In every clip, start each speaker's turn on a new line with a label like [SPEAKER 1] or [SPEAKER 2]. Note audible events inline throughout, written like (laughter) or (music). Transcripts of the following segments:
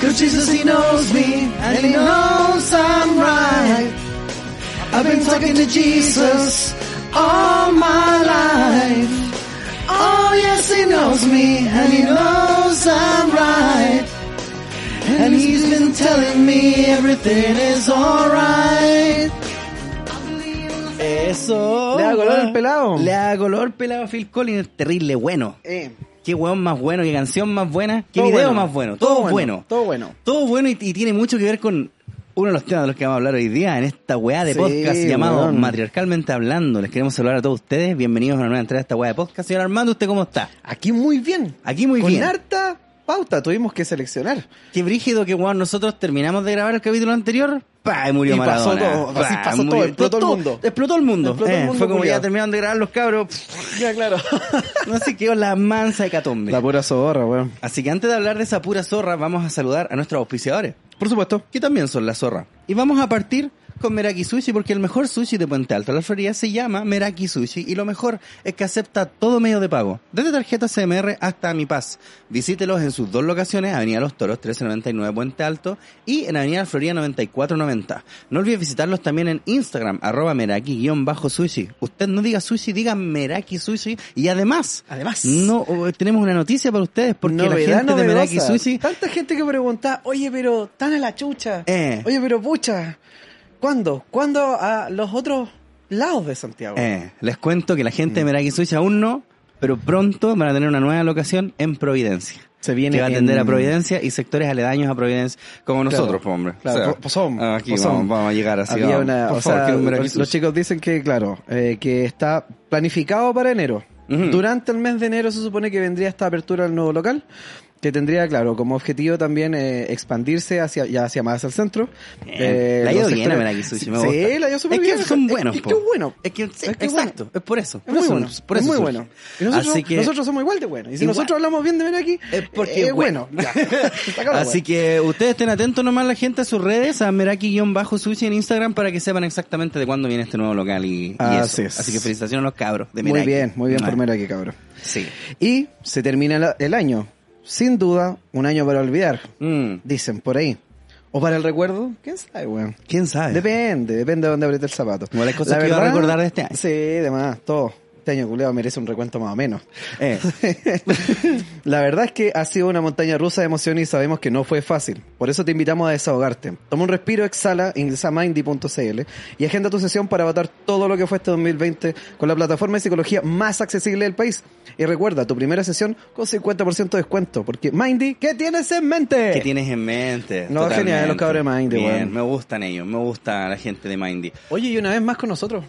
[SPEAKER 1] Cause Jesus, he knows me, and he knows I'm right. I've been talking to Jesus all my life. Oh, yes, he knows me, and he knows I'm right. And he's been telling me everything is alright.
[SPEAKER 2] Eso.
[SPEAKER 1] Le da color al pelado.
[SPEAKER 2] Le da color pelado a Phil Collins. Terrible bueno.
[SPEAKER 1] Eh,
[SPEAKER 2] Qué weón más bueno, qué canción más buena, qué
[SPEAKER 1] todo
[SPEAKER 2] video
[SPEAKER 1] bueno,
[SPEAKER 2] más bueno. Todo, bueno.
[SPEAKER 1] Todo bueno.
[SPEAKER 2] Todo bueno y, y tiene mucho que ver con uno de los temas de los que vamos a hablar hoy día en esta weá de
[SPEAKER 1] Sí,
[SPEAKER 2] podcast llamado
[SPEAKER 1] weón.
[SPEAKER 2] Matriarcalmente Hablando. Les queremos saludar a todos ustedes. Bienvenidos a una nueva entrega de esta weá de podcast. Señor Armando, ¿usted cómo está?
[SPEAKER 1] Aquí muy bien.
[SPEAKER 2] Aquí muy
[SPEAKER 1] Con
[SPEAKER 2] bien.
[SPEAKER 1] harta pauta tuvimos que seleccionar.
[SPEAKER 2] Qué brígido que weón, nosotros terminamos de grabar el capítulo anterior. ¡Pah! Y murió
[SPEAKER 1] Y pasó
[SPEAKER 2] Maradona.
[SPEAKER 1] todo, así
[SPEAKER 2] Pa,
[SPEAKER 1] pasó todo,
[SPEAKER 2] murió-
[SPEAKER 1] explotó el mundo.
[SPEAKER 2] Explotó el mundo.
[SPEAKER 1] Explotó el
[SPEAKER 2] Eh,
[SPEAKER 1] mundo,
[SPEAKER 2] fue como
[SPEAKER 1] culiao.
[SPEAKER 2] ya terminaron de grabar los cabros.
[SPEAKER 1] (laughs)
[SPEAKER 2] pff,
[SPEAKER 1] Ya, claro.
[SPEAKER 2] No sé quedó la mansa hecatombe.
[SPEAKER 1] La pura soborra, weón.
[SPEAKER 2] Así que antes de hablar de esa pura zorra, vamos a saludar a nuestros auspiciadores,
[SPEAKER 1] Por supuesto.
[SPEAKER 2] que también son la zorra. Y vamos a partir con Meraki Sushi, porque el mejor sushi de Puente Alto, la Florida, se llama Meraki Sushi, y lo mejor es que acepta todo medio de pago, desde tarjeta CMR hasta Mi Paz. Visítelos en sus dos locaciones, Avenida Los Toros 1399 Puente Alto y en Avenida Florida 9490. No olvides visitarlos también en Instagram, arroba Meraki-sushi. Usted no diga sushi, diga Meraki Sushi, y además...
[SPEAKER 1] Además.
[SPEAKER 2] No, o- tenemos una noticia para ustedes porque la gente de Meraki
[SPEAKER 1] novedosa.
[SPEAKER 2] Sushi.
[SPEAKER 1] Tanta gente que pregunta, oye, pero tan a la chucha.
[SPEAKER 2] Eh.
[SPEAKER 1] Oye, pero pucha. ¿Cuándo? ¿Cuándo a los otros lados de Santiago?
[SPEAKER 2] Eh, les cuento que la gente
[SPEAKER 1] Mm.
[SPEAKER 2] de Meraki Sushi aún no, pero pronto van a tener una nueva locación en Providencia.
[SPEAKER 1] Se viene
[SPEAKER 2] que va a atender
[SPEAKER 1] en-
[SPEAKER 2] a Providencia y sectores aledaños a Providencia, como nosotros, po, hombre.
[SPEAKER 1] Claro,
[SPEAKER 2] O sea, ah,
[SPEAKER 1] po- po- son,
[SPEAKER 2] aquí
[SPEAKER 1] po- son.
[SPEAKER 2] Vamos, vamos a llegar así.
[SPEAKER 1] Había
[SPEAKER 2] vamos.
[SPEAKER 1] una,
[SPEAKER 2] Por
[SPEAKER 1] o
[SPEAKER 2] favor,
[SPEAKER 1] sea,
[SPEAKER 2] quiero un Meraki
[SPEAKER 1] los,
[SPEAKER 2] Sushi.
[SPEAKER 1] los chicos dicen que, claro, eh, que está planificado para enero.
[SPEAKER 2] Ujú.
[SPEAKER 1] Durante el mes de enero se supone que vendría esta apertura del nuevo local, que tendría, claro, como objetivo también eh, expandirse hacia, ya hacia más al centro. Eh,
[SPEAKER 2] Bien. Le ha ido bien
[SPEAKER 1] los
[SPEAKER 2] a
[SPEAKER 1] sectores-
[SPEAKER 2] Meraki Sushi, me
[SPEAKER 1] Sí,
[SPEAKER 2] gusta.
[SPEAKER 1] le ha ido súper
[SPEAKER 2] es
[SPEAKER 1] bien.
[SPEAKER 2] que son
[SPEAKER 1] Es-
[SPEAKER 2] buenos,
[SPEAKER 1] es que
[SPEAKER 2] po.
[SPEAKER 1] es bueno.
[SPEAKER 2] Es que, sí,
[SPEAKER 1] Es que es
[SPEAKER 2] exacto, es por eso.
[SPEAKER 1] Es
[SPEAKER 2] por
[SPEAKER 1] muy
[SPEAKER 2] eso-
[SPEAKER 1] bueno,
[SPEAKER 2] por eso
[SPEAKER 1] es muy
[SPEAKER 2] surge.
[SPEAKER 1] bueno. Y nosotros,
[SPEAKER 2] Así que-
[SPEAKER 1] nosotros somos igual de buenos. Y si
[SPEAKER 2] Igual.
[SPEAKER 1] nosotros hablamos bien de Meraki,
[SPEAKER 2] Es porque es
[SPEAKER 1] Eh, bueno.
[SPEAKER 2] (laughs)
[SPEAKER 1] ya. (laughs) Sacamos la
[SPEAKER 2] Así
[SPEAKER 1] wea.
[SPEAKER 2] que ustedes estén atentos nomás la gente a sus redes, a Meraki-Sushi en Instagram para que sepan exactamente de cuándo viene este nuevo local y, y
[SPEAKER 1] Así
[SPEAKER 2] eso.
[SPEAKER 1] es.
[SPEAKER 2] Así que felicitaciones a los cabros de
[SPEAKER 1] Muy
[SPEAKER 2] Meraki.
[SPEAKER 1] bien, muy bien por
[SPEAKER 2] Ah,
[SPEAKER 1] Meraki, cabrón.
[SPEAKER 2] Sí.
[SPEAKER 1] Y se termina la- el año. Sin duda, un año para olvidar,
[SPEAKER 2] Mm,
[SPEAKER 1] dicen por ahí. O para el recuerdo, quién sabe, weón.
[SPEAKER 2] ¿Quién sabe?
[SPEAKER 1] Depende, depende de dónde apriete el zapato.
[SPEAKER 2] Ah, Igual hay cosas que iba a recordar de este año.
[SPEAKER 1] Sí, además, todo. Este año culeado merece un recuento más o menos. (laughs)
[SPEAKER 2] Eh,
[SPEAKER 1] La verdad es que ha sido una montaña rusa de emociones y sabemos que no fue fácil. Por eso te invitamos a desahogarte. Toma un respiro, exhala, ingresa a mindy.cl y agenda tu sesión para avatar todo lo que fue este 2020 con la plataforma de psicología más accesible del país. Y recuerda, tu primera sesión con 50% de descuento, porque Mindy, ¿qué tienes en mente?
[SPEAKER 2] ¿Qué tienes en mente?
[SPEAKER 1] No,
[SPEAKER 2] Totalmente.
[SPEAKER 1] genial, los cabros de Mindy,
[SPEAKER 2] Bien,
[SPEAKER 1] weón.
[SPEAKER 2] Me gustan ellos, me gusta la gente de Mindy.
[SPEAKER 1] Oye, y una vez más con nosotros.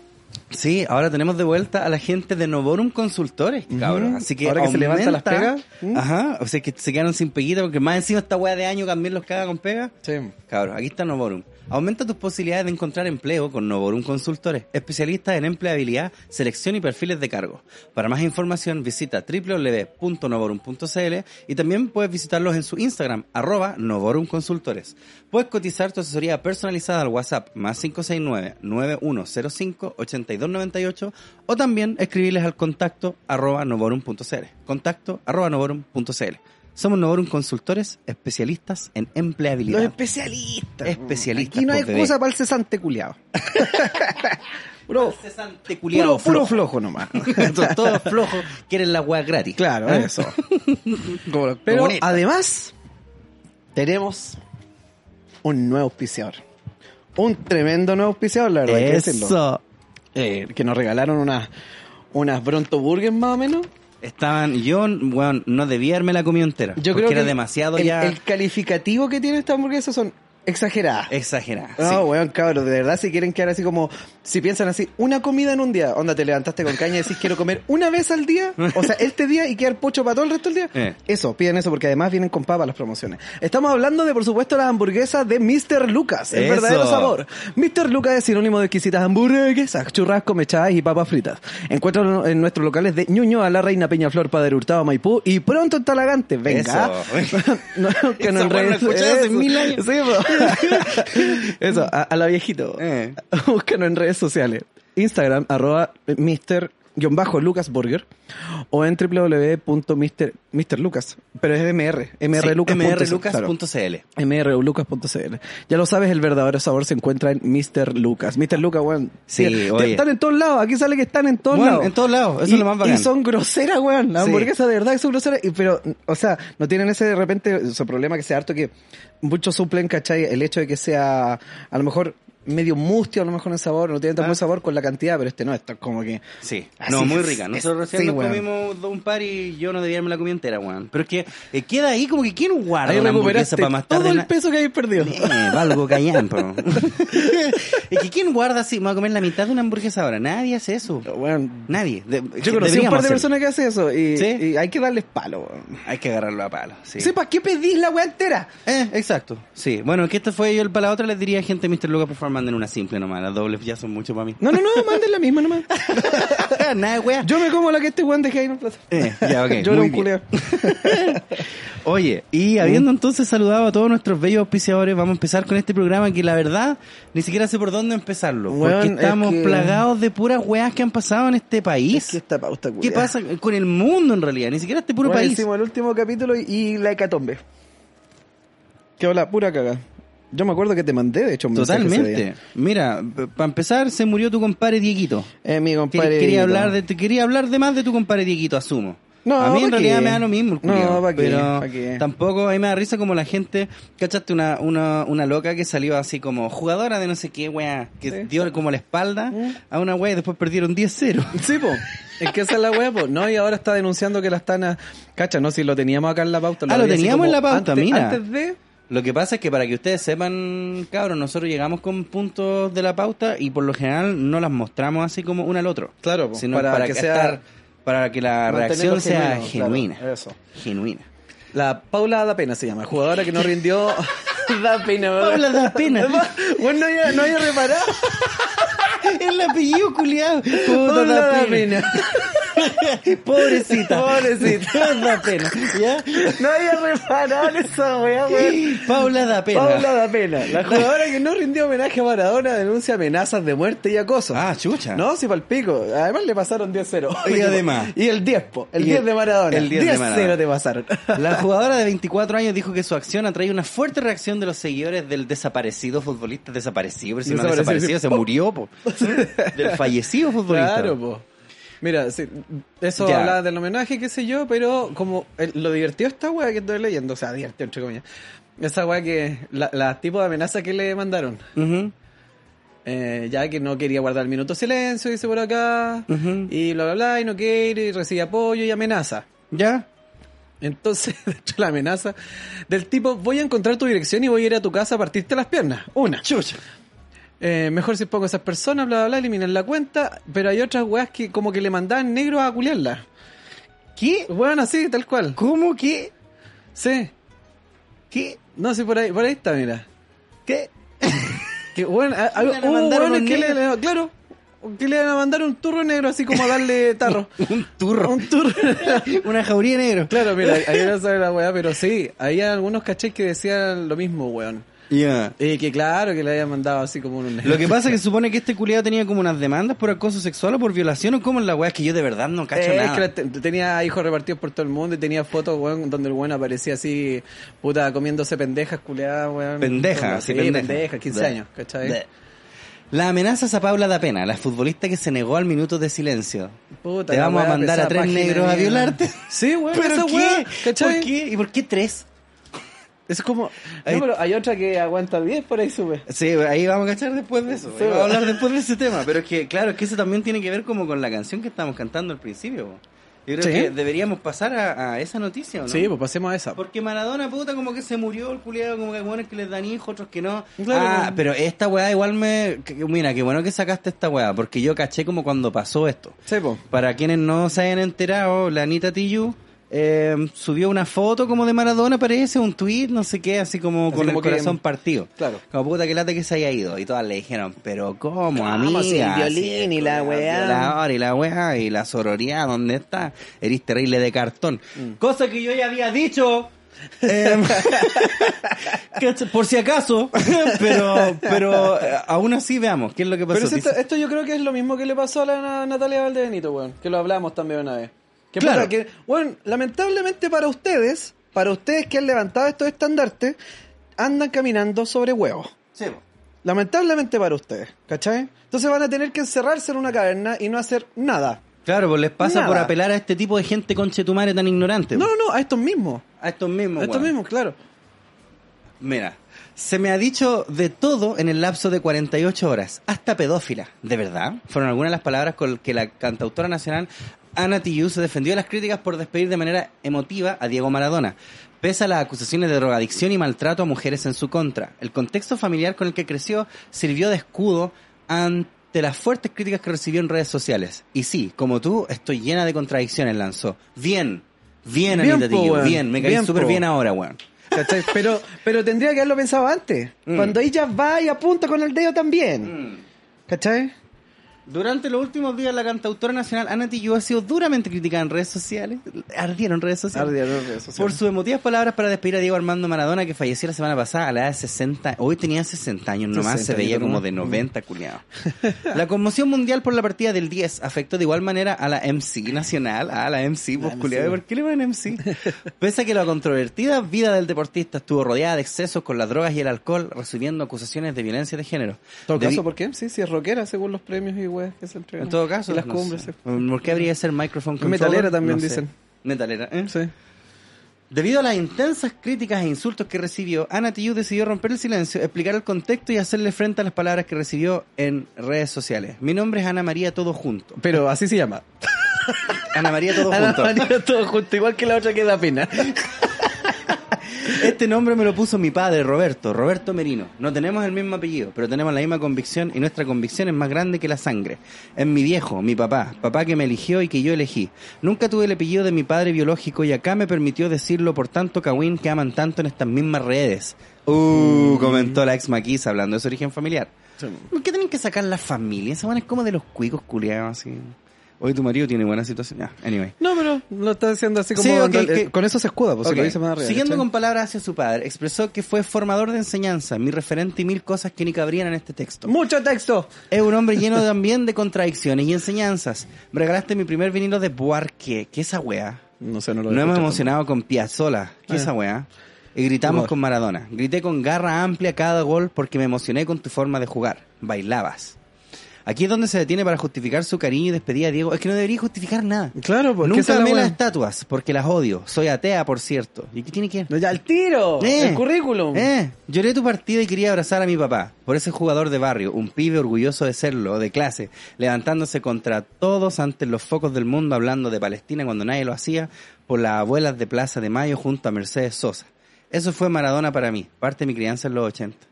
[SPEAKER 2] Sí, ahora tenemos de vuelta a la gente de Novorum Consultores, cabrón. Así que
[SPEAKER 1] Ahora que se levantan las
[SPEAKER 2] aumenta-
[SPEAKER 1] pegas. Mm.
[SPEAKER 2] Ajá, o sea que se quedaron sin peguita porque más encima esta weá de año también los caga con pega.
[SPEAKER 1] Sí.
[SPEAKER 2] Cabros, aquí está Novorum. Aumenta tus posibilidades de encontrar empleo con Novorum Consultores, especialistas en empleabilidad, selección y perfiles de cargo. Para más información visita www.novorum.cl y también puedes visitarlos en su Instagram, arroba Novorum Consultores. Puedes cotizar tu asesoría personalizada al WhatsApp más 569-9105-8298 o también escribirles al contacto arroba novorum.cl. Contacto arroba novorum.cl. Somos Novorum Consultores, especialistas en empleabilidad.
[SPEAKER 1] Los especialistas.
[SPEAKER 2] Especialistas,
[SPEAKER 1] Aquí no hay
[SPEAKER 2] pues, bebé.
[SPEAKER 1] excusa para el cesante culiado. (laughs) Puro,
[SPEAKER 2] cesante
[SPEAKER 1] puro,
[SPEAKER 2] culiado flojo.
[SPEAKER 1] puro Este flojo nomás. (laughs)
[SPEAKER 2] Entonces, todos flojos quieren la weá gratis.
[SPEAKER 1] Claro,
[SPEAKER 2] ¿Eh?
[SPEAKER 1] eso.
[SPEAKER 2] (laughs) Como los
[SPEAKER 1] Pero
[SPEAKER 2] comunistas.
[SPEAKER 1] además, tenemos un nuevo auspiciador. Un tremendo nuevo auspiciador, la verdad, hay que decirlo.
[SPEAKER 2] eso.
[SPEAKER 1] Eh, que nos regalaron unas, unas Bronto Burgers más o menos.
[SPEAKER 2] Estaban, yo, weón, no debía haberme la comido entera. porque
[SPEAKER 1] Yo creo que
[SPEAKER 2] era demasiado
[SPEAKER 1] el,
[SPEAKER 2] ya.
[SPEAKER 1] el calificativo que tiene esta hamburguesa son Exagerada.
[SPEAKER 2] (laughs) Exagerada.
[SPEAKER 1] No,
[SPEAKER 2] sí.
[SPEAKER 1] weón, cabros, de verdad, si quieren quedar así como, si piensan así, una comida en un día, onda, te levantaste con caña y decís quiero comer una vez al día, o sea, este día y quedar pocho para todo el resto del día,
[SPEAKER 2] Eh.
[SPEAKER 1] eso, piden eso, porque además vienen con papa las promociones. Estamos hablando de, por supuesto, las hamburguesas de Mr. Lucas, el
[SPEAKER 2] Eso.
[SPEAKER 1] verdadero sabor. Mr. Lucas es sinónimo de exquisitas hamburguesas, churrasco, mechadas y papas fritas. Encuentran en nuestros locales de Ñuñoa, La Reina, Peñaflor, Padre Hurtado, Maipú y pronto en Talagante. Venga.
[SPEAKER 2] Eso.
[SPEAKER 1] (laughs) No, que no
[SPEAKER 2] Esa weá la
[SPEAKER 1] enredes.
[SPEAKER 2] escuché hace
[SPEAKER 1] Eso.
[SPEAKER 2] mil años.
[SPEAKER 1] Sí,
[SPEAKER 2] (laughs)
[SPEAKER 1] po. Eso, a, a la viejito.
[SPEAKER 2] Eh.
[SPEAKER 1] (laughs) Búscanos en redes sociales. Instagram, arroba mister lucas burger o en www.mrlucas pero es mr mrlucas.cl claro.
[SPEAKER 2] mrlucas.cl.
[SPEAKER 1] mrlucas.cl ya lo sabes el verdadero sabor se encuentra en Mr. Lucas Mr. Lucas weón
[SPEAKER 2] Sí,
[SPEAKER 1] Te-
[SPEAKER 2] oye.
[SPEAKER 1] están en todos lados aquí sale que están en todos
[SPEAKER 2] Weón,
[SPEAKER 1] lados
[SPEAKER 2] en todos lados. Eso
[SPEAKER 1] y,
[SPEAKER 2] es lo más bacán.
[SPEAKER 1] y son groseras, weón. Las
[SPEAKER 2] Sí.
[SPEAKER 1] hamburguesas de verdad que son groseras. Y, pero, o sea, no tienen ese de repente, ese problema que sea harto que muchos suplen, ¿cachai? El hecho de que sea, a lo mejor, medio mustio, a lo mejor en sabor, no tiene tan
[SPEAKER 2] Ah.
[SPEAKER 1] buen sabor con la cantidad, pero este no, está como que.
[SPEAKER 2] Sí,
[SPEAKER 1] Así
[SPEAKER 2] no, muy
[SPEAKER 1] es.
[SPEAKER 2] rica. Nosotros recién
[SPEAKER 1] Sí,
[SPEAKER 2] nos
[SPEAKER 1] weón.
[SPEAKER 2] comimos un par y yo no debía darme la comida entera, weón. Pero es que eh, queda ahí como que quién guarda
[SPEAKER 1] Ahí
[SPEAKER 2] una hamburguesa
[SPEAKER 1] recuperaste
[SPEAKER 2] para más tarde.
[SPEAKER 1] todo
[SPEAKER 2] en
[SPEAKER 1] el
[SPEAKER 2] la-
[SPEAKER 1] peso que habéis perdido.
[SPEAKER 2] Eh, valgo callán, po. (laughs) es que quién guarda así, me voy a comer la mitad de una hamburguesa ahora. Nadie hace eso.
[SPEAKER 1] Weón,
[SPEAKER 2] Nadie. De-
[SPEAKER 1] yo conocí un
[SPEAKER 2] deberíamos
[SPEAKER 1] par de
[SPEAKER 2] hacerlo.
[SPEAKER 1] personas que hacen eso y,
[SPEAKER 2] Sí.
[SPEAKER 1] y hay que darles palo, weón.
[SPEAKER 2] Hay que agarrarlo a palo. Sí.
[SPEAKER 1] ¿Para qué pedís la weá entera?
[SPEAKER 2] Eh, exacto. Sí. Bueno, que este fue yo el para la otra les diría gente Mr. Lucas por favor manden una simple nomás. Las dobles ya son mucho (laughs) para mí.
[SPEAKER 1] No, no, no, manden la misma (laughs) nomás.
[SPEAKER 2] Nada, wea.
[SPEAKER 1] Yo me como la que este weón dejé ahí en el plato.
[SPEAKER 2] Eh, ya, ok,
[SPEAKER 1] (laughs) Yo
[SPEAKER 2] muy
[SPEAKER 1] era un
[SPEAKER 2] bien.
[SPEAKER 1] culeo.
[SPEAKER 2] Oye, y habiendo entonces saludado a todos nuestros bellos auspiciadores, vamos a empezar con este programa que la verdad ni siquiera sé por dónde empezarlo. porque
[SPEAKER 1] Weón, es
[SPEAKER 2] estamos
[SPEAKER 1] que-
[SPEAKER 2] plagados de puras weas que han pasado en este
[SPEAKER 1] Es
[SPEAKER 2] país.
[SPEAKER 1] que esta pauta,
[SPEAKER 2] ¿Qué
[SPEAKER 1] culiá.
[SPEAKER 2] pasa con el mundo en realidad? Ni siquiera este puro
[SPEAKER 1] Bueno,
[SPEAKER 2] país.
[SPEAKER 1] Hicimos el último capítulo y, y la hecatombe. Que la pura caga. Yo me acuerdo que te mandé, de hecho, un mensaje ese
[SPEAKER 2] Totalmente.
[SPEAKER 1] día.
[SPEAKER 2] Mira, para empezar, se murió tu compadre Dieguito.
[SPEAKER 1] Eh, mi
[SPEAKER 2] Que-
[SPEAKER 1] compadre.
[SPEAKER 2] quería,
[SPEAKER 1] Benito.
[SPEAKER 2] hablar de, te quería hablar de más de tu compadre Dieguito, asumo.
[SPEAKER 1] No,
[SPEAKER 2] a mí en
[SPEAKER 1] ¿pa'
[SPEAKER 2] realidad
[SPEAKER 1] qué?
[SPEAKER 2] me da lo mismo, el
[SPEAKER 1] No,
[SPEAKER 2] culiao,
[SPEAKER 1] ¿pa' qué?
[SPEAKER 2] pero
[SPEAKER 1] ¿pa' qué?
[SPEAKER 2] tampoco a mí me da risa como la gente, ¿cachaste? Una, una, una loca que salió así como jugadora de no sé qué, wea, que
[SPEAKER 1] Sí.
[SPEAKER 2] dio como la espalda
[SPEAKER 1] Mm.
[SPEAKER 2] a una wea y después perdieron 10-0.
[SPEAKER 1] Sí, po. Es que esa es la wea, po. No, y ahora está denunciando que la están. A... Cacha, no, si lo teníamos acá en la pauta.
[SPEAKER 2] Ah, lo
[SPEAKER 1] había así
[SPEAKER 2] teníamos
[SPEAKER 1] como
[SPEAKER 2] en la pauta,
[SPEAKER 1] antes-
[SPEAKER 2] mira.
[SPEAKER 1] Antes de.
[SPEAKER 2] Lo que pasa es que para que ustedes sepan, cabros, nosotros llegamos con puntos de la pauta y por lo general no las mostramos así como uno al otro.
[SPEAKER 1] Claro, po,
[SPEAKER 2] Sino
[SPEAKER 1] para
[SPEAKER 2] para,
[SPEAKER 1] que
[SPEAKER 2] que
[SPEAKER 1] sea-
[SPEAKER 2] estar- para que la
[SPEAKER 1] Mantenerlo
[SPEAKER 2] reacción sea
[SPEAKER 1] genuino, claro,
[SPEAKER 2] genuina.
[SPEAKER 1] eso.
[SPEAKER 2] (laughs) Genuina.
[SPEAKER 1] La Paula da pena se llama, jugadora que no (laughs) rindió. da pena, weón.
[SPEAKER 2] Paula da pena.
[SPEAKER 1] Bueno, no había, no había reparado.
[SPEAKER 2] (laughs) El apellido culiado.
[SPEAKER 1] Paula
[SPEAKER 2] da
[SPEAKER 1] da
[SPEAKER 2] pena.
[SPEAKER 1] pena.
[SPEAKER 2] Pobrecita. (laughs)
[SPEAKER 1] Pobrecita. (laughs)
[SPEAKER 2] da pena. ¿Ya?
[SPEAKER 1] No había reparado en esa weá, weón.
[SPEAKER 2] Paula da pena.
[SPEAKER 1] Paula da pena. La jugadora que no rindió homenaje a Maradona denuncia amenazas de muerte y acoso.
[SPEAKER 2] Ah, chucha.
[SPEAKER 1] No, si palpico. Además le pasaron 10-0.
[SPEAKER 2] Y además.
[SPEAKER 1] Y el 10, po. El
[SPEAKER 2] Y
[SPEAKER 1] 10 de Maradona.
[SPEAKER 2] el 10 de Maradona.
[SPEAKER 1] te pasaron.
[SPEAKER 2] La jugadora de 24 años dijo que su acción atrae una fuerte reacción de los seguidores del desaparecido futbolista. Desaparecido, pero si no ha
[SPEAKER 1] Desaparecido,
[SPEAKER 2] desaparecido,
[SPEAKER 1] sí.
[SPEAKER 2] se murió, po. Del fallecido futbolista.
[SPEAKER 1] Claro, po. Mira, sí, eso
[SPEAKER 2] Ya.
[SPEAKER 1] hablaba del homenaje, qué sé yo, pero como el- lo divertido esta weá que estoy leyendo, o sea, divertido entre comillas. Esa weá que, la, la tipo de amenaza que le mandaron.
[SPEAKER 2] Ujú.
[SPEAKER 1] Eh, ya que no quería guardar el minuto de silencio, dice por acá,
[SPEAKER 2] Ujú.
[SPEAKER 1] y bla, bla, bla, y no quiere, y recibe apoyo y amenaza.
[SPEAKER 2] ¿Ya?
[SPEAKER 1] Entonces, (laughs) dentro de la amenaza del tipo, voy a encontrar tu dirección y voy a ir a tu casa a partirte las piernas. Una.
[SPEAKER 2] Chucha.
[SPEAKER 1] Eh, mejor si pongo a esas personas, bla, bla, bla, eliminan la cuenta, pero hay otras weas que como que le mandaban negros a culiarla.
[SPEAKER 2] ¿Qué?
[SPEAKER 1] Weón, así, tal cual.
[SPEAKER 2] ¿Cómo que?
[SPEAKER 1] Sí.
[SPEAKER 2] ¿Qué?
[SPEAKER 1] No, sí, por ahí, por ahí está, mira.
[SPEAKER 2] ¿Qué?
[SPEAKER 1] Que, bueno, a- a-
[SPEAKER 2] Le
[SPEAKER 1] hubo
[SPEAKER 2] mandaron
[SPEAKER 1] hueones que
[SPEAKER 2] un
[SPEAKER 1] le,
[SPEAKER 2] negro.
[SPEAKER 1] le- claro, que le van a mandar un turro negro así como
[SPEAKER 2] (laughs)
[SPEAKER 1] a darle tarro.
[SPEAKER 2] Un turro.
[SPEAKER 1] un turro.
[SPEAKER 2] (laughs) Una jauría negro.
[SPEAKER 1] claro, mira, ahí no sabe la weá, pero sí, había algunos cachés que decían lo mismo, weón.
[SPEAKER 2] Ya.
[SPEAKER 1] Y que claro, que le habían mandado así como un negro.
[SPEAKER 2] Lo que pasa es que se supone que este culiado tenía como unas demandas por acoso sexual o por violación o como en la weá, es que yo de verdad no cacho
[SPEAKER 1] Eh, es
[SPEAKER 2] nada.
[SPEAKER 1] que la te- tenía hijos repartidos por todo el mundo y tenía fotos, weón, donde el weón aparecía así, puta, comiéndose pendejas, culeadas, weón.
[SPEAKER 2] Pendeja, sí,
[SPEAKER 1] sí, pendeja.
[SPEAKER 2] pendeja.
[SPEAKER 1] 15
[SPEAKER 2] Bleh.
[SPEAKER 1] años, ¿cachai?
[SPEAKER 2] Bleh. La amenaza a Paula da pena, la futbolista que se negó al minuto de silencio.
[SPEAKER 1] Puta,
[SPEAKER 2] Te
[SPEAKER 1] la
[SPEAKER 2] vamos a
[SPEAKER 1] weá,
[SPEAKER 2] mandar
[SPEAKER 1] esa
[SPEAKER 2] a tres
[SPEAKER 1] página
[SPEAKER 2] negros a
[SPEAKER 1] mierda.
[SPEAKER 2] violarte.
[SPEAKER 1] Sí, weón,
[SPEAKER 2] ¿Pero
[SPEAKER 1] esa
[SPEAKER 2] qué?
[SPEAKER 1] weá, ¿cachai?
[SPEAKER 2] ¿Por qué? ¿Y por qué tres?
[SPEAKER 1] Es como,
[SPEAKER 2] Ahí-
[SPEAKER 1] no, pero hay otra que aguanta 10 por ahí sube.
[SPEAKER 2] Sí, ahí vamos a cachar después de eso.
[SPEAKER 1] Sí,
[SPEAKER 2] ahí vamos a
[SPEAKER 1] weón.
[SPEAKER 2] hablar después de ese tema. Pero es que, claro, es que eso también tiene que ver como con la canción que estamos cantando al principio. po. Yo creo
[SPEAKER 1] Sí.
[SPEAKER 2] que deberíamos pasar a, a esa noticia, ¿o ¿no?
[SPEAKER 1] Sí, pues pasemos a esa.
[SPEAKER 2] Porque Maradona, puta, como que se murió el culiado, como que hay buenos que les dan hijos, otros que no.
[SPEAKER 1] Claro.
[SPEAKER 2] Ah, pero esta weá igual me... que- que- Mira, qué bueno que sacaste esta weá, porque yo caché como cuando pasó esto.
[SPEAKER 1] Sí, po.
[SPEAKER 2] Para quienes no se hayan enterado, la Anita Tijoux eh, subió una foto como de Maradona, parece, un tweet, no sé qué, así como
[SPEAKER 1] Así
[SPEAKER 2] con
[SPEAKER 1] como
[SPEAKER 2] el
[SPEAKER 1] que-
[SPEAKER 2] corazón partido.
[SPEAKER 1] Claro.
[SPEAKER 2] Como puta que lata que se haya ido. Y todas le dijeron, pero ¿cómo, amiga?
[SPEAKER 1] si el
[SPEAKER 2] Si
[SPEAKER 1] violín y la weá.
[SPEAKER 2] violador y la weá y la sororidad, ¿dónde está? Eres terrible de cartón.
[SPEAKER 1] Mm.
[SPEAKER 2] Cosa que yo ya había dicho.
[SPEAKER 1] (laughs)
[SPEAKER 2] em, cacha, por si acaso, (laughs) pero pero eh, aún así veamos qué es lo que pasó.
[SPEAKER 1] Pero si esto,
[SPEAKER 2] Dice-
[SPEAKER 1] esto yo creo que es lo mismo que le pasó a la Na- Natalia Valdebenito, weón. Que lo hablamos también una vez. Que
[SPEAKER 2] Claro.
[SPEAKER 1] puta, que, weón, lamentablemente para ustedes, para ustedes que han levantado estos estandartes, andan caminando sobre huevos. Lamentablemente para ustedes, ¿cachai? Entonces van a tener que encerrarse en una caverna y no hacer nada.
[SPEAKER 2] Claro, pues les pasa
[SPEAKER 1] Nada.
[SPEAKER 2] por apelar a este tipo de gente conchetumare tan ignorante.
[SPEAKER 1] No,
[SPEAKER 2] weón.
[SPEAKER 1] no, no, a estos mismos.
[SPEAKER 2] A estos mismos.
[SPEAKER 1] A estos
[SPEAKER 2] weón.
[SPEAKER 1] mismos, claro.
[SPEAKER 2] Mira, se me ha dicho de todo en el lapso de 48 horas, hasta pedófila. ¿De verdad? Fueron algunas de las palabras con que la cantautora nacional Ana Tijoux se defendió de las críticas por despedir de manera emotiva a Diego Maradona, pese a las acusaciones de drogadicción y maltrato a mujeres en su contra. El contexto familiar con el que creció sirvió de escudo ante las fuertes críticas que recibió en redes sociales. Y sí, como tú, estoy llena de contradicciones, lanzó. Bien, bien,
[SPEAKER 1] Bien,
[SPEAKER 2] Anita
[SPEAKER 1] po,
[SPEAKER 2] Tijoux,
[SPEAKER 1] weón.
[SPEAKER 2] bien, me caí
[SPEAKER 1] Bien,
[SPEAKER 2] súper
[SPEAKER 1] po.
[SPEAKER 2] bien ahora, weón. (laughs)
[SPEAKER 1] ¿Cachai? Pero, pero tendría que haberlo pensado antes.
[SPEAKER 2] Mm.
[SPEAKER 1] Cuando ella va y apunta con el dedo también. ¿Cachai?
[SPEAKER 2] Durante los últimos días, la cantautora nacional Ana Tijoux ha sido duramente criticada en redes sociales. Ardieron redes sociales. Por sus emotivas palabras para despedir a Diego Armando Maradona, que falleció la semana pasada a la edad de 60. Hoy tenía 60 años nomás,
[SPEAKER 1] 60
[SPEAKER 2] se veía
[SPEAKER 1] años
[SPEAKER 2] como
[SPEAKER 1] nomás.
[SPEAKER 2] de 90, (laughs) culiado. La conmoción mundial por la partida del 10 afectó de igual manera a la MC nacional, a la MC, pues
[SPEAKER 1] MC.
[SPEAKER 2] culiado, ¿por qué le ponen MC? Pese a que la controvertida vida del deportista estuvo rodeada de excesos con las drogas y el alcohol, recibiendo acusaciones de violencia de género.
[SPEAKER 1] todo
[SPEAKER 2] Debi-
[SPEAKER 1] caso, ¿por qué? Sí, sí, es rockera según los premios y weas que se entregan.
[SPEAKER 2] En todo caso,
[SPEAKER 1] Mm. Y las
[SPEAKER 2] no
[SPEAKER 1] cumbres.
[SPEAKER 2] sé. Mm.
[SPEAKER 1] sí.
[SPEAKER 2] ¿Por qué habría de ser microphone controller?
[SPEAKER 1] Metalera también
[SPEAKER 2] No sé.
[SPEAKER 1] dicen.
[SPEAKER 2] Metalera, ¿eh?
[SPEAKER 1] Sí.
[SPEAKER 2] Debido a las intensas críticas e insultos que recibió, Ana Tijoux decidió romper el silencio, explicar el contexto y hacerle frente a las palabras que recibió en redes sociales. Mi nombre es Ana María Todo Junto.
[SPEAKER 1] Pero así se llama.
[SPEAKER 2] Ana María Todo
[SPEAKER 1] Ana
[SPEAKER 2] Junto.
[SPEAKER 1] María todo junto, igual que la otra que da pena.
[SPEAKER 2] Este nombre me lo puso mi padre, Roberto, Roberto Merino. No tenemos el mismo apellido, pero tenemos la misma convicción y nuestra convicción es más grande que la sangre. Es mi viejo, mi papá, papá que me eligió y que yo elegí. Nunca tuve el apellido de mi padre biológico y acá me permitió decirlo por tanto Kawin que aman tanto en estas mismas redes. Uh, comentó la ex maquisa hablando de su origen familiar. ¿Por qué tienen que sacar la familia? Esa van es como de los cuicos culiados así. Hoy tu marido tiene buena situación. Ah, anyway.
[SPEAKER 1] No, pero lo está diciendo así como.
[SPEAKER 2] Sí, ok,
[SPEAKER 1] eh,
[SPEAKER 2] que-
[SPEAKER 1] Con eso se escuda, pues si
[SPEAKER 2] Ok.
[SPEAKER 1] lo dice más arriba.
[SPEAKER 2] Siguiendo
[SPEAKER 1] ¿cachai?
[SPEAKER 2] con palabras hacia su padre, expresó que fue formador de enseñanza, mi referente y mil cosas que ni cabrían en este texto.
[SPEAKER 1] ¡Mucho texto!
[SPEAKER 2] Es un hombre lleno también de contradicciones y enseñanzas. Me regalaste mi primer vinilo de Buarque, que esa wea.
[SPEAKER 1] No sé, no lo
[SPEAKER 2] Nos hemos emocionado con Piazzola, que
[SPEAKER 1] Ah.
[SPEAKER 2] esa wea. Y gritamos
[SPEAKER 1] Wow.
[SPEAKER 2] con Maradona. Grité con garra amplia cada gol porque me emocioné con tu forma de jugar. Bailabas. Aquí es donde se detiene para justificar su cariño y despedida a Diego. Es que no debería justificar nada.
[SPEAKER 1] Claro, pues.
[SPEAKER 2] Nunca amé las estatuas porque las odio. Soy atea, por cierto. ¿Y qué tiene que ver?
[SPEAKER 1] Ya, el tiro.
[SPEAKER 2] Eh,
[SPEAKER 1] el currículum.
[SPEAKER 2] eh, lloré tu partida y quería abrazar a mi papá, por ese jugador de barrio, un pibe orgulloso de serlo, de clase, levantándose contra todos ante los focos del mundo hablando de Palestina cuando nadie lo hacía, por las abuelas de Plaza de Mayo junto a Mercedes Sosa. Eso fue Maradona para mí, parte de mi crianza en los 80.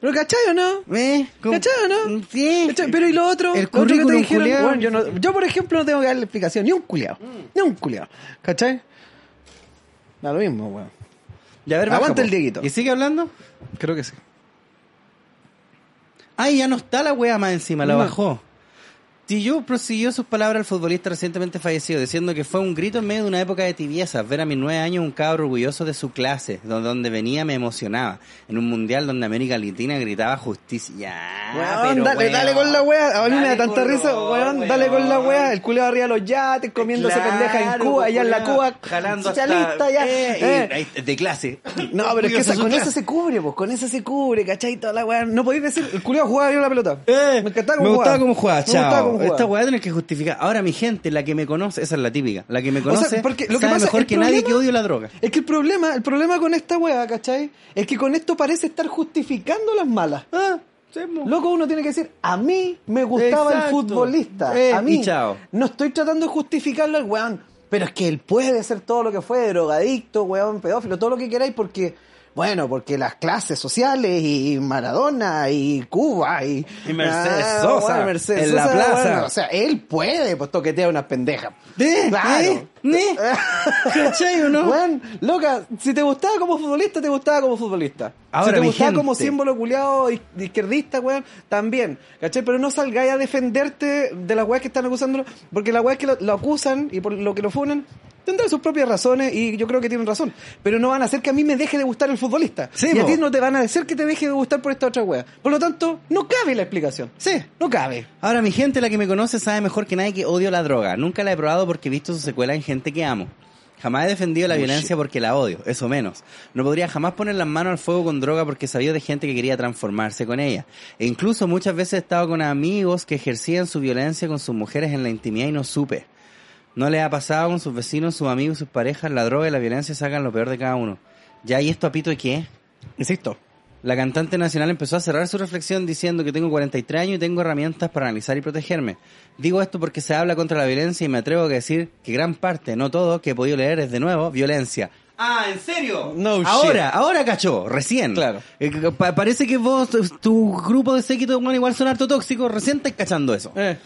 [SPEAKER 1] Pero ¿cachai o no?
[SPEAKER 2] ¿Eh? ¿Cómo?
[SPEAKER 1] ¿Cachai o no?
[SPEAKER 2] Sí.
[SPEAKER 1] ¿Cachai? Pero ¿y lo otro?
[SPEAKER 2] El
[SPEAKER 1] Lo otro que te
[SPEAKER 2] currículum
[SPEAKER 1] dijeron,
[SPEAKER 2] culiao.
[SPEAKER 1] bueno, yo, no- yo, por ejemplo, no tengo que darle explicación. Ni un culiao.
[SPEAKER 2] Mm.
[SPEAKER 1] Ni un culiao. ¿Cachai? Da lo mismo, weón.
[SPEAKER 2] Ya, a ver, baja, po.
[SPEAKER 1] Aguanta el Dieguito.
[SPEAKER 2] ¿Y sigue hablando?
[SPEAKER 1] Creo que sí.
[SPEAKER 2] Ay, ya no está la wea más encima, la
[SPEAKER 1] No.
[SPEAKER 2] bajó. Tijoux prosiguió sus palabras al futbolista recientemente fallecido, diciendo que fue un grito en medio de una época de tibieza. Ver a mis nueve años un cabro orgulloso de su clase, donde, donde venía me emocionaba. En un mundial donde América Latina gritaba justicia. Ya,
[SPEAKER 1] Weón,
[SPEAKER 2] Ah, pero
[SPEAKER 1] dale,
[SPEAKER 2] weón.
[SPEAKER 1] dale con la wea. A mí me da
[SPEAKER 2] Dale
[SPEAKER 1] tanta
[SPEAKER 2] con
[SPEAKER 1] risa,
[SPEAKER 2] lo-
[SPEAKER 1] weón, Dale con la wea.
[SPEAKER 2] weón.
[SPEAKER 1] El culiao arriba de los yates, comiéndose
[SPEAKER 2] Claro, pues,
[SPEAKER 1] pendeja en Cuba, allá en la
[SPEAKER 2] weón.
[SPEAKER 1] Cuba.
[SPEAKER 2] Jalando
[SPEAKER 1] Ya
[SPEAKER 2] hasta-
[SPEAKER 1] lista, ya.
[SPEAKER 2] Eh,
[SPEAKER 1] Eh.
[SPEAKER 2] eh, ahí, De clase.
[SPEAKER 1] No, pero es que esa-
[SPEAKER 2] Orgulloso de su
[SPEAKER 1] con eso
[SPEAKER 2] clase.
[SPEAKER 1] se cubre, pues. Con eso se cubre, ¿cachai? Toda la wea. No podéis decir, el culiao jugaba bien la pelota.
[SPEAKER 2] Eh,
[SPEAKER 1] me encantaba como
[SPEAKER 2] me
[SPEAKER 1] jugaba.
[SPEAKER 2] gustaba como jugaba,
[SPEAKER 1] Me gustaba
[SPEAKER 2] chao.
[SPEAKER 1] como jugaba.
[SPEAKER 2] Esta weá tenés que justificar. Ahora mi gente, la que me conoce, esa es la típica, la que me
[SPEAKER 1] sea,
[SPEAKER 2] conoce,
[SPEAKER 1] porque lo que
[SPEAKER 2] sabe
[SPEAKER 1] pasa-
[SPEAKER 2] mejor
[SPEAKER 1] el
[SPEAKER 2] que nadie
[SPEAKER 1] problema-
[SPEAKER 2] que odio la droga.
[SPEAKER 1] Es que el problema, el problema con esta wea, ¿cachai? Es que con esto parece estar justificando las malas.
[SPEAKER 2] Ah,
[SPEAKER 1] Loco, uno tiene que decir, a mí me gustaba el
[SPEAKER 2] Exacto.
[SPEAKER 1] futbolista.
[SPEAKER 2] Eh,
[SPEAKER 1] a mí.
[SPEAKER 2] y chao.
[SPEAKER 1] No estoy tratando de justificarlo al weón. Pero es que él puede ser todo lo que fue, drogadicto, weón, pedófilo, todo lo que queráis, porque, bueno, porque las clases sociales y Maradona y Cuba y. ah,
[SPEAKER 2] Y Mercedes Sosa,
[SPEAKER 1] weón,
[SPEAKER 2] en la plaza.
[SPEAKER 1] weón, o sea, él puede, pues toquetea unas pendejas.
[SPEAKER 2] ¿Eh? ¿Eh?
[SPEAKER 1] (laughs)
[SPEAKER 2] ¿Eh? ¿Cachai o no?
[SPEAKER 1] Weón, loca, si te gustaba como futbolista, te gustaba como futbolista.
[SPEAKER 2] Ahora,
[SPEAKER 1] si te
[SPEAKER 2] mi
[SPEAKER 1] gustaba como
[SPEAKER 2] gente.
[SPEAKER 1] símbolo culiado izquierdista, weón, también. ¿Cachai? Pero no salgáis a defenderte de las weas que están acusándolo, porque las weas que lo, lo acusan y por lo que lo funan, tendrán sus propias razones y yo creo que tienen razón. Pero no van a hacer que a mí me deje de gustar el futbolista.
[SPEAKER 2] Sí,
[SPEAKER 1] y a
[SPEAKER 2] po.
[SPEAKER 1] ti no te van a decir que te deje de gustar por esta otra wea. Por lo tanto, no cabe la explicación.
[SPEAKER 2] Sí.
[SPEAKER 1] No cabe.
[SPEAKER 2] Ahora, mi gente, la que me conoce, sabe mejor que nadie que odio la droga. Nunca la he probado porque he visto su secuela en gente que amo. Jamás he defendido la violencia porque la odio, eso menos. No podría jamás poner las manos al fuego con droga porque sabía de gente que quería transformarse con ella. E incluso muchas veces he estado con amigos que ejercían su violencia con sus mujeres en la intimidad y no supe. No les ha pasado con sus vecinos, sus amigos, sus parejas. La droga y la violencia sacan lo peor de cada uno. Ya, ¿y esto a pito de qué?
[SPEAKER 1] Insisto.
[SPEAKER 2] La cantante nacional empezó a cerrar su reflexión diciendo que tengo 43 años y tengo herramientas para analizar y protegerme. Digo esto porque se habla contra la violencia y me atrevo a decir que gran parte, no todo, que he podido leer es de nuevo violencia. Ah, ¿en serio?
[SPEAKER 1] No shit.
[SPEAKER 2] ahora, ahora cachó, recién.
[SPEAKER 1] Claro.
[SPEAKER 2] Eh, pa- parece que vos, tu- tu grupo de séquito, bueno, igual son harto tóxicos, recién estáis cachando eso.
[SPEAKER 1] Eh.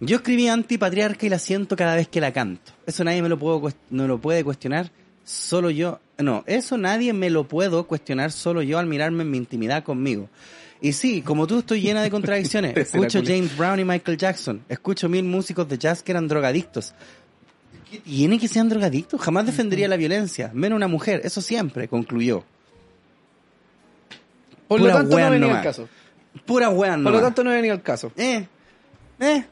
[SPEAKER 2] Yo escribí antipatriarca y la siento cada vez que la canto. Eso nadie me lo, puedo, cuest- no lo puede cuestionar, solo yo. No, eso nadie me lo puedo cuestionar, solo yo al mirarme en mi intimidad conmigo. Y sí, como tú estoy llena de
[SPEAKER 1] (laughs)
[SPEAKER 2] contradicciones. Escucho James Brown y Michael Jackson. Escucho mil músicos de jazz que eran drogadictos. ¿Qué tiene que sean drogadictos? Jamás defendería la violencia, menos una mujer. Eso siempre, concluyó.
[SPEAKER 1] Por
[SPEAKER 2] Pura
[SPEAKER 1] lo tanto,
[SPEAKER 2] wea
[SPEAKER 1] no venía
[SPEAKER 2] nomás.
[SPEAKER 1] al caso.
[SPEAKER 2] Pura weón,
[SPEAKER 1] Por lo tanto, no venía al caso.
[SPEAKER 2] eh, eh,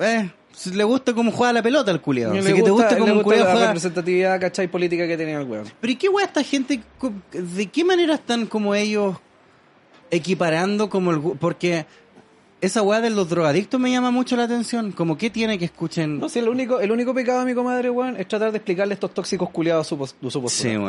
[SPEAKER 2] eh. Si Le gusta cómo juega la pelota al culiado.
[SPEAKER 1] Y
[SPEAKER 2] Si
[SPEAKER 1] le
[SPEAKER 2] que te gusta
[SPEAKER 1] le
[SPEAKER 2] cómo un
[SPEAKER 1] gusta
[SPEAKER 2] culiado
[SPEAKER 1] la
[SPEAKER 2] juega.
[SPEAKER 1] representatividad, ¿cachai? Política que tenía el weón.
[SPEAKER 2] Pero ¿y qué wea esta gente? co- ¿De qué manera están como ellos equiparando como el... gu- Porque esa wea de los drogadictos me llama mucho la atención. Como que tiene que escuchen...
[SPEAKER 1] No, si el único, el único pecado de mi comadre, weón, es tratar de explicarle estos tóxicos culiados su, pos- su postura.
[SPEAKER 2] sí, weón.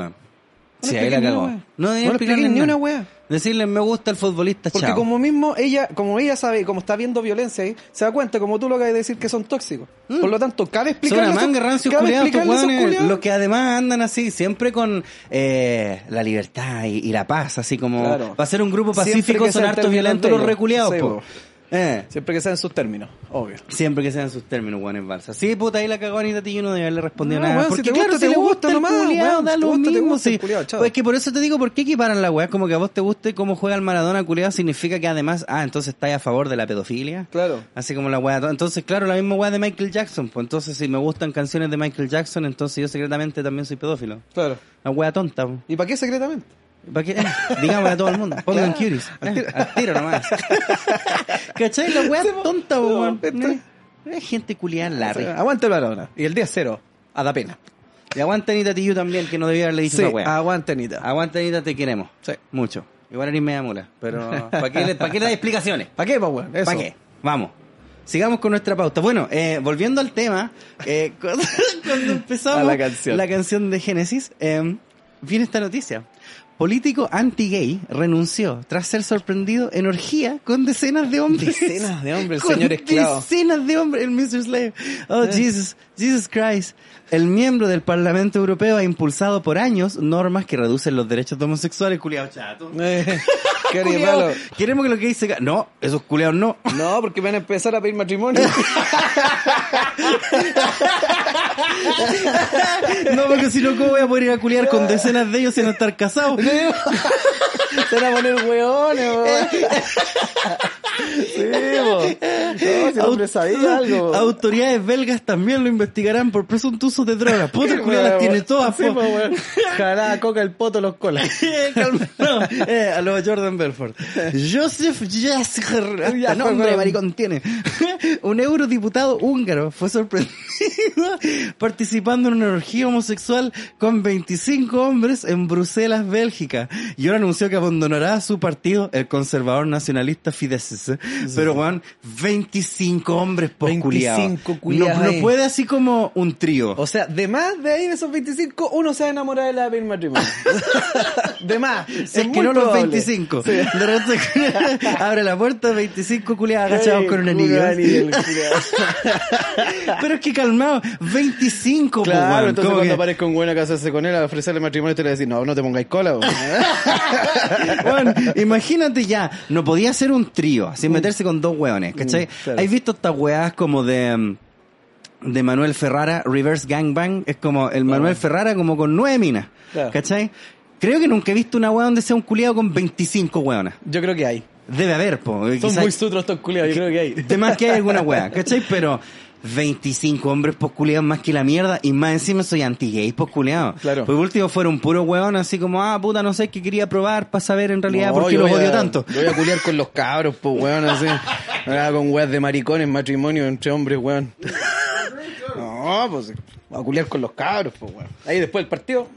[SPEAKER 1] No
[SPEAKER 2] Sí,
[SPEAKER 1] le
[SPEAKER 2] ahí la cagó.
[SPEAKER 1] expliquen ni
[SPEAKER 2] No
[SPEAKER 1] una wea. le
[SPEAKER 2] debería explicarle
[SPEAKER 1] expliquen ni una
[SPEAKER 2] nada.
[SPEAKER 1] wea.
[SPEAKER 2] Decirle me gusta el futbolista,
[SPEAKER 1] Porque
[SPEAKER 2] chao.
[SPEAKER 1] como mismo ella, como ella sabe, y como está viendo violencia ahí, se da cuenta, como tú lo acabas de decir, que son tóxicos.
[SPEAKER 2] Mm.
[SPEAKER 1] Por lo tanto, cabe
[SPEAKER 2] Son
[SPEAKER 1] explicarle.
[SPEAKER 2] una
[SPEAKER 1] esos-
[SPEAKER 2] manga rancios
[SPEAKER 1] cabe
[SPEAKER 2] culiados, estos
[SPEAKER 1] explicarle esos
[SPEAKER 2] hueones,
[SPEAKER 1] culiados.
[SPEAKER 2] los que además andan así, siempre con eh, la libertad y, y la paz, así como
[SPEAKER 1] Claro.
[SPEAKER 2] va a ser un grupo
[SPEAKER 1] Siempre
[SPEAKER 2] pacífico,
[SPEAKER 1] que
[SPEAKER 2] son
[SPEAKER 1] sea
[SPEAKER 2] hartos
[SPEAKER 1] terminante
[SPEAKER 2] violentos los
[SPEAKER 1] ellos.
[SPEAKER 2] reculeados,
[SPEAKER 1] Sí,
[SPEAKER 2] po.
[SPEAKER 1] po.
[SPEAKER 2] Eh,
[SPEAKER 1] Siempre que sean sus términos, obvio.
[SPEAKER 2] siempre que sean sus términos, Juan en balsa. Sí, puta, ahí la cagó Anita y yo no debía haberle respondido
[SPEAKER 1] No,
[SPEAKER 2] nada.
[SPEAKER 1] weón, si
[SPEAKER 2] porque
[SPEAKER 1] te
[SPEAKER 2] claro,
[SPEAKER 1] gusta,
[SPEAKER 2] si
[SPEAKER 1] te
[SPEAKER 2] le
[SPEAKER 1] gusta
[SPEAKER 2] gusta el
[SPEAKER 1] nomás,
[SPEAKER 2] culiao,
[SPEAKER 1] weón,
[SPEAKER 2] da
[SPEAKER 1] si te
[SPEAKER 2] lo
[SPEAKER 1] gusta, te
[SPEAKER 2] mismo.
[SPEAKER 1] gusta el
[SPEAKER 2] sí.
[SPEAKER 1] culiao, chao.
[SPEAKER 2] Pues es que por eso te digo, ¿por qué equiparan la weá? Como que a vos te guste cómo juega el Maradona culiado significa que además, ah, entonces estáis a favor de la pedofilia.
[SPEAKER 1] Claro.
[SPEAKER 2] Así como la weá. Entonces, claro, la misma weá de Michael Jackson. Pues entonces, si me gustan canciones de Michael Jackson, entonces yo secretamente también soy pedófilo.
[SPEAKER 1] Claro.
[SPEAKER 2] Una weá tonta. po.
[SPEAKER 1] ¿Y para qué secretamente?
[SPEAKER 2] ¿Para qué? (laughs) Digámosle a todo el mundo. Pongan
[SPEAKER 1] Claro.
[SPEAKER 2] cuties. Eh, al tiro
[SPEAKER 1] (laughs)
[SPEAKER 2] nomás. ¿Cachai? La weá tonta, po,
[SPEAKER 1] no,
[SPEAKER 2] weón.
[SPEAKER 1] esto-
[SPEAKER 2] Eh, Es gente culiada en la
[SPEAKER 1] O
[SPEAKER 2] red.
[SPEAKER 1] sea, Aguanta el balón. Y el día cero, a da pena.
[SPEAKER 2] Y aguanta Anita Tiyu también, que no debía haberle dicho
[SPEAKER 1] Sí, Ah.
[SPEAKER 2] esa weá. Ah.
[SPEAKER 1] aguanta, Anita.
[SPEAKER 2] Aguanta Anita, te queremos.
[SPEAKER 1] Sí.
[SPEAKER 2] Mucho. Igual eres media mula.
[SPEAKER 1] (laughs)
[SPEAKER 2] Pero, ¿para qué, le- pa' qué le das explicaciones?
[SPEAKER 1] ¿Para qué, pa' weón? Eso.
[SPEAKER 2] ¿Para qué? Vamos. Sigamos con nuestra pauta. Bueno, eh, volviendo al tema, eh, (laughs) cuando, cuando empezamos
[SPEAKER 1] A la canción.
[SPEAKER 2] la canción de Génesis, eh, viene esta noticia. Político anti-gay renunció tras ser sorprendido en orgía con decenas de hombres.
[SPEAKER 1] Decenas
[SPEAKER 2] (laughs)
[SPEAKER 1] de hombres, el
[SPEAKER 2] Con
[SPEAKER 1] señor esclavo.
[SPEAKER 2] Decenas de hombres, el Mr. Slave. Oh, Jesus, Jesus Christ. El miembro del Parlamento Europeo ha impulsado por años normas que reducen los derechos de homosexuales, culiao chato.
[SPEAKER 1] Eh, (laughs) qué
[SPEAKER 2] Culiao,
[SPEAKER 1] animalo.
[SPEAKER 2] Queremos que lo que dice... No, esos culiados no.
[SPEAKER 1] No, porque van a empezar a pedir
[SPEAKER 2] (laughs)
[SPEAKER 1] matrimonio. (laughs)
[SPEAKER 2] (laughs) No, porque si no, ¿cómo voy a poder ir a culiar con decenas de ellos sin estar casado?
[SPEAKER 1] Se van a poner hueones,
[SPEAKER 2] Eh.
[SPEAKER 1] weón.
[SPEAKER 2] (laughs)
[SPEAKER 1] Sí, po. No, si el hombre
[SPEAKER 2] Aut-
[SPEAKER 1] sabía algo. po.
[SPEAKER 2] Autoridades belgas también lo investigarán por presunto uso de drogas.
[SPEAKER 1] (laughs)
[SPEAKER 2] Puta culiao, las
[SPEAKER 1] Weón,
[SPEAKER 2] tiene
[SPEAKER 1] weón.
[SPEAKER 2] todas.
[SPEAKER 1] Sí,
[SPEAKER 2] po.
[SPEAKER 1] po, weón. Jalá, coca, el poto, los colas.
[SPEAKER 2] Eh, (laughs) calmado. Eh, a los Jordan Belfort. Joseph Jasker, (laughs)
[SPEAKER 1] Ya,
[SPEAKER 2] hasta
[SPEAKER 1] fue,
[SPEAKER 2] nombre
[SPEAKER 1] weón.
[SPEAKER 2] maricón tiene. (laughs) Un eurodiputado húngaro fue sorprendido (laughs) participando en una orgía homosexual con 25 hombres en Bruselas, Bélgica. Y ahora anunció que abandonará su partido, el conservador nacionalista Fidesz. Pero, Juan, 25 25 hombres, por
[SPEAKER 1] 25 culiados
[SPEAKER 2] No, no
[SPEAKER 1] ahí.
[SPEAKER 2] puede así como un trío.
[SPEAKER 1] O sea, de más de ahí de esos 25, uno se va a enamorar de la
[SPEAKER 2] (laughs)
[SPEAKER 1] del matrimonio. de más.
[SPEAKER 2] Si es que
[SPEAKER 1] muy
[SPEAKER 2] no los
[SPEAKER 1] probable.
[SPEAKER 2] 25. De repente (laughs) abre la puerta, 25 culiados agachados
[SPEAKER 1] Ay,
[SPEAKER 2] con un
[SPEAKER 1] culo
[SPEAKER 2] anillo.
[SPEAKER 1] de anillo, el culiao.
[SPEAKER 2] (laughs) Pero es que calmado, 25, po,
[SPEAKER 1] Claro,
[SPEAKER 2] weón.
[SPEAKER 1] entonces
[SPEAKER 2] Como
[SPEAKER 1] cuando
[SPEAKER 2] que-
[SPEAKER 1] aparezca un weón a casarse con él, a ofrecerle matrimonio, te le decís, no, no te pongáis cola. weón. (laughs)
[SPEAKER 2] (laughs) Bueno, imagínate ya, no podía ser un trío, sin meterse con dos hueones, ¿cachai?
[SPEAKER 1] Mm, claro.
[SPEAKER 2] ¿Has visto estas hueás como de, mm, de Manuel Ferrara, Reverse Gangbang? Es como el Manuel Ferrara como con nueve minas,
[SPEAKER 1] Ah, Claro.
[SPEAKER 2] ¿cachai? Creo que nunca he visto una hueá donde sea un culiado con 25 hueonas.
[SPEAKER 1] Yo creo que hay.
[SPEAKER 2] Debe haber, po.
[SPEAKER 1] Son
[SPEAKER 2] quizás-
[SPEAKER 1] muy sutros estos culiados, yo creo que hay. (laughs)
[SPEAKER 2] de más que hay alguna hueá, ¿cachai? Pero 25 hombres posculeados más que la mierda y más encima soy anti-gay posculeado.
[SPEAKER 1] Claro.
[SPEAKER 2] Por último fueron puro hueón así como, ah, puta, no sé qué quería probar para saber en realidad
[SPEAKER 1] No,
[SPEAKER 2] por qué
[SPEAKER 1] yo
[SPEAKER 2] los
[SPEAKER 1] voy
[SPEAKER 2] odio
[SPEAKER 1] a-
[SPEAKER 2] tanto.
[SPEAKER 1] yo Voy a culiar con los cabros, pues, weón, así. (laughs) Ah, con weas de maricones, matrimonio entre hombres, weón. (laughs) No, pues, voy a culiar con los cabros, pues, weón. Ahí después del partido.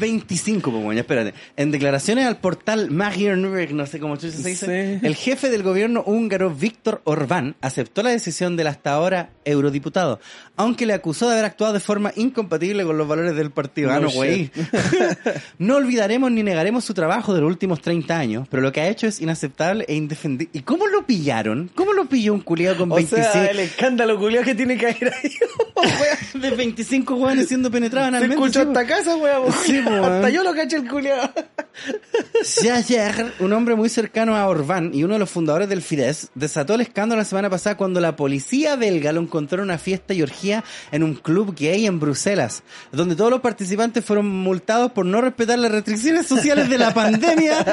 [SPEAKER 2] 25, pues bueno, espérate. En declaraciones al portal Magyar no sé cómo chucha se dice,
[SPEAKER 1] Sí.
[SPEAKER 2] el jefe del gobierno húngaro Víctor Orbán aceptó la decisión del hasta ahora eurodiputado, aunque le acusó de haber actuado de forma incompatible con los valores del partido. Ah,
[SPEAKER 1] No
[SPEAKER 2] no, güey. (laughs) no olvidaremos ni negaremos su trabajo de los últimos 30 años, pero lo que ha hecho es inaceptable e indefendible. ¿Y cómo lo pillaron? ¿Cómo lo pilló un culiado con
[SPEAKER 1] O
[SPEAKER 2] 26?
[SPEAKER 1] sea, el escándalo culiado que tiene que ir ahí, (laughs) weón.
[SPEAKER 2] De 25 hueones siendo penetrados
[SPEAKER 1] Se
[SPEAKER 2] analmente.
[SPEAKER 1] escuchó
[SPEAKER 2] sí, pues.
[SPEAKER 1] hasta casa, weón.
[SPEAKER 2] Sí, po, weón.
[SPEAKER 1] Hasta yo lo caché el culiado.
[SPEAKER 2] Si ayer, un hombre muy cercano a Orbán y uno de los fundadores del Fidesz desató el escándalo la semana pasada cuando la policía belga lo encontró en una fiesta y orgía en un club gay en Bruselas, donde todos los participantes fueron multados por no respetar las restricciones sociales de la pandemia.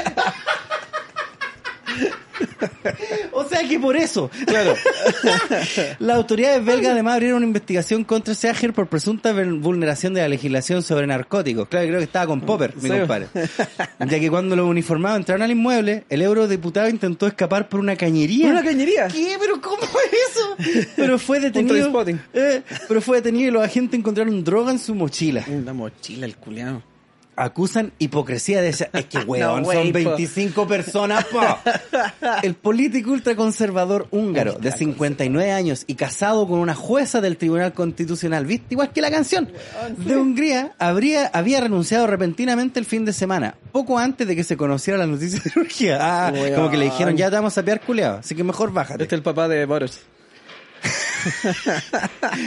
[SPEAKER 2] O sea que por eso.
[SPEAKER 1] (laughs) Claro.
[SPEAKER 2] Las autoridades belgas además abrieron una investigación contra Seager por presunta ven- vulneración de la legislación sobre narcóticos. Claro, creo que estaba con Popper, mi
[SPEAKER 1] Sí.
[SPEAKER 2] compadre. Ya que cuando los uniformados entraron al inmueble, el eurodiputado intentó escapar por una cañería.
[SPEAKER 1] Una cañería.
[SPEAKER 2] ¿Qué? ¿Pero cómo es eso? Pero fue detenido.
[SPEAKER 1] trainspotting.
[SPEAKER 2] Eh, pero fue detenido y los agentes encontraron droga en su mochila.
[SPEAKER 1] Una mochila, el culiado.
[SPEAKER 2] Acusan hipocresía de esa.
[SPEAKER 1] (laughs)
[SPEAKER 2] Es que, weón,
[SPEAKER 1] wey,
[SPEAKER 2] son
[SPEAKER 1] po.
[SPEAKER 2] 25 personas,
[SPEAKER 1] (laughs)
[SPEAKER 2] po. El político ultraconservador húngaro de 59 años y casado con una jueza del Tribunal Constitucional, ¿viste? Igual que la canción de Hungría, habría, había renunciado repentinamente el fin de semana, poco antes de que se conociera la noticia de Turquía. Ah,
[SPEAKER 1] Weón.
[SPEAKER 2] como que le dijeron, ya te vamos a pear culeado, así que mejor bájate.
[SPEAKER 1] Este es el papá de Boris.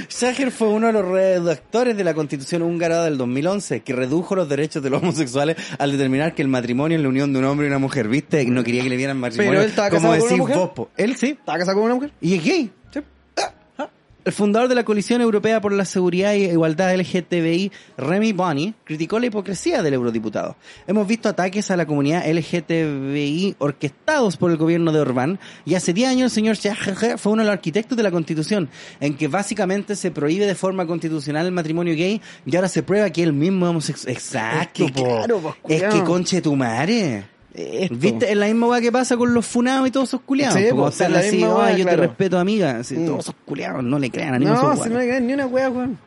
[SPEAKER 2] Sager fue uno de los redactores de la Constitución húngara del 2011, que redujo los derechos de los homosexuales al determinar que el matrimonio es la unión de un hombre y una mujer, ¿viste? No quería que le vieran matrimonio.
[SPEAKER 1] Pero él estaba
[SPEAKER 2] como
[SPEAKER 1] casado con una
[SPEAKER 2] decís
[SPEAKER 1] mujer.
[SPEAKER 2] vos, po. Él sí.
[SPEAKER 1] ¿Estaba casado con una mujer?
[SPEAKER 2] Y es gay.
[SPEAKER 1] Sí.
[SPEAKER 2] El fundador de la Coalición Europea por la Seguridad e Igualdad LGTBI, Remy Bonney, criticó la hipocresía del eurodiputado. Hemos visto ataques a la comunidad LGTBI orquestados por el gobierno de Orbán y hace 10 años el señor Schacher fue uno de los arquitectos de la Constitución, en que básicamente se prohíbe de forma constitucional el matrimonio gay y ahora se prueba que él mismo es homosexual. Exacto,
[SPEAKER 1] Es que claro, pues,
[SPEAKER 2] Es
[SPEAKER 1] culiao.
[SPEAKER 2] que conche tu madre. ¿Viste? Es la misma weá que pasa con los funados y todos esos culiados.
[SPEAKER 1] Sí,
[SPEAKER 2] Como
[SPEAKER 1] pues,
[SPEAKER 2] están
[SPEAKER 1] es la
[SPEAKER 2] así,
[SPEAKER 1] misma
[SPEAKER 2] "Ay,
[SPEAKER 1] weá,
[SPEAKER 2] yo
[SPEAKER 1] claro.
[SPEAKER 2] te respeto, amiga. Sí,
[SPEAKER 1] Mm.
[SPEAKER 2] Todos esos culiados no le crean a ningún
[SPEAKER 1] No,
[SPEAKER 2] esos
[SPEAKER 1] si
[SPEAKER 2] weones.
[SPEAKER 1] no le caen ni una wea, weón.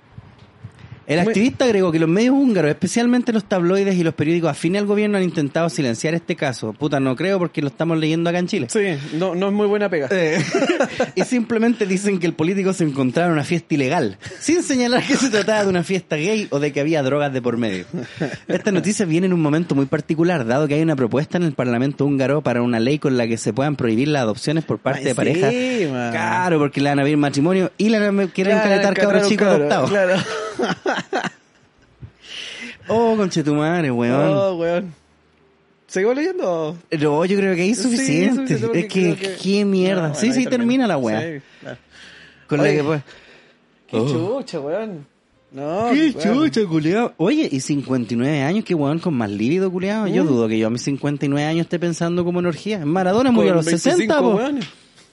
[SPEAKER 2] El
[SPEAKER 1] Muy-
[SPEAKER 2] activista agregó que los medios húngaros, especialmente los tabloides y los periódicos afines al gobierno, han intentado silenciar este caso. Puta, no creo porque lo estamos leyendo acá en Chile.
[SPEAKER 1] Sí, no, no es muy buena pega.
[SPEAKER 2] Eh, (laughs) y simplemente dicen que el político se encontraba en una fiesta ilegal, sin señalar que se trataba de una fiesta gay o de que había drogas de por medio. Esta noticia viene en un momento muy particular, dado que hay una propuesta en el Parlamento húngaro para una ley con la que se puedan prohibir las adopciones por parte
[SPEAKER 1] Ay,
[SPEAKER 2] de parejas.
[SPEAKER 1] sí, man.
[SPEAKER 2] Claro, porque le van a abrir matrimonio y le van a- quieren
[SPEAKER 1] Claro,
[SPEAKER 2] encaletar cabros
[SPEAKER 1] cabros,
[SPEAKER 2] chicos
[SPEAKER 1] cabros,
[SPEAKER 2] adoptados.
[SPEAKER 1] Claro.
[SPEAKER 2] Oh, conchetumare, (laughs) weón.
[SPEAKER 1] Oh, weón. ¿Seguimos leyendo?
[SPEAKER 2] No, yo creo que es
[SPEAKER 1] Sí,
[SPEAKER 2] suficiente.
[SPEAKER 1] suficiente porque
[SPEAKER 2] es que,
[SPEAKER 1] creo
[SPEAKER 2] qué mierda.
[SPEAKER 1] No,
[SPEAKER 2] sí,
[SPEAKER 1] bueno, ahí
[SPEAKER 2] sí, termina la weá.
[SPEAKER 1] Sí, claro.
[SPEAKER 2] Con
[SPEAKER 1] Oye,
[SPEAKER 2] la que pues.
[SPEAKER 1] Qué
[SPEAKER 2] Oh.
[SPEAKER 1] chucha, weón. No,
[SPEAKER 2] Qué
[SPEAKER 1] weón.
[SPEAKER 2] chucha, culiao. Oye, y 59 años, qué weón con más lívido, culiao. Yo
[SPEAKER 1] Mm.
[SPEAKER 2] dudo que yo a mis 59 años esté pensando como en orgía. Maradona murió a los 60,
[SPEAKER 1] 25
[SPEAKER 2] po.
[SPEAKER 1] weones.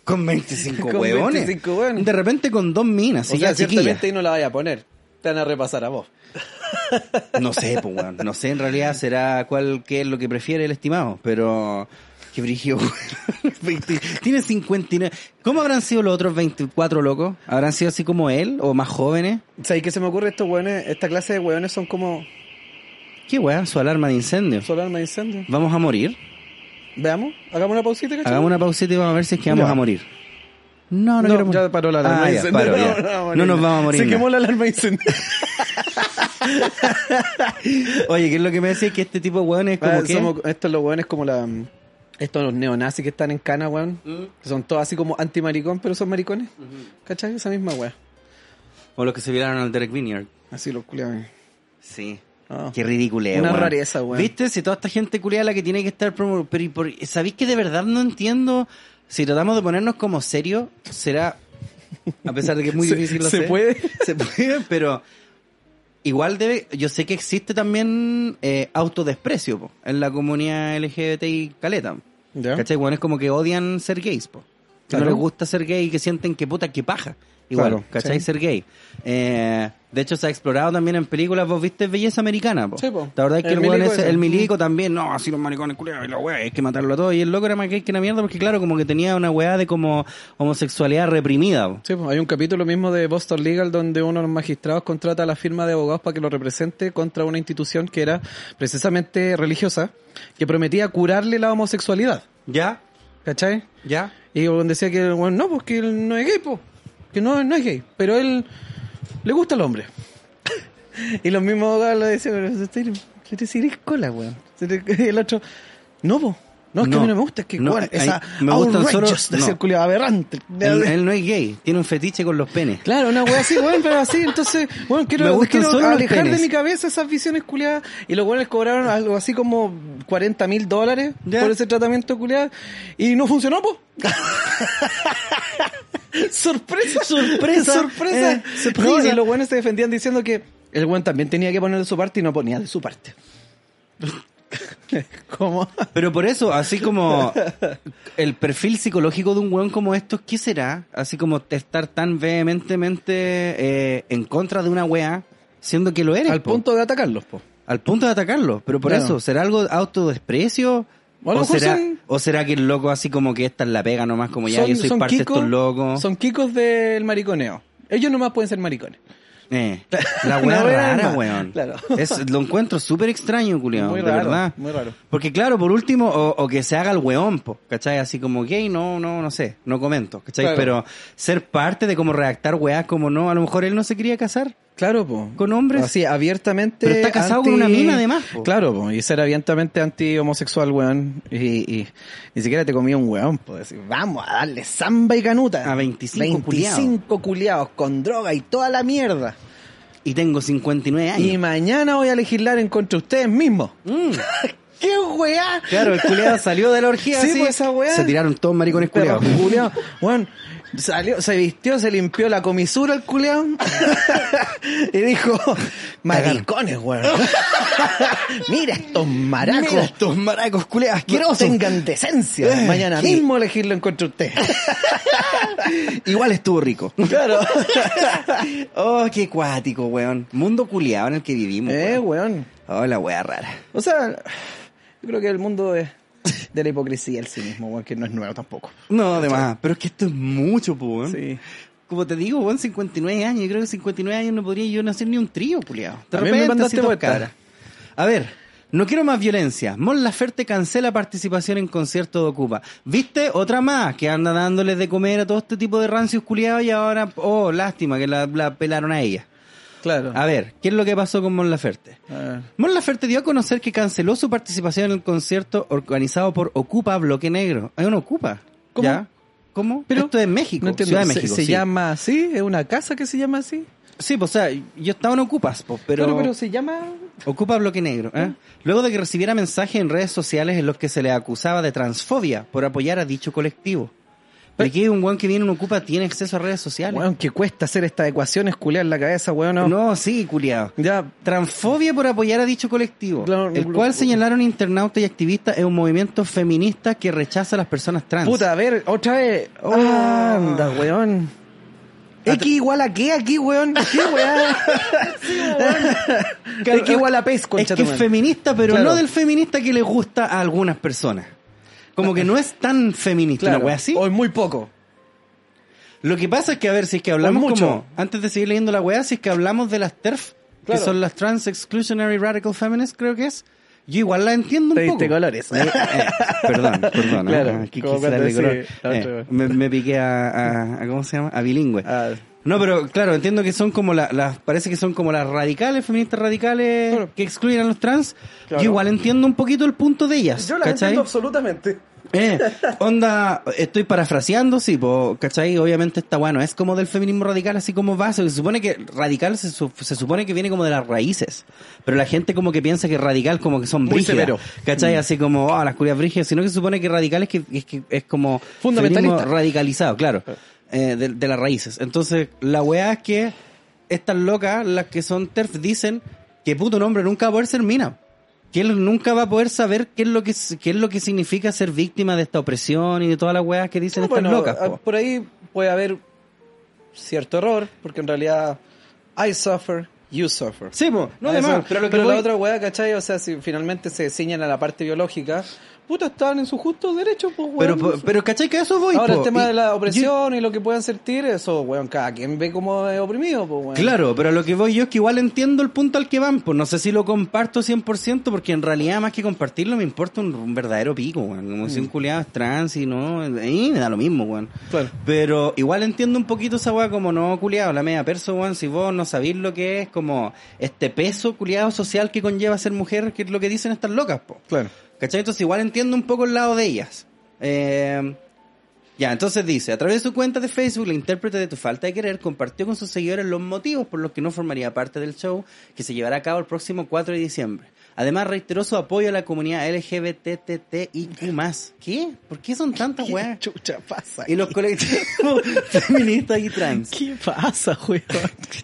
[SPEAKER 2] Con 25
[SPEAKER 1] (laughs) Con
[SPEAKER 2] weones.
[SPEAKER 1] 25 weones.
[SPEAKER 2] De repente con dos minas,
[SPEAKER 1] O
[SPEAKER 2] y ya
[SPEAKER 1] sea,
[SPEAKER 2] chiquilla.
[SPEAKER 1] ciertamente ahí no la vaya a poner. Te van a repasar a vos.
[SPEAKER 2] No sé, pues weón. No sé en realidad será cuál, qué es lo que prefiere el estimado, pero. Qué brigio, weón. (laughs) 20 Tiene 59. ¿Cómo habrán sido los otros 24 locos? ¿Habrán sido así como él o más jóvenes?
[SPEAKER 1] ¿Sabes qué se me ocurre? Estos weones, esta clase de weones son como
[SPEAKER 2] Qué weón, su alarma de incendio.
[SPEAKER 1] solo arma de incendio.
[SPEAKER 2] ¿Vamos a morir?
[SPEAKER 1] Veamos, hagamos una pausita, ¿cachai?
[SPEAKER 2] Hagamos una pausita y vamos a ver si es que vamos
[SPEAKER 1] Ya.
[SPEAKER 2] a morir. No, no, quiero
[SPEAKER 1] No,
[SPEAKER 2] morir.
[SPEAKER 1] ya paró la alarma.
[SPEAKER 2] Ah,
[SPEAKER 1] de
[SPEAKER 2] ya,
[SPEAKER 1] incendio.
[SPEAKER 2] paró, ya. No nos vamos a morir.
[SPEAKER 1] Se
[SPEAKER 2] nada.
[SPEAKER 1] quemó la alarma
[SPEAKER 2] (laughs)
[SPEAKER 1] de incendio.
[SPEAKER 2] Oye, ¿qué es lo que me decía? Que este tipo de weón es como
[SPEAKER 1] Ah,
[SPEAKER 2] que...
[SPEAKER 1] somos- estos los weones como la... Estos los neonazis que están en cana, weón. Que son todos así como antimaricón, pero son maricones. ¿Cachai? Esa misma weá.
[SPEAKER 2] O los que se viraron al Derek Vineyard.
[SPEAKER 1] Así los culiados.
[SPEAKER 2] Sí.
[SPEAKER 1] Ah.
[SPEAKER 2] Qué ridículo,
[SPEAKER 1] Una rareza, weón.
[SPEAKER 2] ¿Viste? Si toda esta gente culiada la que tiene que estar promoviendo. Pero, ¿y por- ¿sabéis que de verdad no entiendo? Si tratamos de ponernos como serio, será. A pesar de que es muy
[SPEAKER 1] (laughs) Se-
[SPEAKER 2] difícil lo
[SPEAKER 1] se
[SPEAKER 2] sé.
[SPEAKER 1] puede.
[SPEAKER 2] (laughs) Se puede, pero. Igual debe. Yo sé que existe también eh, autodesprecio po, en la comunidad LGBTI caleta.
[SPEAKER 1] ¿Ya?
[SPEAKER 2] ¿Cachai? Bueno, es como que odian ser gays, po. Que
[SPEAKER 1] Claro.
[SPEAKER 2] no les gusta ser gay y que sienten que puta, que paja. Igual,
[SPEAKER 1] Claro,
[SPEAKER 2] ¿cachai?
[SPEAKER 1] sí.
[SPEAKER 2] Ser gay. Eh, de hecho, se ha explorado también en películas. Vos viste Belleza Americana, po.
[SPEAKER 1] Sí, po.
[SPEAKER 2] La verdad es que
[SPEAKER 1] El
[SPEAKER 2] el, weón
[SPEAKER 1] milico
[SPEAKER 2] ese-
[SPEAKER 1] ese.
[SPEAKER 2] el milico también, no, así los maricones culiados y la weá, hay que matarlo a todos. Y el loco era más gay que la mierda porque, claro, como que tenía una weá de como homosexualidad reprimida, po.
[SPEAKER 1] Sí, pues, hay un capítulo mismo de Boston Legal donde uno de los magistrados contrata a la firma de abogados para que lo represente contra una institución que era precisamente religiosa, que prometía curarle la homosexualidad.
[SPEAKER 2] ¿Ya?
[SPEAKER 1] ¿Cachai?
[SPEAKER 2] ¿Ya?
[SPEAKER 1] Y bueno, decía que bueno, no, pues que él no es gay, pues. Que no, no es gay. Pero él le gusta al hombre. (laughs) y los mismos abogados le decían, pero usted tiene- usted tiene eres cola, weón. Y (laughs) el otro, no, pues. No, es que
[SPEAKER 2] No.
[SPEAKER 1] a mí no me gusta, es que
[SPEAKER 2] No,
[SPEAKER 1] cuál, esa
[SPEAKER 2] ahí- me gustan solo-
[SPEAKER 1] outrageous, decía
[SPEAKER 2] no.
[SPEAKER 1] el culiao, aberrante.
[SPEAKER 2] Él, él no es gay, tiene un fetiche con los penes.
[SPEAKER 1] Claro, una wea así, weón, pero así, entonces, bueno,
[SPEAKER 2] Me
[SPEAKER 1] quiero,
[SPEAKER 2] gustan
[SPEAKER 1] quiero
[SPEAKER 2] solo los
[SPEAKER 1] alejar de
[SPEAKER 2] penes.
[SPEAKER 1] mi cabeza esas visiones culiadas. Y los weones cobraron algo así como 40 mil dólares
[SPEAKER 2] Ya.
[SPEAKER 1] por ese tratamiento culiado. Y no
[SPEAKER 2] (laughs)
[SPEAKER 1] funcionó, po. sorpresa,
[SPEAKER 2] Sorpresa,
[SPEAKER 1] sorpresa.
[SPEAKER 2] eh, sorpresa.
[SPEAKER 1] No, y los weones se defendían diciendo que el weón también tenía que poner de su parte y no ponía de su parte.
[SPEAKER 2] (laughs)
[SPEAKER 1] ¿Cómo?
[SPEAKER 2] Pero por eso, así
[SPEAKER 1] (laughs)
[SPEAKER 2] como el perfil psicológico de un weón como estos, ¿qué será? Así como estar tan vehementemente eh, en contra de una weá, siendo que lo eres.
[SPEAKER 1] Al
[SPEAKER 2] po.
[SPEAKER 1] punto de atacarlos, po.
[SPEAKER 2] al punto de atacarlo. Pero por
[SPEAKER 1] Claro.
[SPEAKER 2] eso, ¿será algo de autodesprecio?
[SPEAKER 1] O a lo
[SPEAKER 2] ¿O
[SPEAKER 1] mejor
[SPEAKER 2] será,
[SPEAKER 1] son-
[SPEAKER 2] ¿O será que el loco así como que esta es la pega nomás, como ya yo soy parte
[SPEAKER 1] Kiko-
[SPEAKER 2] de estos locos?
[SPEAKER 1] son kikos del mariconeo. Ellos nomás pueden ser maricones. (laughs)
[SPEAKER 2] Eh, la
[SPEAKER 1] La
[SPEAKER 2] weá
[SPEAKER 1] weá
[SPEAKER 2] rara,
[SPEAKER 1] rara.
[SPEAKER 2] weón.
[SPEAKER 1] Claro.
[SPEAKER 2] Es- lo encuentro súper extraño, culiao,
[SPEAKER 1] Muy
[SPEAKER 2] de
[SPEAKER 1] raro,
[SPEAKER 2] verdad.
[SPEAKER 1] muy raro.
[SPEAKER 2] Porque claro, por último, o, o que se haga el weón, po, ¿cachai? Así como gay, no, no, no sé, no comento, ¿cachai?
[SPEAKER 1] Claro.
[SPEAKER 2] Pero ser parte de como redactar weás como no, a lo mejor él no se quería casar
[SPEAKER 1] Claro, po.
[SPEAKER 2] con hombres.
[SPEAKER 1] Así, abiertamente.
[SPEAKER 2] Pero está casado con una mina, además, po.
[SPEAKER 1] Claro, po. Y ser abiertamente anti-homosexual, weón. Y, y ni siquiera te comía un weón, po. Decir, vamos a darle samba y canuta.
[SPEAKER 2] A 25 culiaos.
[SPEAKER 1] 25 culiados con droga y toda la mierda.
[SPEAKER 2] Y tengo 59 años.
[SPEAKER 1] Y mañana voy a legislar en contra de ustedes mismos.
[SPEAKER 2] Mm.
[SPEAKER 1] ¡Qué weá!
[SPEAKER 2] Claro, el culiado salió de la orgía
[SPEAKER 1] Sí,
[SPEAKER 2] así.
[SPEAKER 1] pues, esa weá.
[SPEAKER 2] Se tiraron todos maricones
[SPEAKER 1] Perro
[SPEAKER 2] culiados.
[SPEAKER 1] (laughs) culiao. Weón, salió, se vistió, se limpió la comisura el culeado (laughs) y dijo, maricones, weón. (laughs) Mira estos maracos.
[SPEAKER 2] Mira estos maracos culiados asquerosos.
[SPEAKER 1] No tengan decencia.
[SPEAKER 2] Eh,
[SPEAKER 1] Mañana
[SPEAKER 2] ¿qué?
[SPEAKER 1] mismo elegirlo en contra
[SPEAKER 2] (laughs)
[SPEAKER 1] de usted.
[SPEAKER 2] Igual estuvo rico.
[SPEAKER 1] Claro.
[SPEAKER 2] (laughs) oh, qué cuático, weón. Mundo culiado en el que vivimos.
[SPEAKER 1] eh,
[SPEAKER 2] weón.
[SPEAKER 1] weón.
[SPEAKER 2] Oh, la wea rara.
[SPEAKER 1] O sea, yo creo que el mundo es de la hipocresía el sí mismo, weón, que no es nuevo tampoco.
[SPEAKER 2] No, además. Pero es que esto es mucho, po, weón.
[SPEAKER 1] Sí.
[SPEAKER 2] Como te digo, weón, 59 años. Yo creo que 59 años no podría yo no hacer ni un trío, culiado.
[SPEAKER 1] A mí me mandaste vuelta.
[SPEAKER 2] A ver, no quiero más violencia. Mon Laferte cancela participación en concierto de Ocupa. ¿Viste? Otra más, que anda dándoles de comer a todo este tipo de rancios culiados y ahora, oh, lástima que la, la pelaron a ella.
[SPEAKER 1] Claro.
[SPEAKER 2] A ver, ¿qué es lo que pasó con Mon Laferte?
[SPEAKER 1] A ver.
[SPEAKER 2] Mon Laferte dio a conocer que canceló su participación en el concierto organizado por Ocupa Bloque Negro. Hay una Ocupa.
[SPEAKER 1] ¿Cómo?
[SPEAKER 2] ¿Ya? ¿Cómo?
[SPEAKER 1] Pero-
[SPEAKER 2] Esto es en México,
[SPEAKER 1] No entiendo,
[SPEAKER 2] Ciudad de
[SPEAKER 1] ¿se-
[SPEAKER 2] México.
[SPEAKER 1] ¿Se,
[SPEAKER 2] sí.
[SPEAKER 1] llama así? ¿Es una casa que se llama así?
[SPEAKER 2] Sí, pues, o sea, yo estaba en Ocupas, po, pero,
[SPEAKER 1] Claro, pero Mm. se llama...
[SPEAKER 2] Ocupa Bloque Negro. ¿eh? Luego de que recibiera mensajes en redes sociales en los que se le acusaba de transfobia por apoyar a dicho colectivo.
[SPEAKER 1] Pero-
[SPEAKER 2] Aquí hay un guan que viene en Ocupa, tiene acceso a redes sociales.
[SPEAKER 1] Weón, que cuesta hacer estas ecuaciones, culiar en la cabeza, weón. No.
[SPEAKER 2] No, sí, culiado.
[SPEAKER 1] Ya,
[SPEAKER 2] Transfobia por apoyar a dicho colectivo,
[SPEAKER 1] Claro,
[SPEAKER 2] el
[SPEAKER 1] lo-
[SPEAKER 2] cual
[SPEAKER 1] lo-
[SPEAKER 2] señalaron internautas y activistas es un movimiento feminista que rechaza a las personas trans.
[SPEAKER 1] puta, a ver, otra vez. Oh,
[SPEAKER 2] Ah.
[SPEAKER 1] Anda, weón. X igual a qué aquí, weón. (laughs) ¿Qué weón? (laughs)
[SPEAKER 2] Claro,
[SPEAKER 1] X igual a pez,
[SPEAKER 2] es que
[SPEAKER 1] concha tu
[SPEAKER 2] es
[SPEAKER 1] madre.
[SPEAKER 2] feminista, pero
[SPEAKER 1] Claro.
[SPEAKER 2] no del feminista que le gusta a algunas personas. Como que no es tan feminista
[SPEAKER 1] Claro,
[SPEAKER 2] una wea así.
[SPEAKER 1] O es muy poco.
[SPEAKER 2] Lo que pasa es que, a ver, si es que hablamos
[SPEAKER 1] Pues mucho.
[SPEAKER 2] como... Antes de seguir leyendo la weá, si es que hablamos de las TERF,
[SPEAKER 1] Claro.
[SPEAKER 2] que son las Trans Exclusionary Radical Feminists, creo que es. Yo igual la entiendo un
[SPEAKER 1] Te diste
[SPEAKER 2] poco.
[SPEAKER 1] colores.
[SPEAKER 2] Eh, eh, perdón, perdón.
[SPEAKER 1] Claro,
[SPEAKER 2] ah, aquí
[SPEAKER 1] como
[SPEAKER 2] quise darle
[SPEAKER 1] cuando
[SPEAKER 2] color.
[SPEAKER 1] sí, la
[SPEAKER 2] Eh,
[SPEAKER 1] otra vez.
[SPEAKER 2] me, me piqué a, a- a- ¿Cómo se llama? A bilingüe.
[SPEAKER 1] Ah,
[SPEAKER 2] No, pero claro, entiendo que son como la- las. Parece que son como las radicales, feministas radicales
[SPEAKER 1] Claro.
[SPEAKER 2] que excluyen a los trans.
[SPEAKER 1] Claro.
[SPEAKER 2] Yo igual entiendo un poquito el punto de ellas.
[SPEAKER 1] yo la
[SPEAKER 2] ¿cachai?
[SPEAKER 1] entiendo absolutamente.
[SPEAKER 2] Eh, onda, estoy parafraseando, sí, po, ¿cachai? Obviamente está bueno, es como del feminismo radical, así como base, se supone que radical se, su- se supone que viene como de las raíces, pero la gente como que piensa que radical como que son
[SPEAKER 1] Muy
[SPEAKER 2] brígidas,
[SPEAKER 1] severo. Mm.
[SPEAKER 2] ¿cachai? Así como, ah, las curias brígidas, sino que se supone que radical es que es, que es como
[SPEAKER 1] Fundamentalista. Ah.
[SPEAKER 2] feminismo radicalizado, claro, eh, de, de las raíces. Entonces, la weá es que estas locas, las que son TERF, dicen que puto nombre nunca va a poder ser mina que él nunca va a poder saber qué es lo que qué es lo que significa ser víctima de esta opresión y de todas las weas que dicen
[SPEAKER 1] No,
[SPEAKER 2] estas
[SPEAKER 1] bueno,
[SPEAKER 2] locas.
[SPEAKER 1] ah,
[SPEAKER 2] po.
[SPEAKER 1] por ahí puede haber cierto error, porque en realidad I suffer, you suffer.
[SPEAKER 2] Sí, po. no
[SPEAKER 1] Ah,
[SPEAKER 2] además,
[SPEAKER 1] eso.
[SPEAKER 2] pero lo que
[SPEAKER 1] la
[SPEAKER 2] voy-
[SPEAKER 1] otra weá, ¿cachai? O sea, si finalmente se ciñan a la parte biológica, puta, estaban en su justo derecho, pues, weón.
[SPEAKER 2] pero, po- pero ¿cachai que a eso voy?
[SPEAKER 1] Ahora
[SPEAKER 2] po?
[SPEAKER 1] el tema
[SPEAKER 2] Y-
[SPEAKER 1] de la opresión y lo que puedan sentir, eso, weón, cada quien ve como es oprimido, pues, weón.
[SPEAKER 2] yo- claro, pero lo que voy yo es que igual entiendo el punto al que van, pues no sé si lo comparto 100% porque en realidad más que compartirlo me importa un, un verdadero pico, weón. Como si un culiado es trans y no, ahí me da lo mismo, weón.
[SPEAKER 1] Mm. Claro.
[SPEAKER 2] Pero igual entiendo un poquito esa weá como no, culiado, la media perso, weón, si vos no sabéis lo que es como este peso culiado social que conlleva ser mujer, que es lo que dicen estas locas, po.
[SPEAKER 1] Claro.
[SPEAKER 2] ¿Cachai? Entonces igual entiendo un poco el lado de ellas. Eh, ya, entonces dice, a través de su cuenta de Facebook, la intérprete de Tu Falta de Querer compartió con sus seguidores los motivos por los que no formaría parte del show que se llevará a cabo el próximo 4 de diciembre. Además, reiteró su apoyo a la comunidad LGBTTIQ+. ¿Qué? ¿Por qué son tantas weas?
[SPEAKER 1] Chucha, pasa.
[SPEAKER 2] Y los colectivos (laughs) feministas y trans.
[SPEAKER 1] ¿Qué pasa,
[SPEAKER 3] (laughs)
[SPEAKER 1] weón?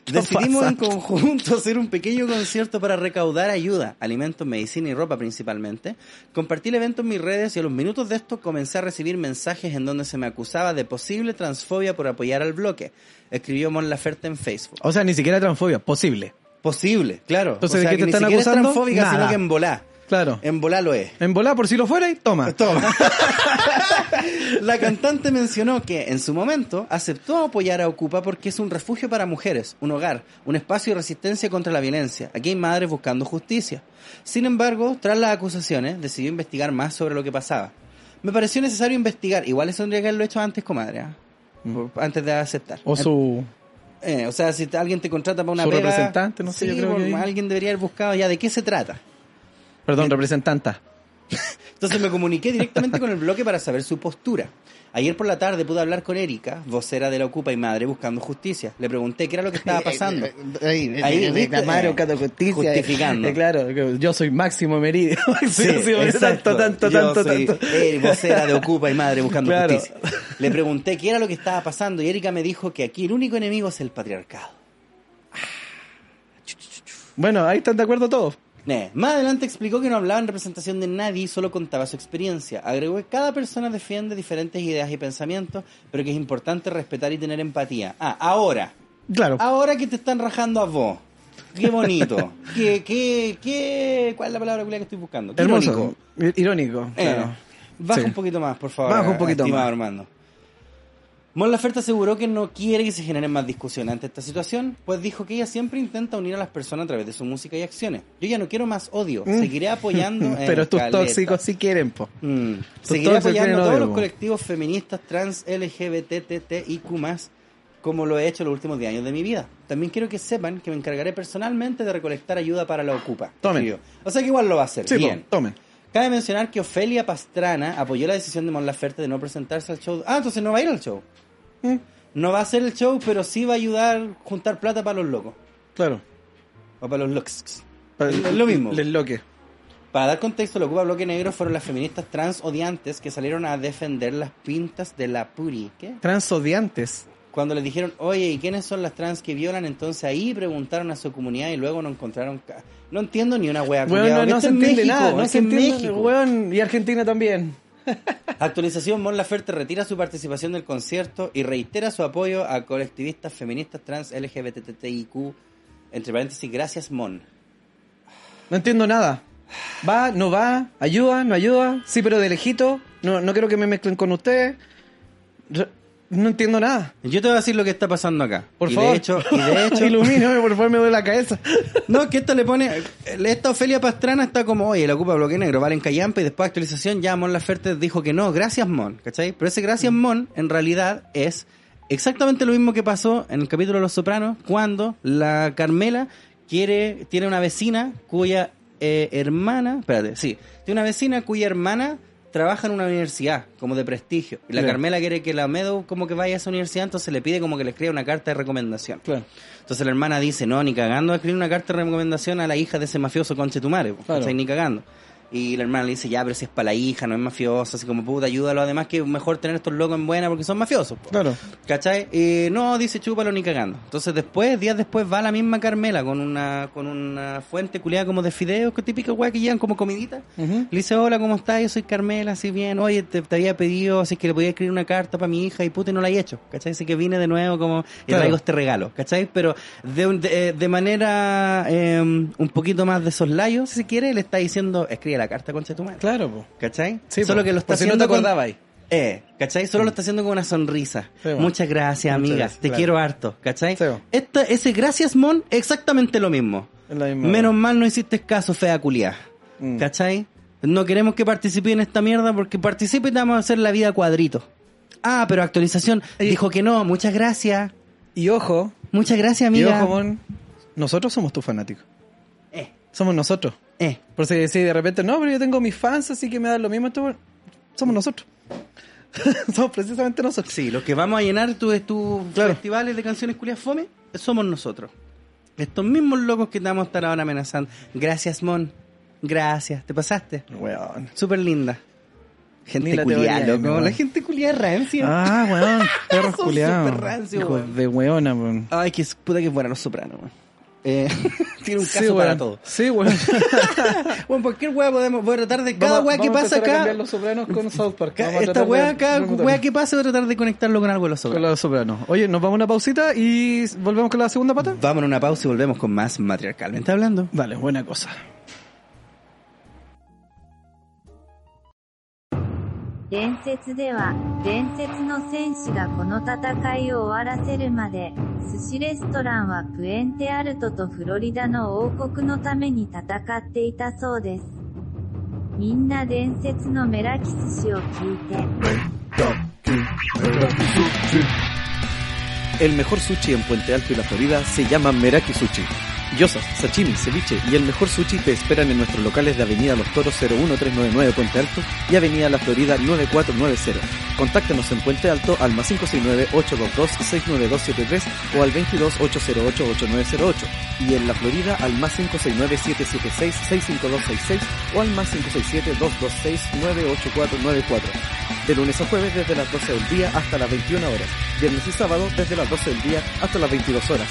[SPEAKER 1] ¿Qué
[SPEAKER 2] Decidimos
[SPEAKER 1] pasa?
[SPEAKER 2] en conjunto hacer un pequeño concierto para recaudar ayuda, alimentos, medicina y ropa principalmente. Compartí el evento en mis redes y a los minutos de esto comencé a recibir mensajes en donde se me acusaba de posible transfobia por apoyar al bloque. Escribió Mon Laferte en Facebook.
[SPEAKER 3] O sea, ni siquiera transfobia, posible.
[SPEAKER 2] Posible, claro.
[SPEAKER 3] Entonces,
[SPEAKER 2] o sea,
[SPEAKER 3] ¿de qué te
[SPEAKER 2] que ni
[SPEAKER 3] están
[SPEAKER 2] siquiera
[SPEAKER 3] acusando?
[SPEAKER 2] es transfóbica, sino
[SPEAKER 3] Nada.
[SPEAKER 2] que en volá.
[SPEAKER 3] Claro.
[SPEAKER 2] En volá lo es.
[SPEAKER 3] En volar, por si lo fuera, y toma.
[SPEAKER 2] Toma. (laughs) La cantante mencionó que en su momento aceptó apoyar a Ocupa porque es un refugio para mujeres, un hogar, un espacio de resistencia contra la violencia. Aquí hay madres buscando justicia. Sin embargo, tras las acusaciones, decidió investigar más sobre lo que pasaba. Me pareció necesario investigar, igual eso tendría que haberlo hecho antes, comadre, ¿ah? Por- antes de aceptar.
[SPEAKER 3] Mm. O
[SPEAKER 1] Em-
[SPEAKER 3] su...
[SPEAKER 2] Eh, o sea, si te- alguien te contrata para una
[SPEAKER 3] Su
[SPEAKER 2] pega,
[SPEAKER 3] representante, no sé,
[SPEAKER 2] sí,
[SPEAKER 3] yo creo
[SPEAKER 2] por-
[SPEAKER 3] que ahí-
[SPEAKER 2] alguien debería haber buscado ya de qué se trata.
[SPEAKER 3] Perdón, representanta.
[SPEAKER 2] Entonces me comuniqué directamente con el bloque para saber su postura. Ayer por la tarde pude hablar con Erika, vocera de la Ocupa y Madre buscando justicia. Le pregunté qué era lo que (laughs) estaba pasando. Eh, Ahí,
[SPEAKER 1] Ahí,
[SPEAKER 3] (laughs)
[SPEAKER 2] ¿viste?
[SPEAKER 1] reclamar,
[SPEAKER 2] Eh,
[SPEAKER 1] buscando justicia.
[SPEAKER 2] justificando.
[SPEAKER 3] Eh, claro, que yo soy Máximo Meridio. (laughs)
[SPEAKER 2] Sí, exacto.
[SPEAKER 3] tanto, tanto,
[SPEAKER 2] Yo
[SPEAKER 3] tanto,
[SPEAKER 2] soy
[SPEAKER 3] tanto.
[SPEAKER 2] el vocera de Ocupa y Madre buscando
[SPEAKER 3] Claro.
[SPEAKER 2] justicia. Le pregunté qué era lo que estaba pasando y Erika me dijo que aquí el único enemigo es el patriarcado.
[SPEAKER 3] Bueno, ahí están de acuerdo todos.
[SPEAKER 2] Eh, Más adelante explicó que no hablaba en representación de nadie y solo contaba su experiencia. Agregó que cada persona defiende diferentes ideas y pensamientos, pero que es importante respetar y tener empatía. Ah, ahora,
[SPEAKER 3] Claro.
[SPEAKER 2] Ahora que te están rajando a vos. Qué bonito. qué, qué, qué, ¿Cuál es la palabra culia que estoy buscando? Qué
[SPEAKER 3] Hermoso.
[SPEAKER 2] irónico.
[SPEAKER 3] I- Irónico,
[SPEAKER 2] Eh,
[SPEAKER 3] claro.
[SPEAKER 2] Baja
[SPEAKER 3] Sí.
[SPEAKER 2] un poquito más, por favor.
[SPEAKER 3] Baja un poquito
[SPEAKER 2] estimado
[SPEAKER 3] más.
[SPEAKER 2] Armando. Mon Laferte aseguró que no quiere que se generen más discusiones ante esta situación, pues dijo que ella siempre intenta unir a las personas a través de su música y acciones. Yo ya no quiero más odio,
[SPEAKER 3] (laughs)
[SPEAKER 2] seguiré apoyando. eh,
[SPEAKER 3] Mm. Pero tus
[SPEAKER 2] caleta.
[SPEAKER 3] tóxicos sí quieren, po.
[SPEAKER 2] Mm. Seguiré
[SPEAKER 3] tóxicos
[SPEAKER 2] apoyando
[SPEAKER 3] tienen
[SPEAKER 2] a todos
[SPEAKER 3] odio,
[SPEAKER 2] los
[SPEAKER 3] po.
[SPEAKER 2] colectivos feministas trans LGBTTIQ+, como lo he hecho los últimos 10 años de mi vida. También quiero que sepan que me encargaré personalmente de recolectar ayuda para la Ocupa.
[SPEAKER 3] Tomen.
[SPEAKER 2] escribió. O sea que igual lo va a hacer.
[SPEAKER 3] Sí, po,
[SPEAKER 2] Bien.
[SPEAKER 3] tomen.
[SPEAKER 2] Cabe mencionar que Ofelia Pastrana apoyó la decisión de Mon Laferte de no presentarse al show. Ah, entonces no va a ir al show.
[SPEAKER 3] ¿Eh?
[SPEAKER 2] No va a hacer el show, pero sí va a ayudar a juntar plata para los locos.
[SPEAKER 3] Claro.
[SPEAKER 2] O para los locos.
[SPEAKER 3] Pa-
[SPEAKER 2] Es lo mismo.
[SPEAKER 3] Les loque.
[SPEAKER 2] Para dar contexto, la Ocupa Bloque Negro fueron las feministas trans odiantes que salieron a defender las pintas de la Puri. ¿Qué?
[SPEAKER 3] Transodiantes.
[SPEAKER 2] Cuando les dijeron, oye, ¿y quiénes son las trans que violan? Entonces ahí preguntaron a su comunidad y luego no encontraron... ca- No entiendo ni una wea.
[SPEAKER 3] Bueno,
[SPEAKER 2] culiao,
[SPEAKER 3] no,
[SPEAKER 2] que
[SPEAKER 3] no se
[SPEAKER 2] esto es
[SPEAKER 3] entiende
[SPEAKER 2] México,
[SPEAKER 3] nada. No
[SPEAKER 2] esto
[SPEAKER 3] se
[SPEAKER 2] es
[SPEAKER 3] entiende,
[SPEAKER 2] México.
[SPEAKER 3] weón. Y Argentina también.
[SPEAKER 2] Actualización, Mon Laferte retira su participación del concierto y reitera su apoyo a colectivistas feministas trans LGBTTIQ, entre paréntesis, gracias Mon.
[SPEAKER 3] No entiendo nada. Va, no va, ayuda, no ayuda. Sí, pero de lejito. No, no quiero que me mezclen con ustedes. Re-
[SPEAKER 1] no entiendo nada.
[SPEAKER 2] Yo te voy a decir lo que está pasando acá.
[SPEAKER 1] Por
[SPEAKER 2] Y
[SPEAKER 1] favor.
[SPEAKER 2] De hecho, (laughs) y
[SPEAKER 1] (laughs)
[SPEAKER 2] de hecho,
[SPEAKER 1] Ilumíname, por favor, me duele la cabeza.
[SPEAKER 2] No, que esta le pone. eh, Esta Ofelia Pastrana está como, oye, la ocupa bloque negro, valen callampa y después de actualización ya Mon Laferte dijo que no, gracias Mon, ¿cachai? Pero ese gracias Mon en realidad es exactamente lo mismo que pasó en el capítulo de Los Sopranos cuando la Carmela quiere, tiene una vecina cuya eh, hermana, espérate, sí, tiene una vecina cuya hermana trabaja en una universidad como de prestigio y la
[SPEAKER 1] Claro.
[SPEAKER 2] Carmela quiere que la Meadow como que vaya a esa universidad entonces le pide como que le escriba una carta de recomendación
[SPEAKER 1] Claro.
[SPEAKER 2] entonces la hermana dice, no, ni cagando, va a escribir una carta de recomendación a la hija de ese mafioso conche tu madre, po,
[SPEAKER 1] Claro.
[SPEAKER 2] ¿cachai? ni cagando. Y la hermana le dice, ya, pero si es para la hija, no es mafiosa, así como puta, ayúdalo, además que es mejor tener estos locos en buena porque son mafiosos. po.
[SPEAKER 1] Claro.
[SPEAKER 2] ¿Cachai? Eh, no, dice chúpalo ni cagando. Entonces después, días después, va la misma Carmela con una, con una fuente culiada como de fideos, que típica weá que llevan como comidita.
[SPEAKER 1] Ujú.
[SPEAKER 2] Le dice, hola, ¿cómo estás? Yo soy Carmela, así bien. Oye, te, te había pedido, así que le podía escribir una carta para mi hija y puta, y no la he hecho. ¿Cachai? Así que vine de nuevo como, y
[SPEAKER 1] Claro.
[SPEAKER 2] traigo este regalo. ¿Cachai? Pero de, un- de, eh, de manera eh, un poquito más de soslayo, si se quiere, le está diciendo, escribe la carta, concha de tu madre.
[SPEAKER 1] Claro, po.
[SPEAKER 2] ¿Cachai?
[SPEAKER 1] Sí,
[SPEAKER 2] Solo
[SPEAKER 1] po.
[SPEAKER 2] que lo está
[SPEAKER 1] Por si no
[SPEAKER 2] haciendo
[SPEAKER 1] te
[SPEAKER 2] con-
[SPEAKER 1] acordabas ahí. Mm.
[SPEAKER 2] eh, ¿cachai? Solo lo está haciendo con una sonrisa.
[SPEAKER 1] Sí, bueno.
[SPEAKER 2] Muchas gracias,
[SPEAKER 1] Muchas
[SPEAKER 2] amiga.
[SPEAKER 1] gracias,
[SPEAKER 2] Te
[SPEAKER 1] claro.
[SPEAKER 2] quiero harto, ¿cachai?
[SPEAKER 1] Sí, bueno.
[SPEAKER 2] Esta- ese gracias, Mon, exactamente lo mismo.
[SPEAKER 1] Es la misma
[SPEAKER 2] Menos
[SPEAKER 1] weá.
[SPEAKER 2] mal no hiciste caso, fea culiá.
[SPEAKER 1] Mm.
[SPEAKER 2] ¿Cachai? No queremos que participe en esta mierda porque participe y te vamos a hacer la vida a cuadrito. Ah, pero actualización.
[SPEAKER 1] Eh.
[SPEAKER 2] Dijo que no. Muchas gracias.
[SPEAKER 1] Y ojo,
[SPEAKER 2] Muchas gracias,
[SPEAKER 1] y
[SPEAKER 2] amiga.
[SPEAKER 1] ojo, Mon, nosotros somos tus fanáticos.
[SPEAKER 2] Eh,
[SPEAKER 1] Somos nosotros.
[SPEAKER 2] eh.
[SPEAKER 1] Por si decís de repente, no, pero yo tengo mis fans, así que me da lo mismo esto. weón. Somos nosotros. (laughs) somos precisamente nosotros.
[SPEAKER 2] Sí, los que vamos a llenar tus tu
[SPEAKER 1] Claro.
[SPEAKER 2] festivales de canciones culias fome somos nosotros. Estos mismos locos que te vamos a estar ahora amenazando. Gracias, Mon. Gracias. ¿Te pasaste?
[SPEAKER 1] Weón.
[SPEAKER 2] Súper linda.
[SPEAKER 1] Ni
[SPEAKER 2] Gente
[SPEAKER 1] la teoría,
[SPEAKER 2] culiada, loco.
[SPEAKER 1] mi amor.
[SPEAKER 2] La gente culiada rancia.
[SPEAKER 1] Ah,
[SPEAKER 2] (laughs)
[SPEAKER 1] weón, perros
[SPEAKER 2] Son
[SPEAKER 1] culiados.
[SPEAKER 2] súper rancios,
[SPEAKER 1] Hijos
[SPEAKER 2] weón.
[SPEAKER 1] de weona, weón.
[SPEAKER 2] Ay, que es- puta que es buena los sopranos, weón. Eh, (laughs) tiene un caso
[SPEAKER 1] weón.
[SPEAKER 2] para todo.
[SPEAKER 1] Sí,
[SPEAKER 2] (laughs)
[SPEAKER 1] weón.
[SPEAKER 2] Bueno, cualquier weá podemos voy a tratar de cada weá que pasa acá.
[SPEAKER 1] los sopranos con South Park.
[SPEAKER 2] ca- Esta weá, cada weá que pasa, voy a tratar de conectarlo con algo de los
[SPEAKER 1] Con
[SPEAKER 2] sopranos.
[SPEAKER 1] los sopranos. Oye, nos vamos a una pausita y volvemos con la segunda pata.
[SPEAKER 2] Vamos a una pausa y volvemos con más matriarcalmente hablando.
[SPEAKER 1] Dale, buena cosa.
[SPEAKER 4] 伝説では、伝説の戦士がこの戦いを終わらせるまで、寿司レストランはプエンテアルトとフロリダの王国のために戦っていたそうです。みんな伝説のメラキ寿司を聞いて、
[SPEAKER 5] El mejor sushi en Puente Alto y la Florida se llama Meraki Sushi. Gyozas, sashimi, ceviche y el mejor sushi te esperan en nuestros locales de Avenida Los Toros 01399 Puente Alto y Avenida La Florida 9490. Contáctanos en Puente Alto al más 569-822-69273 o al 22808-8908 y en La Florida al más 569-776-65266 o al más 567-226-98494 de lunes a jueves desde las 12 del día hasta las 21 horas, viernes y sábado desde las 12 del día hasta las 22 horas.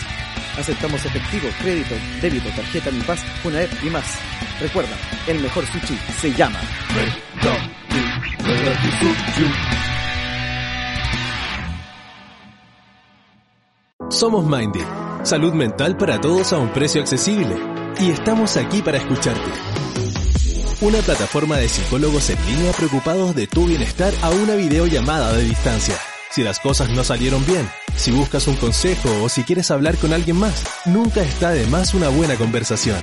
[SPEAKER 5] Aceptamos efectivo, crédito, débito, tarjeta Mi Paz, Junaep y más. Recuerda, el mejor sushi se llama.
[SPEAKER 6] Somos Mindy, salud mental para todos a un precio accesible. Y estamos aquí para escucharte. Una plataforma de psicólogos en línea preocupados de tu bienestar a una videollamada de distancia. Si las cosas no salieron bien, si buscas un consejo o si quieres hablar con alguien más, nunca está de más una buena conversación.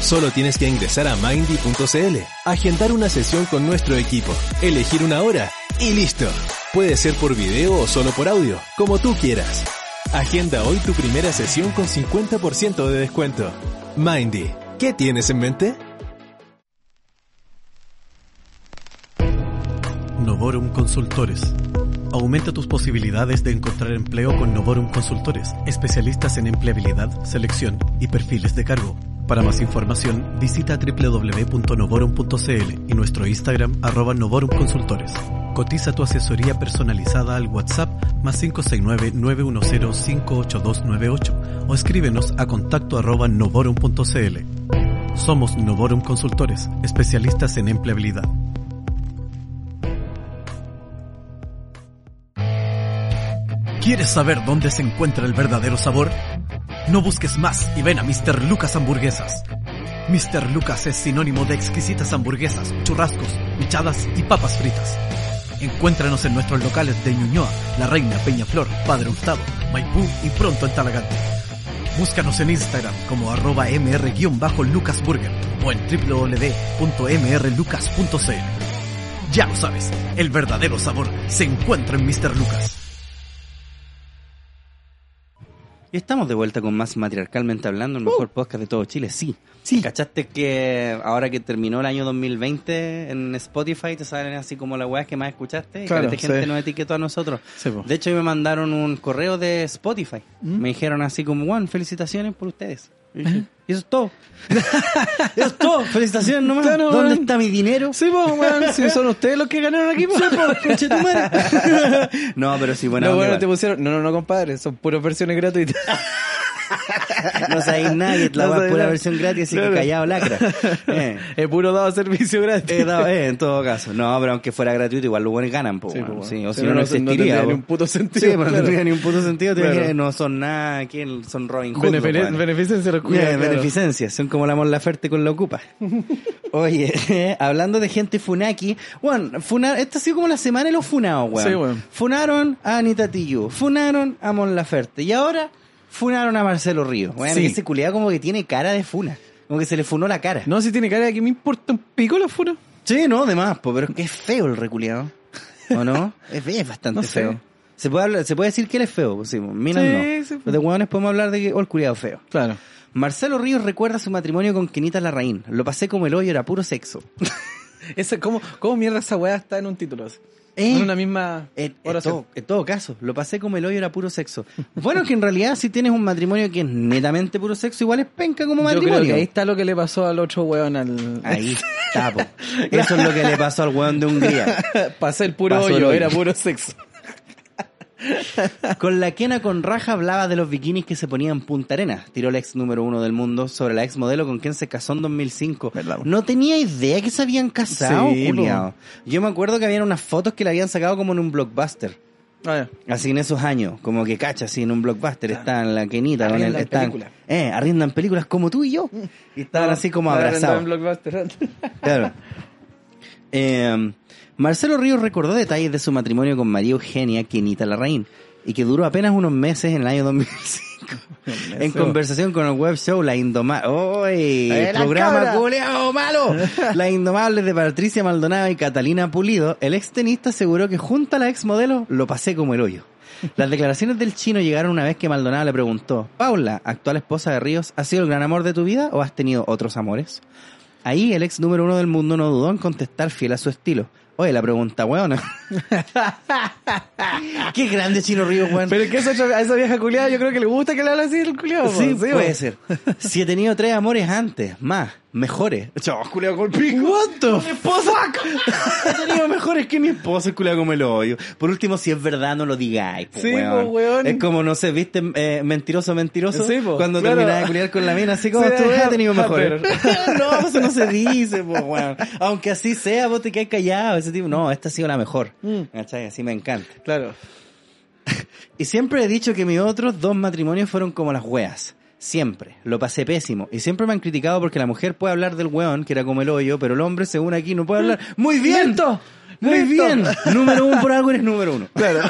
[SPEAKER 6] Solo tienes que ingresar a mindy.cl, agendar una sesión con nuestro equipo, elegir una hora y listo. Puede ser por video o solo por audio, como tú quieras. Agenda hoy tu primera sesión con 50% de descuento. Mindy, ¿qué tienes en mente?
[SPEAKER 7] Novorum Consultores. Aumenta tus posibilidades de encontrar empleo con Novorum Consultores, especialistas en empleabilidad, selección y perfiles de cargo. Para más información, visita www.novorum.cl y nuestro Instagram arroba Novorum Consultores. Cotiza tu asesoría personalizada al WhatsApp más 569-910-58298 o escríbenos a contacto arroba novorum.cl. Somos Novorum Consultores, especialistas en empleabilidad. ¿Quieres saber dónde se encuentra el verdadero sabor? No busques más y ven a Mr. Lucas Hamburguesas. Mr. Lucas es sinónimo de exquisitas hamburguesas, churrascos, michadas y papas fritas. Encuéntranos en nuestros locales de Ñuñoa, La Reina, Peñaflor, Padre Hurtado, Maipú y pronto en Talagante. Búscanos en Instagram como arroba mr-lucasburger o en www.mrlucas.cl. Ya lo sabes, el verdadero sabor se encuentra en Mr. Lucas.
[SPEAKER 2] Y estamos de vuelta con más Matriarcalmente Hablando, el mejor podcast de todo Chile, sí. Uh. Sí. ¿Cachaste que ahora que terminó el año 2020 en Spotify te salen así como las weas que más escuchaste? Y
[SPEAKER 1] Claro,
[SPEAKER 2] caleta gente
[SPEAKER 1] sí.
[SPEAKER 2] nos etiquetó a nosotros.
[SPEAKER 7] Sí, po.
[SPEAKER 2] de hecho, me mandaron un correo de Spotify.
[SPEAKER 1] ¿Mm?
[SPEAKER 2] Me dijeron así como, Juan, felicitaciones por ustedes. Y
[SPEAKER 1] ¿Eh?
[SPEAKER 2] dije, "Y eso es todo. (laughs) eso es todo. Felicitaciones nomás.
[SPEAKER 1] Claro,
[SPEAKER 2] ¿Dónde
[SPEAKER 1] weón.
[SPEAKER 2] está mi dinero?
[SPEAKER 1] Sí, pues,
[SPEAKER 2] (laughs)
[SPEAKER 1] weón, si son ustedes los que ganaron aquí, pues.
[SPEAKER 2] no, pero sí, buena onda
[SPEAKER 1] No, bueno,
[SPEAKER 2] igual.
[SPEAKER 1] te pusieron. No, no, no, compadre, son puras versiones gratuitas.
[SPEAKER 2] No sabéis nadie, la
[SPEAKER 1] No
[SPEAKER 2] wea es
[SPEAKER 1] sabéis
[SPEAKER 2] pura
[SPEAKER 1] nada.
[SPEAKER 2] versión gratis, así
[SPEAKER 1] Claro.
[SPEAKER 2] que callado
[SPEAKER 1] (laughs)
[SPEAKER 2] lacra. (laughs) Eh.
[SPEAKER 1] Es puro dado servicio gratis.
[SPEAKER 2] Eh, no, eh, en todo caso. No, pero aunque fuera gratuito, igual los buenos ganan, po,
[SPEAKER 1] Sí,
[SPEAKER 2] weón.
[SPEAKER 1] pues,
[SPEAKER 2] Sí,
[SPEAKER 1] bueno.
[SPEAKER 2] o si
[SPEAKER 1] Pero
[SPEAKER 2] no, no
[SPEAKER 1] tendría
[SPEAKER 2] existiría. po.
[SPEAKER 1] ni un puto sentido.
[SPEAKER 2] Sí, pero no
[SPEAKER 1] claro.
[SPEAKER 2] tendría ni un puto sentido. te
[SPEAKER 1] Claro.
[SPEAKER 2] imaginas, no son nada, ¿quién? Son Robin Hood.
[SPEAKER 1] Benefene-
[SPEAKER 2] po, weón.
[SPEAKER 1] Beneficencia los
[SPEAKER 2] Eh,
[SPEAKER 1] culiados, claro.
[SPEAKER 2] Beneficencias, son como la Mon Laferte con la Ocupa. Oye, (laughs) eh, hablando de gente funaki, bueno, funar, esta ha sido como la semana de los funados, weón.
[SPEAKER 1] Sí, weón.
[SPEAKER 2] Funaron a Anita Tijoux, funaron a Mon Laferte y ahora funaron a Marcelo Ríos. Weón,
[SPEAKER 1] Sí.
[SPEAKER 2] ese culiado como que tiene cara de funa, como que se le funó la cara.
[SPEAKER 1] No, si tiene cara de que me importa un pico la funa.
[SPEAKER 2] Sí, no, de más, po, pero es que es feo el reculeado. ¿O no? (laughs) Es, es bastante
[SPEAKER 1] No sé.
[SPEAKER 2] feo. Se puede, hablar- se puede decir que él es feo, pues sí, minas
[SPEAKER 1] Sí,
[SPEAKER 2] no.
[SPEAKER 1] sí.
[SPEAKER 2] Pero de hueones podemos hablar de que, oh, el culiado feo.
[SPEAKER 1] Claro.
[SPEAKER 2] Marcelo Ríos recuerda su matrimonio con Kenita Larraín. Lo pasé como el hoyo, era puro sexo.
[SPEAKER 1] Ese, ¿cómo, ¿Cómo mierda esa weá está en un título así?
[SPEAKER 2] ¿Eh?
[SPEAKER 1] En una misma
[SPEAKER 2] En, en
[SPEAKER 1] oración.
[SPEAKER 2] todo, en todo caso, lo pasé como el hoyo, era puro sexo. Bueno, que en realidad si tienes un matrimonio que es netamente puro sexo, igual es penca como
[SPEAKER 1] Yo
[SPEAKER 2] matrimonio.
[SPEAKER 1] creo que ahí está lo que le pasó al otro weón al.
[SPEAKER 2] Ahí está, po. Eso es lo que le pasó al hueón de Hungría.
[SPEAKER 1] (laughs) Pasé el puro
[SPEAKER 2] Pasó el
[SPEAKER 1] hoyo,
[SPEAKER 2] hoyo.
[SPEAKER 1] era puro sexo.
[SPEAKER 2] Con la quena con raja hablaba de los bikinis que se ponían en Punta Arenas. Tiró la ex número uno del mundo sobre la ex modelo con quien se casó en 2005.
[SPEAKER 1] ¿Verdad, po?
[SPEAKER 2] No tenía idea que se habían casado,
[SPEAKER 1] Sí, po.
[SPEAKER 2] culiao. Yo me acuerdo que habían unas fotos que le habían sacado como en un blockbuster.
[SPEAKER 1] Ah,
[SPEAKER 2] Así en esos años, como que cacha, así en un blockbuster, estaban la Kenita, con el-
[SPEAKER 1] Arriendan
[SPEAKER 2] estaban-
[SPEAKER 1] películas.
[SPEAKER 2] eh, arriendan películas como tú y
[SPEAKER 1] (laughs)
[SPEAKER 2] yo. Y estaban así como
[SPEAKER 1] ahora andaba
[SPEAKER 2] abrazados.
[SPEAKER 1] en Blockbuster (laughs) antes.
[SPEAKER 2] Claro. Eh, Marcelo Ríos recordó detalles de su matrimonio con María Eugenia Quinita Larraín y que duró apenas unos meses en el año 2005. (laughs) en conversación con el web show La Indomable. ¡Oy!
[SPEAKER 1] ¡Eh, la
[SPEAKER 2] ¡Programa
[SPEAKER 1] cabra!
[SPEAKER 2] culeado (laughs) malo! La Indomable de Patricia Maldonado y Catalina Pulido, el extenista aseguró que junto a la ex modelo lo pasé como el hoyo. (laughs) Las declaraciones del chino llegaron una vez que Maldonado le preguntó, Paula, actual esposa de Ríos, ¿has sido el gran amor de tu vida o has tenido otros amores? Ahí el ex número uno del mundo no dudó en contestar fiel a su estilo. Oye, la pregunta, weón. Qué grande Chino Río, weón.
[SPEAKER 1] Pero es que esa otra- a esa vieja culiada yo creo que le gusta que le hable así el
[SPEAKER 2] (laughs)
[SPEAKER 1] culiado.
[SPEAKER 2] sí, puede (laughs) ser. Si he tenido tres amores antes, más, mejores. Chavos, culiao con pico. ¡Mi esposa! he tenido mejores que mi esposa, el culiao como el hoyo. Por último, si es verdad, no lo digáis, po,
[SPEAKER 1] Sí, po,
[SPEAKER 2] weón.
[SPEAKER 1] weón.
[SPEAKER 2] Es como, no sé, viste, eh, mentiroso, mentiroso.
[SPEAKER 1] Sí, po,
[SPEAKER 2] cuando
[SPEAKER 1] claro.
[SPEAKER 2] terminaba de culiar con la mina, así como,
[SPEAKER 1] Sí,
[SPEAKER 2] tú
[SPEAKER 1] eh,
[SPEAKER 2] has tenido
[SPEAKER 1] ah,
[SPEAKER 2] mejores. (laughs) no, eso no se dice, po, weón. Aunque así sea, vos te quedas callado. Ese tipo, no, esta ha sido la mejor.
[SPEAKER 1] Mm.
[SPEAKER 2] ¿Cachai? Así me encanta.
[SPEAKER 1] Claro.
[SPEAKER 2] Y siempre he dicho que mis otros dos matrimonios fueron como las weas. Siempre. Lo pasé pésimo. Y siempre me han criticado porque la mujer puede hablar del weón, que era como el hoyo, pero el hombre, según aquí, no puede hablar. ¡Muy bien! ¡Muy
[SPEAKER 1] Mm. ¡Listo!
[SPEAKER 2] bien! Número uno por algo eres número uno. Claro.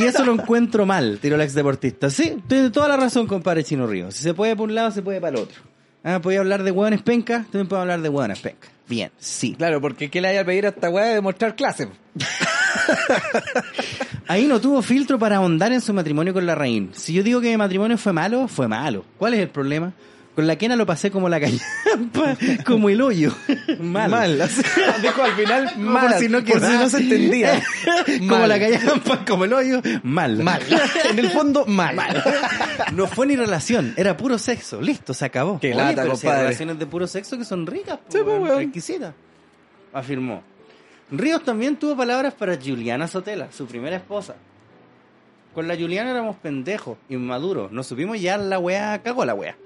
[SPEAKER 2] Y eso lo encuentro mal, tiró la ex deportista. Sí, tiene toda la razón, compadre Chino Río. Si se puede por un lado, se puede para el otro. Ah, podía hablar de weones pencas, también puedo hablar de weones pencas. Bien, sí.
[SPEAKER 1] (laughs) Claro, porque ¿qué le haya a pedir a esta weá de mostrar clase?
[SPEAKER 2] Ahí no tuvo filtro para ahondar en su matrimonio con la Raín. Si yo digo que mi matrimonio fue malo, fue malo. ¿Cuál es el problema? Con la quena lo pasé como la callampa, (laughs) como el hoyo. Mal. (laughs)
[SPEAKER 1] Mal. Dijo al final
[SPEAKER 2] Como
[SPEAKER 1] mal.
[SPEAKER 2] por si no
[SPEAKER 1] por si
[SPEAKER 2] quedaba.
[SPEAKER 1] no se entendía.
[SPEAKER 2] (laughs) Como
[SPEAKER 1] Mal.
[SPEAKER 2] la callampa, como el hoyo. Mal. (laughs)
[SPEAKER 1] Mal. En el fondo, mal.
[SPEAKER 2] No fue ni relación, era puro sexo. Listo, se acabó.
[SPEAKER 1] Qué lata,
[SPEAKER 2] pero si hay
[SPEAKER 1] compadre.
[SPEAKER 2] relaciones de puro sexo que son ricas, po,
[SPEAKER 1] Sí, po,
[SPEAKER 2] weón,
[SPEAKER 1] weón.
[SPEAKER 2] exquisitas. Afirmó. Ríos también tuvo palabras para Juliana Sotela, su primera esposa. Con la Juliana éramos pendejos, inmaduros. Nos supimos ya la weá, cagó la
[SPEAKER 1] (laughs)
[SPEAKER 2] weá.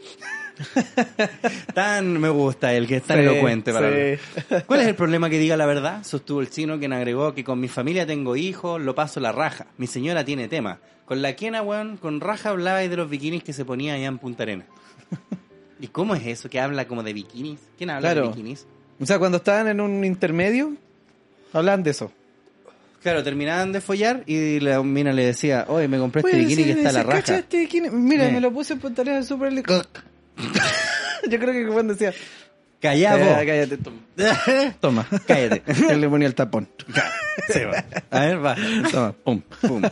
[SPEAKER 2] tan me gusta el que es tan
[SPEAKER 1] Sí,
[SPEAKER 2] elocuente para
[SPEAKER 1] sí.
[SPEAKER 2] hablar. ¿Cuál es el problema que diga la verdad? Sostuvo el chino quien agregó que con mi familia tengo hijos, lo paso la raja. Mi señora tiene tema. Con la quena, weón, con raja hablaba de los bikinis que se ponía allá en Punta Arena. ¿Y cómo es eso? ¿Que habla como de bikinis? ¿Quién habla de
[SPEAKER 1] Claro.
[SPEAKER 2] bikinis?
[SPEAKER 1] O sea, cuando estaban en un intermedio, hablan de eso.
[SPEAKER 2] Claro, terminaban de follar y la mina le decía, oye, me compré este
[SPEAKER 1] Oye,
[SPEAKER 2] bikini
[SPEAKER 1] sí,
[SPEAKER 2] que está a la
[SPEAKER 1] dice, "Cacha
[SPEAKER 2] raja.
[SPEAKER 1] este bikini". Mira,
[SPEAKER 2] Eh.
[SPEAKER 1] me lo puse en pantalones al super.
[SPEAKER 3] (laughs)
[SPEAKER 1] Yo creo que Juan decía,
[SPEAKER 2] Callá
[SPEAKER 1] "Ah,
[SPEAKER 2] vos.
[SPEAKER 1] cállate, toma. (laughs)
[SPEAKER 2] Toma, (laughs) cállate.
[SPEAKER 1] Él le ponía el tapón.
[SPEAKER 2] Se va. A ver, va. Toma,
[SPEAKER 1] (laughs)
[SPEAKER 2] pum, pum.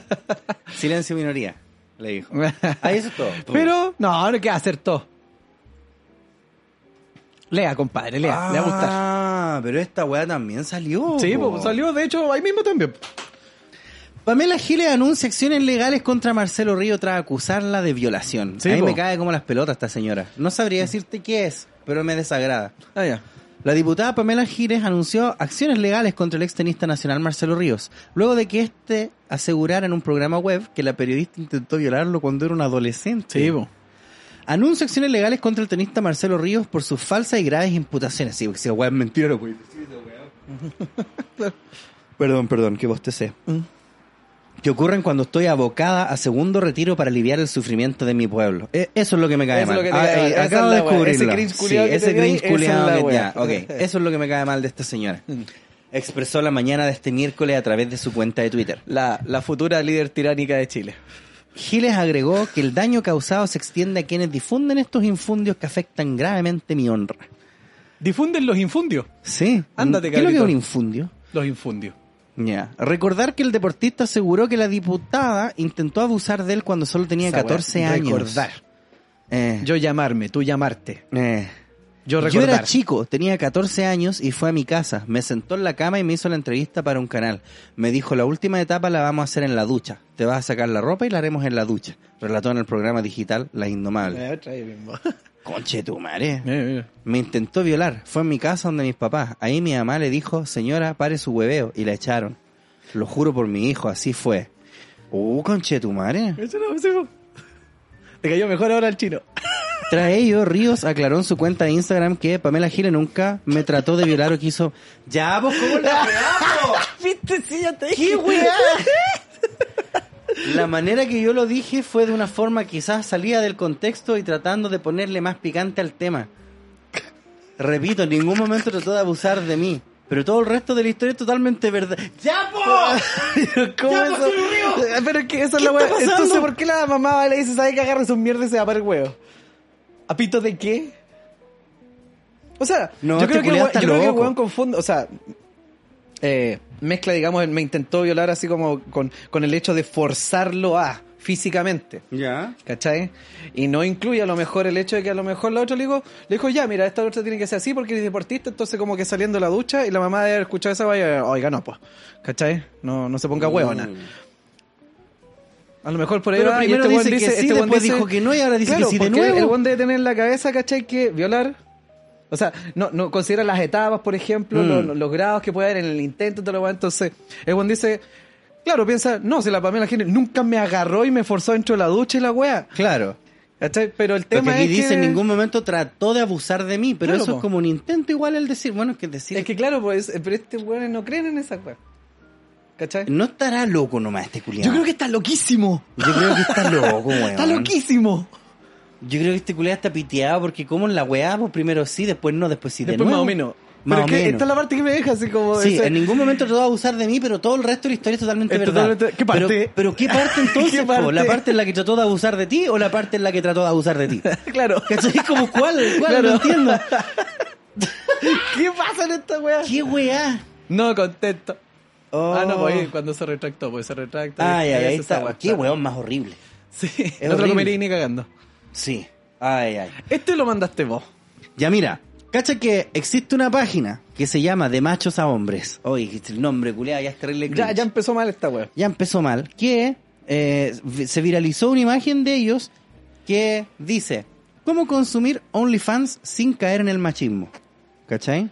[SPEAKER 2] Silencio minoría, le dijo. Ahí eso es todo. Pum.
[SPEAKER 3] Pero, no, no, que acertó. Lea, compadre, lea, le va a gustar.
[SPEAKER 2] Ah, pero esta weá también salió.
[SPEAKER 3] Sí,
[SPEAKER 2] po.
[SPEAKER 3] pues, salió, de hecho, ahí mismo también.
[SPEAKER 2] Pamela Giles anuncia acciones legales contra Marcelo Río tras acusarla de violación.
[SPEAKER 3] Sí,
[SPEAKER 2] a mí
[SPEAKER 3] po.
[SPEAKER 2] me cae como las pelotas esta señora. No sabría decirte qué es, pero me desagrada.
[SPEAKER 3] Ah, ya.
[SPEAKER 2] La diputada Pamela Giles anunció acciones legales contra el extenista nacional Marcelo Ríos, luego de que éste asegurara en un programa web que la periodista intentó violarlo cuando era un adolescente.
[SPEAKER 3] Sí, po.
[SPEAKER 2] Anuncia acciones legales contra el tenista Marcelo Ríos por sus falsas y graves imputaciones. Sí, porque si la weá es mentira, güey. Perdón, perdón, que bostecé. Que ocurren cuando estoy abocada a segundo retiro para aliviar el sufrimiento de mi pueblo. E- eso es lo que me cae
[SPEAKER 1] Eso
[SPEAKER 2] mal.
[SPEAKER 1] es lo que te
[SPEAKER 2] Ah,
[SPEAKER 1] cae mal.
[SPEAKER 2] eh,
[SPEAKER 1] Esa
[SPEAKER 2] acabo
[SPEAKER 1] es
[SPEAKER 2] de
[SPEAKER 1] la wea.
[SPEAKER 2] descubrirlo.
[SPEAKER 1] Ese cringe
[SPEAKER 2] Sí,
[SPEAKER 1] culiao que
[SPEAKER 2] ese
[SPEAKER 1] te dio ahí,
[SPEAKER 2] cringe
[SPEAKER 1] esa es
[SPEAKER 2] culiao
[SPEAKER 1] la
[SPEAKER 2] que-
[SPEAKER 1] wea.
[SPEAKER 2] ya, ok. Eso es lo que me cae mal de esta
[SPEAKER 1] (laughs)
[SPEAKER 2] señora. Expresó la mañana de este miércoles a través de su cuenta de Twitter.
[SPEAKER 3] La, la futura líder tiránica de Chile.
[SPEAKER 2] Giles agregó que el daño causado se extiende a quienes difunden estos infundios que afectan gravemente mi honra.
[SPEAKER 3] Difunden los infundios.
[SPEAKER 2] Sí.
[SPEAKER 3] Ándate,
[SPEAKER 2] ¿Qué es lo que es
[SPEAKER 3] cabrito.
[SPEAKER 2] un infundio?
[SPEAKER 3] Los infundios.
[SPEAKER 2] Ya. Recordar que el deportista aseguró que la diputada intentó abusar de él cuando solo tenía
[SPEAKER 3] Esa
[SPEAKER 2] 14
[SPEAKER 3] weá,
[SPEAKER 2] años.
[SPEAKER 3] recordar.
[SPEAKER 2] Eh,
[SPEAKER 3] Yo llamarme, tú llamarte.
[SPEAKER 2] eh.
[SPEAKER 3] Yo
[SPEAKER 2] Yo
[SPEAKER 3] recordar.
[SPEAKER 2] era chico, tenía 14 años y fue a mi casa. Me sentó en la cama y me hizo la entrevista para un canal. Me dijo, la última etapa la vamos a hacer en la ducha. Te vas a sacar la ropa y la haremos en la ducha. Relató en el programa digital Las
[SPEAKER 3] Eh.
[SPEAKER 2] Indomables.
[SPEAKER 1] Me trae (laughs) mismo.
[SPEAKER 2] Conche tu madre.
[SPEAKER 3] Mira,
[SPEAKER 1] Eh,
[SPEAKER 3] mira.
[SPEAKER 2] Me intentó violar. Fue en mi casa donde mis papás. Ahí mi mamá le dijo, señora, pare su hueveo. Y la echaron. Lo juro por mi hijo, así fue. Uh, conche tu madre.
[SPEAKER 3] Eso no, sí, po. Te cayó mejor ahora el chino.
[SPEAKER 2] Tras ello, Ríos aclaró en su cuenta de Instagram que Pamela Giles nunca me trató de violar o quiso. ¡Ya, vos, cómo la
[SPEAKER 3] (laughs) Viste, sí, (laughs) ya te
[SPEAKER 2] ¡Qué weá! La manera que yo lo dije fue de una forma quizás salida del contexto y tratando de ponerle más picante al tema. Repito, en ningún momento trató de abusar de mí. Pero todo el resto de la historia es totalmente verdad. ¡Ya, (laughs) po!
[SPEAKER 1] ¿Cómo
[SPEAKER 2] Ya,
[SPEAKER 1] eso?
[SPEAKER 2] pues, sí,
[SPEAKER 1] Eh, Pero es que esa es la wea.
[SPEAKER 3] está pasando?
[SPEAKER 1] Entonces, ¿por qué la mamá le dice, sabe que agarre sus mierdas y se va para el huevo? ¿A pito de qué? O sea,
[SPEAKER 2] No,
[SPEAKER 1] yo,
[SPEAKER 2] este
[SPEAKER 1] creo que, el
[SPEAKER 2] culiao
[SPEAKER 1] wea-
[SPEAKER 2] está
[SPEAKER 1] yo creo que el
[SPEAKER 2] loco.
[SPEAKER 1] weón confunde, o sea, eh, mezcla, digamos, el me intentó violar así como con, con el hecho de forzarlo a físicamente.
[SPEAKER 2] Ya.
[SPEAKER 1] ¿Cachai? Y no incluye a lo mejor el hecho de que a lo mejor la otra le dijo, le dijo, ya, mira, esta otra tiene que ser así porque eres deportista, entonces como que saliendo de la ducha y la mamá de haber escuchado esa vaya, oiga, no, pues, ¿cachai? No, no se ponga huevona. A lo mejor por ahí
[SPEAKER 2] Mm. Pero
[SPEAKER 1] va, y este
[SPEAKER 2] primero
[SPEAKER 1] weón
[SPEAKER 2] dice que sí,
[SPEAKER 1] weón
[SPEAKER 2] después dijo que no, y ahora dice
[SPEAKER 1] Claro,
[SPEAKER 2] que sí de
[SPEAKER 1] porque
[SPEAKER 2] nuevo.
[SPEAKER 1] El buen debe tener en la cabeza, ¿cachai? Que violar. O sea, no, no considera las etapas, por ejemplo,
[SPEAKER 2] Mm.
[SPEAKER 1] los, los grados que puede haber en el intento, todo lo demás. Entonces, el buen dice, claro, piensa, no, si la Pamela Giles nunca me agarró y me forzó dentro de la ducha y la wea.
[SPEAKER 2] Claro.
[SPEAKER 1] ¿Cachai? Pero el
[SPEAKER 2] Porque
[SPEAKER 1] tema
[SPEAKER 2] aquí
[SPEAKER 1] es
[SPEAKER 2] dice
[SPEAKER 1] que...
[SPEAKER 2] en ningún momento trató de abusar de mí, pero
[SPEAKER 1] Claro,
[SPEAKER 2] eso
[SPEAKER 1] po.
[SPEAKER 2] es como un intento igual el decir, bueno, es que decir...
[SPEAKER 1] Es que claro, pues, pero
[SPEAKER 3] este
[SPEAKER 1] estos weones no creen en esa weá. ¿Cachai?
[SPEAKER 2] No estará loco nomás este culiado.
[SPEAKER 3] Yo creo que está loquísimo.
[SPEAKER 2] Yo creo que está loco, weón.
[SPEAKER 3] Está loquísimo.
[SPEAKER 2] Yo creo que este culiado está piteado porque como en la weá, pues primero sí, después no, después sí de
[SPEAKER 3] Después más
[SPEAKER 2] nuevo.
[SPEAKER 3] o menos.
[SPEAKER 2] Más
[SPEAKER 1] pero
[SPEAKER 2] o
[SPEAKER 1] que
[SPEAKER 2] menos.
[SPEAKER 1] esta es la parte que me deja así como...
[SPEAKER 2] Sí,
[SPEAKER 1] ese-
[SPEAKER 2] en ningún momento trató de abusar de mí, pero todo el resto de la historia es totalmente
[SPEAKER 3] Es
[SPEAKER 2] verdad.
[SPEAKER 3] totalmente- ¿qué parte?
[SPEAKER 2] Pero, pero
[SPEAKER 3] (laughs)
[SPEAKER 2] ¿qué parte entonces?
[SPEAKER 3] ¿Qué
[SPEAKER 2] po?
[SPEAKER 3] parte?
[SPEAKER 2] ¿La parte en la que trató de abusar de ti o la parte en la que trató de
[SPEAKER 3] (laughs)
[SPEAKER 2] abusar de ti?
[SPEAKER 3] (laughs) Claro.
[SPEAKER 2] ¿Cachai? Como cuál, cuál,
[SPEAKER 3] Claro. (laughs)
[SPEAKER 2] no (laughs) entiendo.
[SPEAKER 1] ¿Qué pasa en esta weá?
[SPEAKER 2] ¿Qué weá?
[SPEAKER 3] No contento.
[SPEAKER 2] Oh.
[SPEAKER 3] Ah, no, pues ahí cuando se retractó, pues se retracta.
[SPEAKER 2] Ay, ay,
[SPEAKER 3] Esa
[SPEAKER 2] ahí
[SPEAKER 3] es esa
[SPEAKER 2] está.
[SPEAKER 3] weá.
[SPEAKER 2] Qué weón más horrible.
[SPEAKER 3] (laughs) Sí,
[SPEAKER 2] Es
[SPEAKER 3] no te lo
[SPEAKER 2] horrible.
[SPEAKER 3] comería ni cagando.
[SPEAKER 2] Sí. Ay, ay.
[SPEAKER 3] Este lo mandaste vos.
[SPEAKER 2] Ya mira, cacha que existe una página que se llama De Machos a Hombres. Oye, el nombre, culiado, ya es terrible.
[SPEAKER 1] Ya,
[SPEAKER 2] cringe.
[SPEAKER 1] ya empezó mal esta weá.
[SPEAKER 2] ya empezó mal, que eh, vi- se viralizó una imagen de ellos que dice, ¿cómo consumir OnlyFans sin caer en el machismo? ¿Cachai?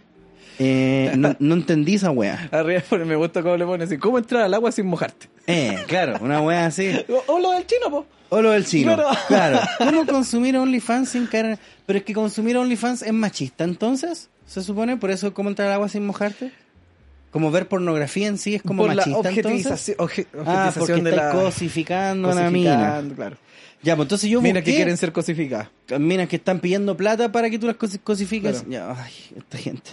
[SPEAKER 2] Eh, no, no entendí esa wea.
[SPEAKER 3] Arriba (laughs) por el me gusta cómo le pones así. ¿Cómo entrar al agua sin mojarte?
[SPEAKER 2] Eh, claro, una wea así.
[SPEAKER 3] O, o lo del chino, po.
[SPEAKER 2] O lo del chino.
[SPEAKER 3] Claro.
[SPEAKER 2] Claro. ¿Cómo consumir OnlyFans sin caer en... Pero es que consumir OnlyFans es machista, entonces, se supone, por eso cómo entrar al agua sin mojarte. Como ver pornografía en sí es como
[SPEAKER 1] Por
[SPEAKER 2] machista,
[SPEAKER 1] la
[SPEAKER 2] entonces.
[SPEAKER 1] objetivización, obje-
[SPEAKER 2] Ah, porque
[SPEAKER 1] objetización de
[SPEAKER 2] estáis
[SPEAKER 1] la...
[SPEAKER 2] cosificando a la mina.
[SPEAKER 1] cosificando, claro.
[SPEAKER 2] Ya, pues entonces yo
[SPEAKER 1] Mira que
[SPEAKER 2] busqué-
[SPEAKER 1] quieren ser cosificadas.
[SPEAKER 2] minas que están pidiendo plata para que tú las cosi- cosifiques. Ya, ay, esta gente.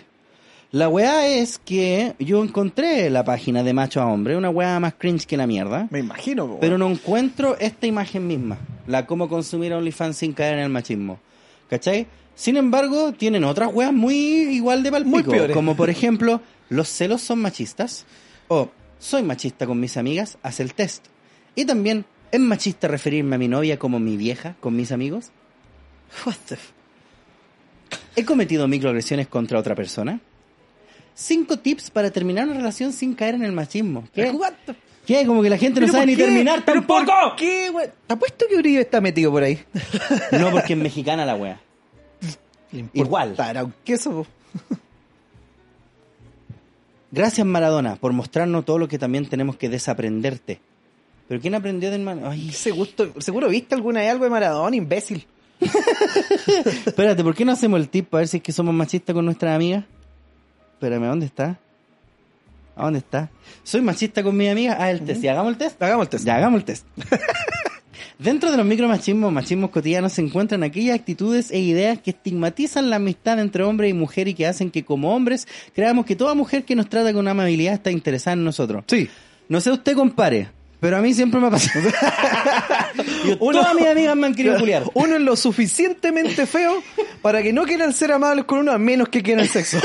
[SPEAKER 2] La weá es que yo encontré la página de macho a hombre, una weá más cringe que la mierda,
[SPEAKER 1] Me imagino, po,
[SPEAKER 2] pero no encuentro esta imagen misma, la cómo consumir OnlyFans sin caer en el machismo. ¿Cachai? Sin embargo, tienen otras weas muy igual de palpico,
[SPEAKER 1] Muy peores.
[SPEAKER 2] como por ejemplo, los celos son machistas, o soy machista con mis amigas, haz el test. Y también, ¿es machista referirme a mi novia como mi vieja con mis amigos? What the f- ¿He cometido microagresiones contra otra persona? Cinco tips para terminar una relación sin caer en el machismo. ¿Qué? ¿Qué? Como que la gente no sabe ni terminar tampoco.
[SPEAKER 1] ¿Por qué, weón?
[SPEAKER 5] ¿Te apuesto que Uribe está metido por ahí?
[SPEAKER 2] No, porque es mexicana la wea. Igual.
[SPEAKER 5] Para un queso, po.
[SPEAKER 2] Gracias Maradona por mostrarnos todo lo que también tenemos que desaprenderte. Pero ¿quién aprendió del Maradona? Ay,
[SPEAKER 5] Ese gusto- seguro viste alguna vez algo de Maradona, imbécil.
[SPEAKER 2] espérate, ¿por qué no hacemos el tip para ver si es que somos machistas con nuestras amigas? Espérame, ¿a dónde está? ¿A dónde está? Soy machista con mis amigas. Ah, el test. ¿Y hagamos el test?
[SPEAKER 5] Hagamos el test.
[SPEAKER 2] Ya hagamos el test. (laughs) Dentro de los micromachismos, machismos cotidianos se encuentran aquellas actitudes e ideas que estigmatizan la amistad entre hombre y mujer y que hacen que como hombres creamos que toda mujer que nos trata con amabilidad está interesada en nosotros.
[SPEAKER 1] Sí.
[SPEAKER 2] No sé usted compare, pero a mí siempre me ha pasado.
[SPEAKER 1] (laughs)
[SPEAKER 2] Yo- todas mis amigas me han querido culiar.
[SPEAKER 1] Uno es lo suficientemente feo para que no quieran ser amables con uno a menos que
[SPEAKER 2] (laughs)
[SPEAKER 1] quieran sexo.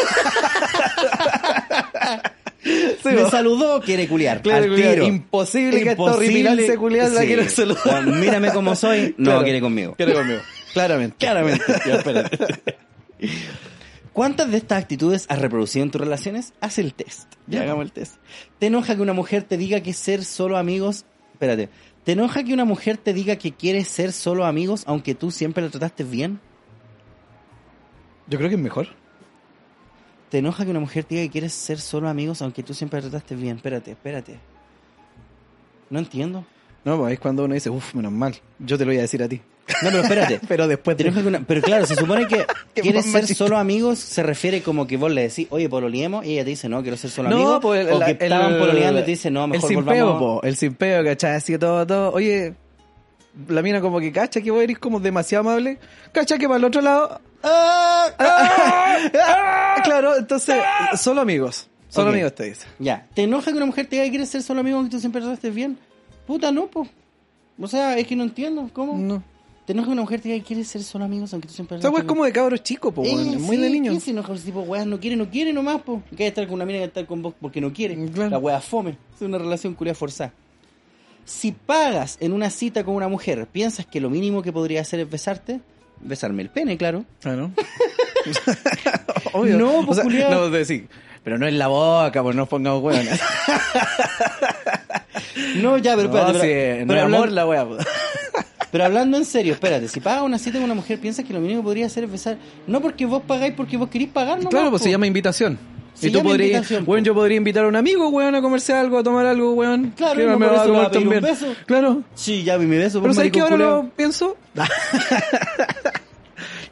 [SPEAKER 1] Sí,
[SPEAKER 2] me
[SPEAKER 1] po.
[SPEAKER 2] saludó, quiere culiar.
[SPEAKER 1] Claro,
[SPEAKER 2] al
[SPEAKER 1] culiao.
[SPEAKER 2] tiro.
[SPEAKER 1] Imposible que esta
[SPEAKER 2] Imposible.
[SPEAKER 1] horripilante culiao la quiera saludar.
[SPEAKER 2] Juan, (laughs) Mírame como soy, no
[SPEAKER 1] Claro.
[SPEAKER 2] quiere conmigo.
[SPEAKER 1] Quiere conmigo. Claramente. (laughs)
[SPEAKER 2] Claramente. ¿Cuántas de estas actitudes has reproducido en tus relaciones? Haz el test. Ya hagamos el test. ¿Te enoja que una mujer te diga que ser solo amigos... Espérate. ¿Te enoja que una mujer te diga que quiere ser solo amigos aunque tú siempre la trataste bien?
[SPEAKER 1] Yo creo que es mejor.
[SPEAKER 2] ¿Te enoja que una mujer te diga que quieres ser solo amigos aunque tú siempre la trataste bien? Espérate, espérate. No entiendo.
[SPEAKER 1] No, pues es cuando uno dice, uff, menos mal. Yo te lo voy a decir a ti.
[SPEAKER 2] No, pero
[SPEAKER 1] (laughs)
[SPEAKER 2] espérate.
[SPEAKER 1] Pero después.
[SPEAKER 2] Te enoja que una- Pero claro, se supone que
[SPEAKER 1] (laughs) Qué
[SPEAKER 2] quieres
[SPEAKER 1] más
[SPEAKER 2] ser
[SPEAKER 1] machista.
[SPEAKER 2] solo amigos, se refiere como que vos le decís, oye, pololeemos, y ella te dice, no, quiero ser solo
[SPEAKER 1] No,
[SPEAKER 2] amigos.
[SPEAKER 1] pues,
[SPEAKER 2] o
[SPEAKER 1] la-
[SPEAKER 2] que estaban
[SPEAKER 1] el-
[SPEAKER 2] pololeando y te dice, no,
[SPEAKER 1] El
[SPEAKER 2] mejor
[SPEAKER 1] simpeo,
[SPEAKER 2] volvamos.
[SPEAKER 1] po, el simpeo, ¿cachai? Así todo, todo. Oye, la mina como que cacha que vos eres como demasiado amable. Cacha que para el otro lado. Ah, ah, ah, claro, entonces, solo amigos. Solo
[SPEAKER 2] Ok.
[SPEAKER 1] amigos te dice.
[SPEAKER 2] Ya. ¿Te enoja que una mujer te diga que quieres ser solo amigo aunque tú siempre la trataste bien? Puta, no, po. O sea, es que no entiendo. ¿Cómo?
[SPEAKER 1] No.
[SPEAKER 2] ¿Te enoja que una mujer te diga que quieres ser solo amigos aunque tú siempre la
[SPEAKER 1] O sea,
[SPEAKER 2] trataste
[SPEAKER 1] pues, es como de cabros chicos, po,
[SPEAKER 2] Eh,
[SPEAKER 1] weón, es muy
[SPEAKER 2] sí,
[SPEAKER 1] de niños.
[SPEAKER 2] ¿quién se enoja por ese tipo de weas? No quiere, no quiere nomás, po. Que hay estar con una mina que estar con vos porque no quiere.
[SPEAKER 1] Claro.
[SPEAKER 2] La wea fome. Es una relación culia forzada. Si pagas en una cita con una mujer, piensas que lo mínimo que podría hacer es besarte, besarme el pene, claro.
[SPEAKER 1] Claro. (laughs) Obvio.
[SPEAKER 2] Ah, No,
[SPEAKER 1] o
[SPEAKER 2] pues,
[SPEAKER 1] sea,
[SPEAKER 2] culiao.
[SPEAKER 1] no, de- sí. Pero no en la boca, pues no pongamos hueón.
[SPEAKER 2] (laughs) No, ya, pero
[SPEAKER 1] No,
[SPEAKER 2] espérate.
[SPEAKER 1] sí,
[SPEAKER 2] pero, pero
[SPEAKER 1] no es amor
[SPEAKER 2] hablando,
[SPEAKER 1] la wea. po.
[SPEAKER 2] (laughs) pero hablando en serio, espérate. Si pagas una cita con una mujer, piensas que lo mínimo que podría hacer es besar. No porque vos pagáis, porque vos querís pagar, nomás,
[SPEAKER 1] Claro, pues
[SPEAKER 2] po.
[SPEAKER 1] se llama invitación.
[SPEAKER 2] Se
[SPEAKER 1] y tú
[SPEAKER 2] llama
[SPEAKER 1] podrías,
[SPEAKER 2] invitación,
[SPEAKER 1] weón,
[SPEAKER 2] po.
[SPEAKER 1] yo podría invitar a un amigo, weón, a comerse algo, a tomar algo, weón.
[SPEAKER 2] Claro,
[SPEAKER 1] que
[SPEAKER 2] y no
[SPEAKER 1] me
[SPEAKER 2] por
[SPEAKER 1] va a
[SPEAKER 2] eso le va
[SPEAKER 1] tomar
[SPEAKER 2] a pedir un
[SPEAKER 1] también.
[SPEAKER 2] beso.
[SPEAKER 1] Claro.
[SPEAKER 2] Sí, ya, mi beso.
[SPEAKER 1] Pero
[SPEAKER 2] pues,
[SPEAKER 1] ¿sabes qué
[SPEAKER 2] maricón
[SPEAKER 1] ahora
[SPEAKER 2] culiao. (laughs)
[SPEAKER 1] lo pienso? lo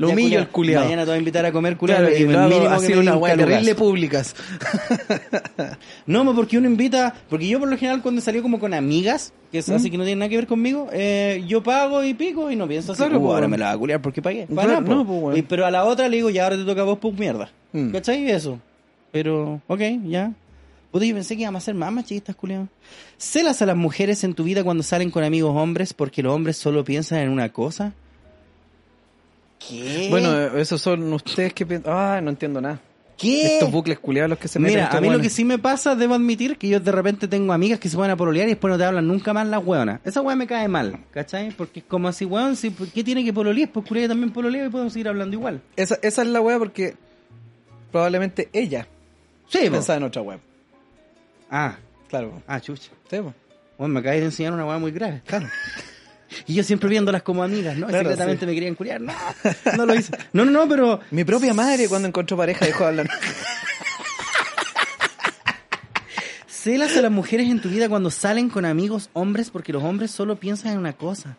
[SPEAKER 2] Ya,
[SPEAKER 1] humillo
[SPEAKER 2] culiao,
[SPEAKER 1] el culiado.
[SPEAKER 2] Mañana te voy a invitar a comer, culiado.
[SPEAKER 1] Claro, y
[SPEAKER 2] y el
[SPEAKER 1] lo hago
[SPEAKER 2] mínimo que
[SPEAKER 1] así
[SPEAKER 2] me
[SPEAKER 1] una
[SPEAKER 2] di un
[SPEAKER 1] wea
[SPEAKER 2] calugazo.
[SPEAKER 1] terrible públicas.
[SPEAKER 2] No, mo, porque uno invita, porque yo por lo general cuando salió como con amigas, que es así que no tiene nada que ver conmigo, eh, yo pago y pico y no pienso así,
[SPEAKER 1] Claro,
[SPEAKER 2] "Uh,
[SPEAKER 1] po,
[SPEAKER 2] ahora
[SPEAKER 1] weón.
[SPEAKER 2] me la va a culiar porque pagué. Pa'
[SPEAKER 1] Claro,
[SPEAKER 2] nada, po.
[SPEAKER 1] no, po, weón.
[SPEAKER 2] Y- pero a la otra le digo, ya ahora te toca a vos, pues mierda.
[SPEAKER 1] Mm.
[SPEAKER 2] ¿Cachai? Eso. Pero, ok, ya. Puta, yo pensé que íbamos a ser más machistas, culiados. Celas a las mujeres en tu vida cuando salen con amigos hombres porque los hombres solo piensan en una cosa. ¿Qué?
[SPEAKER 1] Bueno, eh, esos son ustedes que piensan. Ah, no entiendo nada.
[SPEAKER 2] ¿qué?
[SPEAKER 1] Estos bucles culiados los que se meten. este
[SPEAKER 2] Mira,
[SPEAKER 1] estos
[SPEAKER 2] a mí lo
[SPEAKER 1] weones.
[SPEAKER 2] que sí me pasa, debo admitir, que yo de repente tengo amigas que se van a pololear y después no te hablan nunca más las hueonas. Esa hueá me cae mal, ¿cachai? Porque es como así, hueón, si, ¿qué tiene que pololear? Pues culia, yo también pololeo y podemos seguir hablando igual.
[SPEAKER 1] Esa, esa es la wea porque probablemente ella
[SPEAKER 2] Sí, po.
[SPEAKER 1] pensaba en otra wea.
[SPEAKER 2] Ah,
[SPEAKER 1] Claro.
[SPEAKER 2] ah, chucha.
[SPEAKER 1] Sí, po.
[SPEAKER 2] Bueno, me acabas de enseñar una hueá muy grave, claro. (laughs) Y yo siempre viéndolas como amigas, ¿no?
[SPEAKER 1] Claro,
[SPEAKER 2] Secretamente me querían culiar,
[SPEAKER 1] (laughs)
[SPEAKER 2] no, no lo hice. No, no, no, pero...
[SPEAKER 1] Mi propia madre cuando encontró pareja dejó de hablar.
[SPEAKER 2] Celas a las mujeres en tu vida cuando salen con amigos hombres porque los hombres solo piensan en una cosa.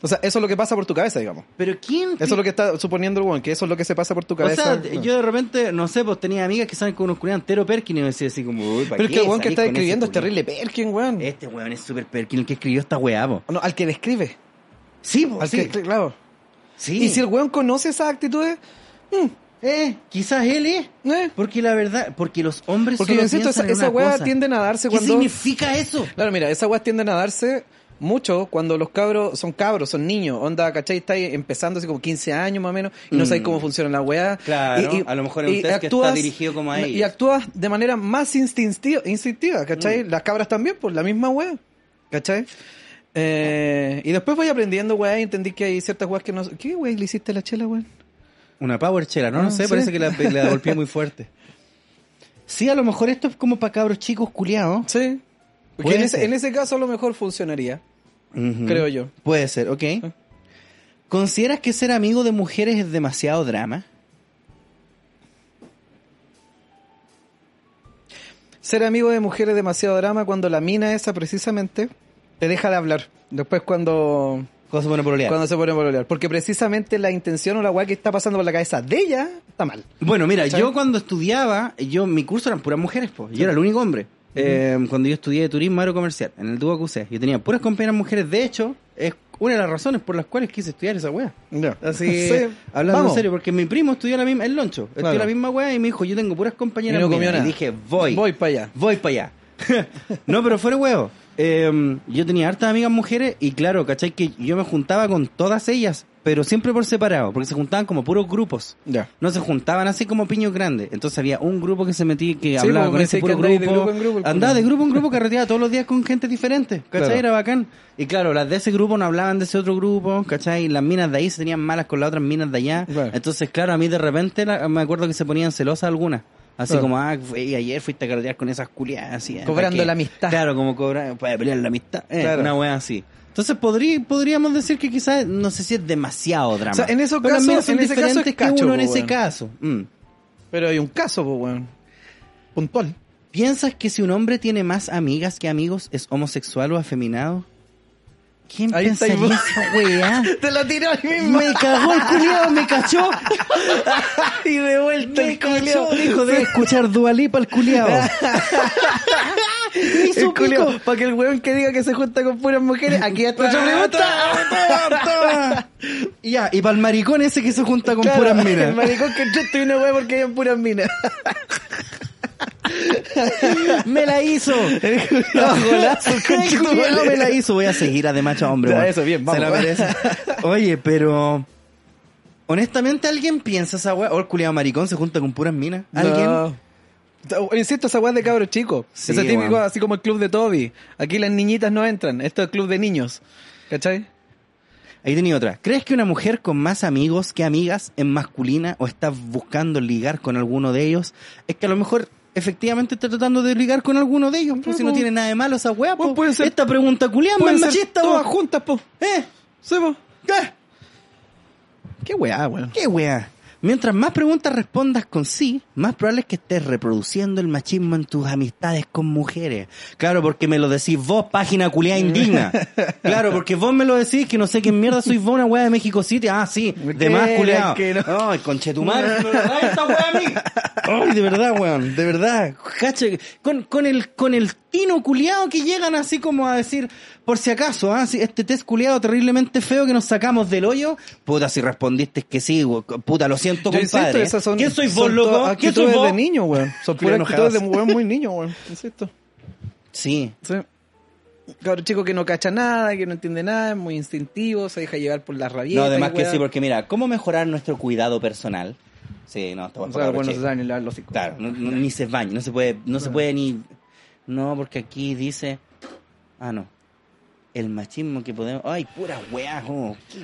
[SPEAKER 1] O sea, eso es lo que pasa por tu cabeza, digamos.
[SPEAKER 2] Pero ¿quién
[SPEAKER 1] Eso es lo que está suponiendo el weón, que eso es lo que se pasa por tu
[SPEAKER 2] O
[SPEAKER 1] cabeza.
[SPEAKER 2] sea, yo de repente, no sé, pues tenía amigas que salen con unos culiados entero Perkin y me decía así como, uy, ¿pa'
[SPEAKER 1] Pero es
[SPEAKER 2] qué
[SPEAKER 1] que el weón que
[SPEAKER 2] salís
[SPEAKER 1] está
[SPEAKER 2] con ese
[SPEAKER 1] escribiendo es
[SPEAKER 2] culiao?
[SPEAKER 1] terrible Perkin, weón.
[SPEAKER 2] Este weón es súper Perkin el que escribió esta weá, po.
[SPEAKER 1] No, al que describe.
[SPEAKER 2] Sí, po,
[SPEAKER 1] Al
[SPEAKER 2] Oh, sí.
[SPEAKER 1] que, claro.
[SPEAKER 2] sí.
[SPEAKER 1] Y si el weón conoce esas actitudes, mm,
[SPEAKER 2] Eh, quizás él es.
[SPEAKER 1] Eh.
[SPEAKER 2] Porque la verdad, porque los hombres
[SPEAKER 1] Porque
[SPEAKER 2] solo
[SPEAKER 1] yo insisto, esa,
[SPEAKER 2] piensan en
[SPEAKER 1] esa
[SPEAKER 2] una
[SPEAKER 1] weá
[SPEAKER 2] cosa.
[SPEAKER 1] tienden a darse
[SPEAKER 2] ¿Qué
[SPEAKER 1] cuando.
[SPEAKER 2] significa eso?
[SPEAKER 1] Claro, mira, esas weas tienden a darse mucho cuando los cabros son cabros, son niños. Onda, ¿cachai? Estáis empezando así como 15 años más o menos y no sabéis cómo funciona la wea.
[SPEAKER 2] Mm. Claro,
[SPEAKER 1] y, y-
[SPEAKER 2] a lo mejor es un
[SPEAKER 1] y
[SPEAKER 2] test que está dirigido como a ellos. Mm.
[SPEAKER 1] Y actúas de manera más instintiva, instintiva ¿cachai? Las cabras también, por la misma wea. ¿cachai? Eh, y después voy aprendiendo, weá, y entendí que hay ciertas weas que no... ¿Qué weá le hiciste a la chela, weón?
[SPEAKER 2] Una power chela, no, no,
[SPEAKER 1] Ah,
[SPEAKER 2] sé,
[SPEAKER 1] sí.
[SPEAKER 2] parece que la, la golpeé muy fuerte. (laughs) Sí, a lo mejor esto es como para cabros chicos culiados.
[SPEAKER 1] Sí. Porque
[SPEAKER 2] Puede
[SPEAKER 1] en ese,
[SPEAKER 2] ser.
[SPEAKER 1] en ese caso a lo mejor funcionaría, creo yo. Ah.
[SPEAKER 2] Puede ser, ok. ¿Consideras que ser amigo de mujeres es demasiado drama?
[SPEAKER 1] Ser amigo de mujeres es demasiado drama cuando la mina esa precisamente te deja de hablar. Después cuando,
[SPEAKER 2] Cosa buena por olear.
[SPEAKER 1] cuando se pone a pololear. Porque precisamente la intención o la weá que está pasando por la cabeza de ella está mal.
[SPEAKER 2] Bueno, mira,
[SPEAKER 1] ¿Cachai?
[SPEAKER 2] yo cuando estudiaba, yo mi curso eran puras mujeres, po. yo era el único hombre. Eh, cuando yo estudié turismo aerocomercial en el Duo QC, yo tenía puras compañeras mujeres. De hecho, es una de las razones por las cuales quise estudiar esa wea. Así,
[SPEAKER 1] (laughs)
[SPEAKER 2] hablando en serio, porque mi primo estudió la misma, el loncho, estudió
[SPEAKER 1] Claro.
[SPEAKER 2] la misma wea y me dijo, yo tengo puras compañeras
[SPEAKER 1] Y no comió
[SPEAKER 2] mujeres.
[SPEAKER 1] nada.
[SPEAKER 2] Y dije, voy, voy,
[SPEAKER 1] Voy para allá.
[SPEAKER 2] para allá. (laughs) no, pero fuera huevo. Eh, yo tenía hartas amigas mujeres y claro, ¿cachai? Que yo me juntaba con todas ellas, pero siempre por separado, porque se juntaban como puros grupos
[SPEAKER 1] Ya.
[SPEAKER 2] no se juntaban así como piños grandes. Entonces había un grupo que se metía, que
[SPEAKER 1] Sí,
[SPEAKER 2] hablaba
[SPEAKER 1] pues,
[SPEAKER 2] con
[SPEAKER 1] me
[SPEAKER 2] ese
[SPEAKER 1] decís
[SPEAKER 2] puro
[SPEAKER 1] que andaba
[SPEAKER 2] grupo.
[SPEAKER 1] de grupo en grupo, el
[SPEAKER 2] andaba
[SPEAKER 1] culo.
[SPEAKER 2] de grupo en
[SPEAKER 1] (laughs)
[SPEAKER 2] grupo, carreteaba todos los días con gente diferente. ¿Cachai?
[SPEAKER 1] Claro.
[SPEAKER 2] Era bacán. Y claro, las de ese grupo no hablaban de ese otro grupo, ¿cachai? Las minas de ahí se tenían malas con las otras minas de allá.
[SPEAKER 1] Claro.
[SPEAKER 2] Entonces, claro, a mí de repente la- me acuerdo que se ponían celosas algunas. Así
[SPEAKER 1] Claro.
[SPEAKER 2] como, ah, fui- ayer fuiste a carretear con esas culiadas. Así, ¿eh?
[SPEAKER 1] Cobrando
[SPEAKER 2] ¿Para qué?
[SPEAKER 1] la amistad.
[SPEAKER 2] Claro, como cobrar, para pelear la amistad. Eh,
[SPEAKER 1] Claro.
[SPEAKER 2] Una wea así. Entonces podrí- podríamos decir que quizás, no sé si es demasiado drama.
[SPEAKER 1] O sea, en esos
[SPEAKER 2] Pero las
[SPEAKER 1] casos-
[SPEAKER 2] minas son
[SPEAKER 1] en ese caso es
[SPEAKER 2] diferentes que
[SPEAKER 1] cacho,
[SPEAKER 2] uno en
[SPEAKER 1] pues,
[SPEAKER 2] ese
[SPEAKER 1] weón.
[SPEAKER 2] caso. Mm.
[SPEAKER 1] Pero hay un caso, pues, weón. Puntual.
[SPEAKER 2] ¿Piensas que si un hombre tiene más amigas que amigos es homosexual o afeminado? ¿Quién
[SPEAKER 1] Ahí está
[SPEAKER 2] pensaría
[SPEAKER 1] ahí,
[SPEAKER 2] esa (laughs) weá?
[SPEAKER 1] (laughs) Te la tiró ahí mismo.
[SPEAKER 2] Me cagó el culiado, me (laughs) cachó.
[SPEAKER 1] y de vuelta
[SPEAKER 2] Me
[SPEAKER 1] el culiao.
[SPEAKER 2] cachó, dijo de escuchar Dualipa al (laughs) culiado.
[SPEAKER 1] El culiao. Para que el weón que diga que se junta con puras mujeres, aquí está otra (laughs) pregunta.
[SPEAKER 2] (laughs) Ya, y para el maricón ese que se junta con
[SPEAKER 1] Claro,
[SPEAKER 2] puras
[SPEAKER 1] El
[SPEAKER 2] minas.
[SPEAKER 1] maricón que entraste una weá porque hay puras minas.
[SPEAKER 2] ¡Me la (laughs) hizo!
[SPEAKER 1] Los golazos,
[SPEAKER 2] El culiao me la hizo! Voy a seguir además a hombre.
[SPEAKER 1] Ya,
[SPEAKER 2] weón.
[SPEAKER 1] eso, bien,
[SPEAKER 2] Se
[SPEAKER 1] vamos,
[SPEAKER 2] la
[SPEAKER 1] weón.
[SPEAKER 2] merece. Oye, pero... Honestamente, ¿alguien piensa esa weá? ¿O el culiado maricón se junta con puras minas? ¿Alguien?
[SPEAKER 1] No. Insisto, esa weá de cabros chicos.
[SPEAKER 2] Sí,
[SPEAKER 1] Eso es típico,
[SPEAKER 2] weón.
[SPEAKER 1] así como el club de Toby. Aquí las niñitas no entran. Esto es club de niños. ¿Cachai?
[SPEAKER 2] Ahí tenía otra. ¿Crees que una mujer con más amigos que amigas es masculina o está buscando ligar con alguno de ellos? Es que a lo mejor efectivamente está tratando de ligar con alguno de ellos, pues si no
[SPEAKER 1] po.
[SPEAKER 2] tiene nada de malo esa weá,
[SPEAKER 1] Bueno,
[SPEAKER 2] po.
[SPEAKER 1] pueden Pues ser-
[SPEAKER 2] Esta pregunta culián más
[SPEAKER 1] Pueden ser
[SPEAKER 2] machista,
[SPEAKER 1] todas
[SPEAKER 2] po.
[SPEAKER 1] juntas, po.
[SPEAKER 2] ¿Eh?
[SPEAKER 1] Sí, po.
[SPEAKER 2] ¿Qué?
[SPEAKER 1] Qué weá, weón.
[SPEAKER 2] ¿Qué weá? Mientras más preguntas respondas con sí, más probable es que estés reproduciendo el machismo en tus amistades con mujeres. Claro, porque me lo decís vos, página culiada
[SPEAKER 1] (laughs)
[SPEAKER 2] indigna. Claro, porque vos me lo decís que no sé qué mierda sois vos, una weá de México City. Ah, sí, de
[SPEAKER 1] Que
[SPEAKER 2] más
[SPEAKER 1] no,
[SPEAKER 2] culiado.
[SPEAKER 1] que no.
[SPEAKER 2] Ay,
[SPEAKER 1] (laughs)
[SPEAKER 2] conchetumar. esta weá a mí. Ay, de verdad, weón, de verdad. Cacha, con, con el, con el tino culiado que llegan así como a decir, por si acaso, ah, si este test culiado terriblemente feo que nos sacamos del hoyo, puta, si respondiste que sí, weón, puta, lo siento,
[SPEAKER 1] Yo
[SPEAKER 2] compadre.
[SPEAKER 1] insisto, esas son.
[SPEAKER 2] ¿Quién sois vos,
[SPEAKER 1] son todas
[SPEAKER 2] loco? ¿Quién sois
[SPEAKER 1] actitudes
[SPEAKER 2] vos?
[SPEAKER 1] de niño, weón. Son puras
[SPEAKER 2] Culiao
[SPEAKER 1] actitudes de
[SPEAKER 2] enojadas.
[SPEAKER 1] weón muy niño, weón. Insisto.
[SPEAKER 2] Sí.
[SPEAKER 1] Sí. Cabro chico que no cacha nada, que no entiende nada, es muy instintivo, se deja llevar por las rabietas.
[SPEAKER 2] No, además
[SPEAKER 1] y
[SPEAKER 2] que
[SPEAKER 1] weá.
[SPEAKER 2] sí, porque mira, ¿cómo mejorar nuestro cuidado personal? Sí, no, está
[SPEAKER 1] O sea, bueno, se saben ni lavar los hocicos.
[SPEAKER 2] Claro, no- no- ni se baña, no se puede, no se puede ni... No, porque aquí dice... Ah, no. El machismo que podemos... Ay, pura weá. oh, qué-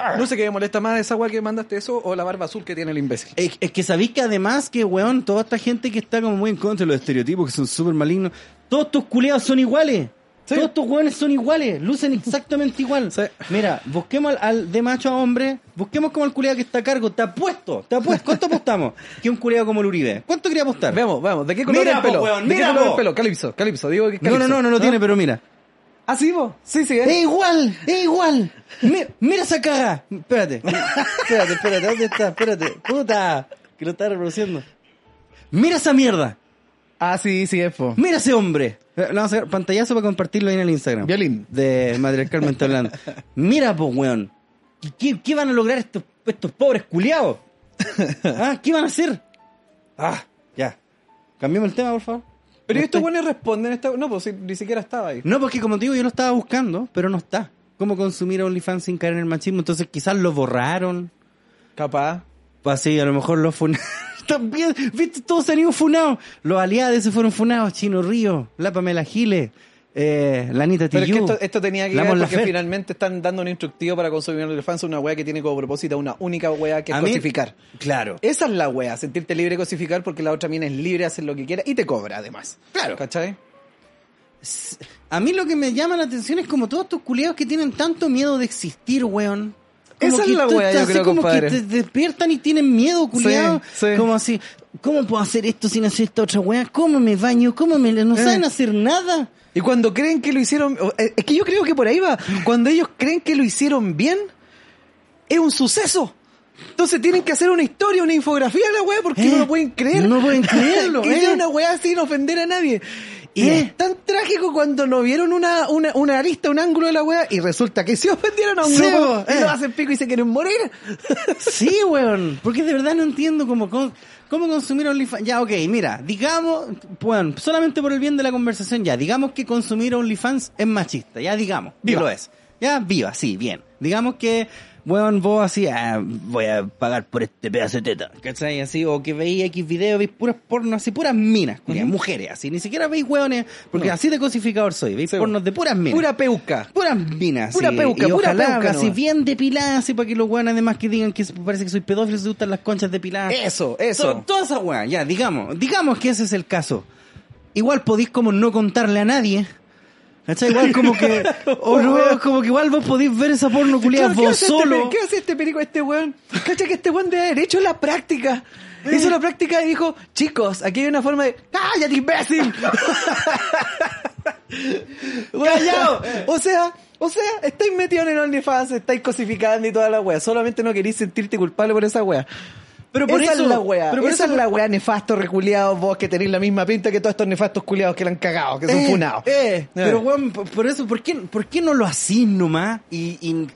[SPEAKER 2] Ah.
[SPEAKER 1] No sé qué me molesta más esa weá que mandaste eso o la barba azul que tiene el imbécil.
[SPEAKER 2] Es, es que sabéis que además que, weón, toda esta gente que está como muy en contra de los estereotipos, que son súper malignos, todos tus culeados son iguales. Todos tus weones son iguales,
[SPEAKER 1] (laughs)
[SPEAKER 2] lucen exactamente igual.
[SPEAKER 1] Sí.
[SPEAKER 2] Mira, busquemos al, al de macho a hombre, busquemos como el culeado que está a cargo, te apuesto, te apuesto, ¿cuánto
[SPEAKER 1] (laughs)
[SPEAKER 2] apostamos? Que un culeado como el Uribe. ¿Cuánto quería apostar?
[SPEAKER 1] Veamos, veamos, ¿de qué color
[SPEAKER 2] Mira,
[SPEAKER 1] es el pelo?
[SPEAKER 2] po, weón,
[SPEAKER 1] ¿De qué
[SPEAKER 2] mira,
[SPEAKER 1] color es
[SPEAKER 2] po.
[SPEAKER 1] el pelo? Calipso, calipso, digo que
[SPEAKER 2] no,
[SPEAKER 1] calipso.
[SPEAKER 2] no, no, no lo tiene, pero mira.
[SPEAKER 1] Ah, sí, vos. Sí, sí,
[SPEAKER 2] Es
[SPEAKER 1] eh.
[SPEAKER 2] igual, es igual. Mi- mira esa caga. Espérate. Espérate, espérate, ¿dónde está? Espérate. Puta, que lo está reproduciendo. Mira esa mierda.
[SPEAKER 1] Ah, sí, sí, es, po.
[SPEAKER 2] Mira ese hombre. Eh, Le vamos a sacar pantallazo para compartirlo ahí en el Instagram.
[SPEAKER 1] Violín.
[SPEAKER 2] De Matriarcal Mente (laughs) hablando. Mira, pues, weón. ¿Qué- ¿Qué, qué van a lograr estos, estos pobres culiados? ah, ¿qué van a hacer? Ah, ya. Cambiemos el tema, por favor.
[SPEAKER 1] Pero
[SPEAKER 2] No
[SPEAKER 1] estos
[SPEAKER 2] estoy-
[SPEAKER 1] buenos responden. esta- No, pues si- ni siquiera estaba ahí.
[SPEAKER 2] No, porque como te digo, yo lo estaba buscando, pero no está. ¿Cómo consumir OnlyFans sin caer en el machismo? Entonces quizás lo borraron. Pues
[SPEAKER 1] Capaz.
[SPEAKER 2] Así, a lo mejor lo funaron. (laughs) También, viste, todos se han ido funados. Los aliados se fueron funados. Chino Río, La Pamela Giles, eh, Lanita
[SPEAKER 1] Pero es que
[SPEAKER 2] Tijoux,
[SPEAKER 1] esto, esto tenía que
[SPEAKER 2] la
[SPEAKER 1] ver
[SPEAKER 2] Mon
[SPEAKER 1] porque
[SPEAKER 2] Laferte.
[SPEAKER 1] finalmente están dando un instructivo para consumir OnlyFans, una wea que tiene como propósito una única wea que es
[SPEAKER 2] A mí-
[SPEAKER 1] cosificar.
[SPEAKER 2] Claro.
[SPEAKER 1] Esa es la wea, sentirte libre de cosificar porque la otra mina es libre de hacer lo que quiera y te cobra además. Claro. ¿Cachai?
[SPEAKER 2] A mí lo que me llama la atención es como todos estos culiados que tienen tanto miedo de existir, weón. Como
[SPEAKER 1] Esa es
[SPEAKER 2] que
[SPEAKER 1] la
[SPEAKER 2] tú
[SPEAKER 1] weá, yo
[SPEAKER 2] estás así
[SPEAKER 1] creo,
[SPEAKER 2] como
[SPEAKER 1] compadre.
[SPEAKER 2] que te despiertan y tienen miedo, culiado.
[SPEAKER 1] sí.
[SPEAKER 2] Como así, ¿cómo puedo hacer esto sin hacer esta otra weá? ¿Cómo me baño? ¿Cómo me.? No
[SPEAKER 1] Eh.
[SPEAKER 2] saben hacer nada.
[SPEAKER 1] Y cuando creen que lo hicieron, o- eh, es que yo creo que por ahí va, cuando ellos creen que lo hicieron bien, es un suceso. Entonces tienen que hacer una historia, una infografía de la weá porque
[SPEAKER 2] Eh,
[SPEAKER 1] no lo pueden creer.
[SPEAKER 2] no
[SPEAKER 1] (laughs)
[SPEAKER 2] pueden creerlo,
[SPEAKER 1] que
[SPEAKER 2] eh.
[SPEAKER 1] hicieron una weá sin ofender a nadie. Y
[SPEAKER 2] Eh.
[SPEAKER 1] es tan trágico cuando no vieron una, una, una arista, un ángulo de la weá y resulta que sí ofendieron a un
[SPEAKER 2] Sí,
[SPEAKER 1] grupo
[SPEAKER 2] eh.
[SPEAKER 1] y lo hacen pico y se quieren morir.
[SPEAKER 2] Sí, weón. Porque de verdad no entiendo cómo, con- cómo consumir OnlyFans. Ya, ok, mira, digamos, weón, solamente por el bien de la conversación, ya, digamos que consumir OnlyFans es machista, ya digamos, que
[SPEAKER 1] Viva.
[SPEAKER 2] lo es. Ya, viva, sí, bien. Digamos que, weón, vos así, ah, voy a pagar por este pedazo de teta, ¿cachai? Así, o que veis X videos, veis puras pornos, así, puras minas, culias, mujeres, así, ni siquiera veis weones, porque así de cosificador soy, veis pornos de puras minas.
[SPEAKER 1] Pura peuca.
[SPEAKER 2] Puras minas.
[SPEAKER 1] Pura
[SPEAKER 2] sí.
[SPEAKER 1] peuca,
[SPEAKER 2] y
[SPEAKER 1] pura
[SPEAKER 2] ojalá,
[SPEAKER 1] peuca
[SPEAKER 2] Así
[SPEAKER 1] nomás.
[SPEAKER 2] bien depiladas, así para que los weones además que digan que parece que soy pedófilo, se gustan las conchas depiladas.
[SPEAKER 1] Eso, eso.
[SPEAKER 2] To- toda esa weá, ya, digamos. Digamos que ese es el caso. Igual podéis como no contarle a nadie. ¿Cachai? Igual como
[SPEAKER 1] (laughs)
[SPEAKER 2] que. o no, como que igual vos podéis ver esa porno culiada
[SPEAKER 1] Claro, ¿qué
[SPEAKER 2] vos
[SPEAKER 1] hace este
[SPEAKER 2] solo.
[SPEAKER 1] pe- ¿Qué hace este perico este weón? Cacha que este weón debe haber hecho la práctica. Hizo la práctica y dijo, chicos, aquí hay una forma de...
[SPEAKER 2] (laughs)
[SPEAKER 1] ¡Cállate, imbécil! ¡Callado! O sea, o sea, estáis metidos en el OnlyFans, estáis cosificando y toda la wea. Solamente no queréis sentirte culpable por esa wea.
[SPEAKER 2] Pero
[SPEAKER 1] Pero
[SPEAKER 2] por
[SPEAKER 1] esa
[SPEAKER 2] eso.
[SPEAKER 1] es la wea.
[SPEAKER 2] pero por
[SPEAKER 1] esa
[SPEAKER 2] eso-
[SPEAKER 1] es la wea, nefasto, reculeados, vos que tenéis la misma pinta que todos estos nefastos culiados que la han cagado, que son
[SPEAKER 2] Eh,
[SPEAKER 1] funados.
[SPEAKER 2] eh, Pero,
[SPEAKER 1] Eh.
[SPEAKER 2] weón, por, por eso, ¿por qué, ¿por qué no lo hacís nomás? Y, y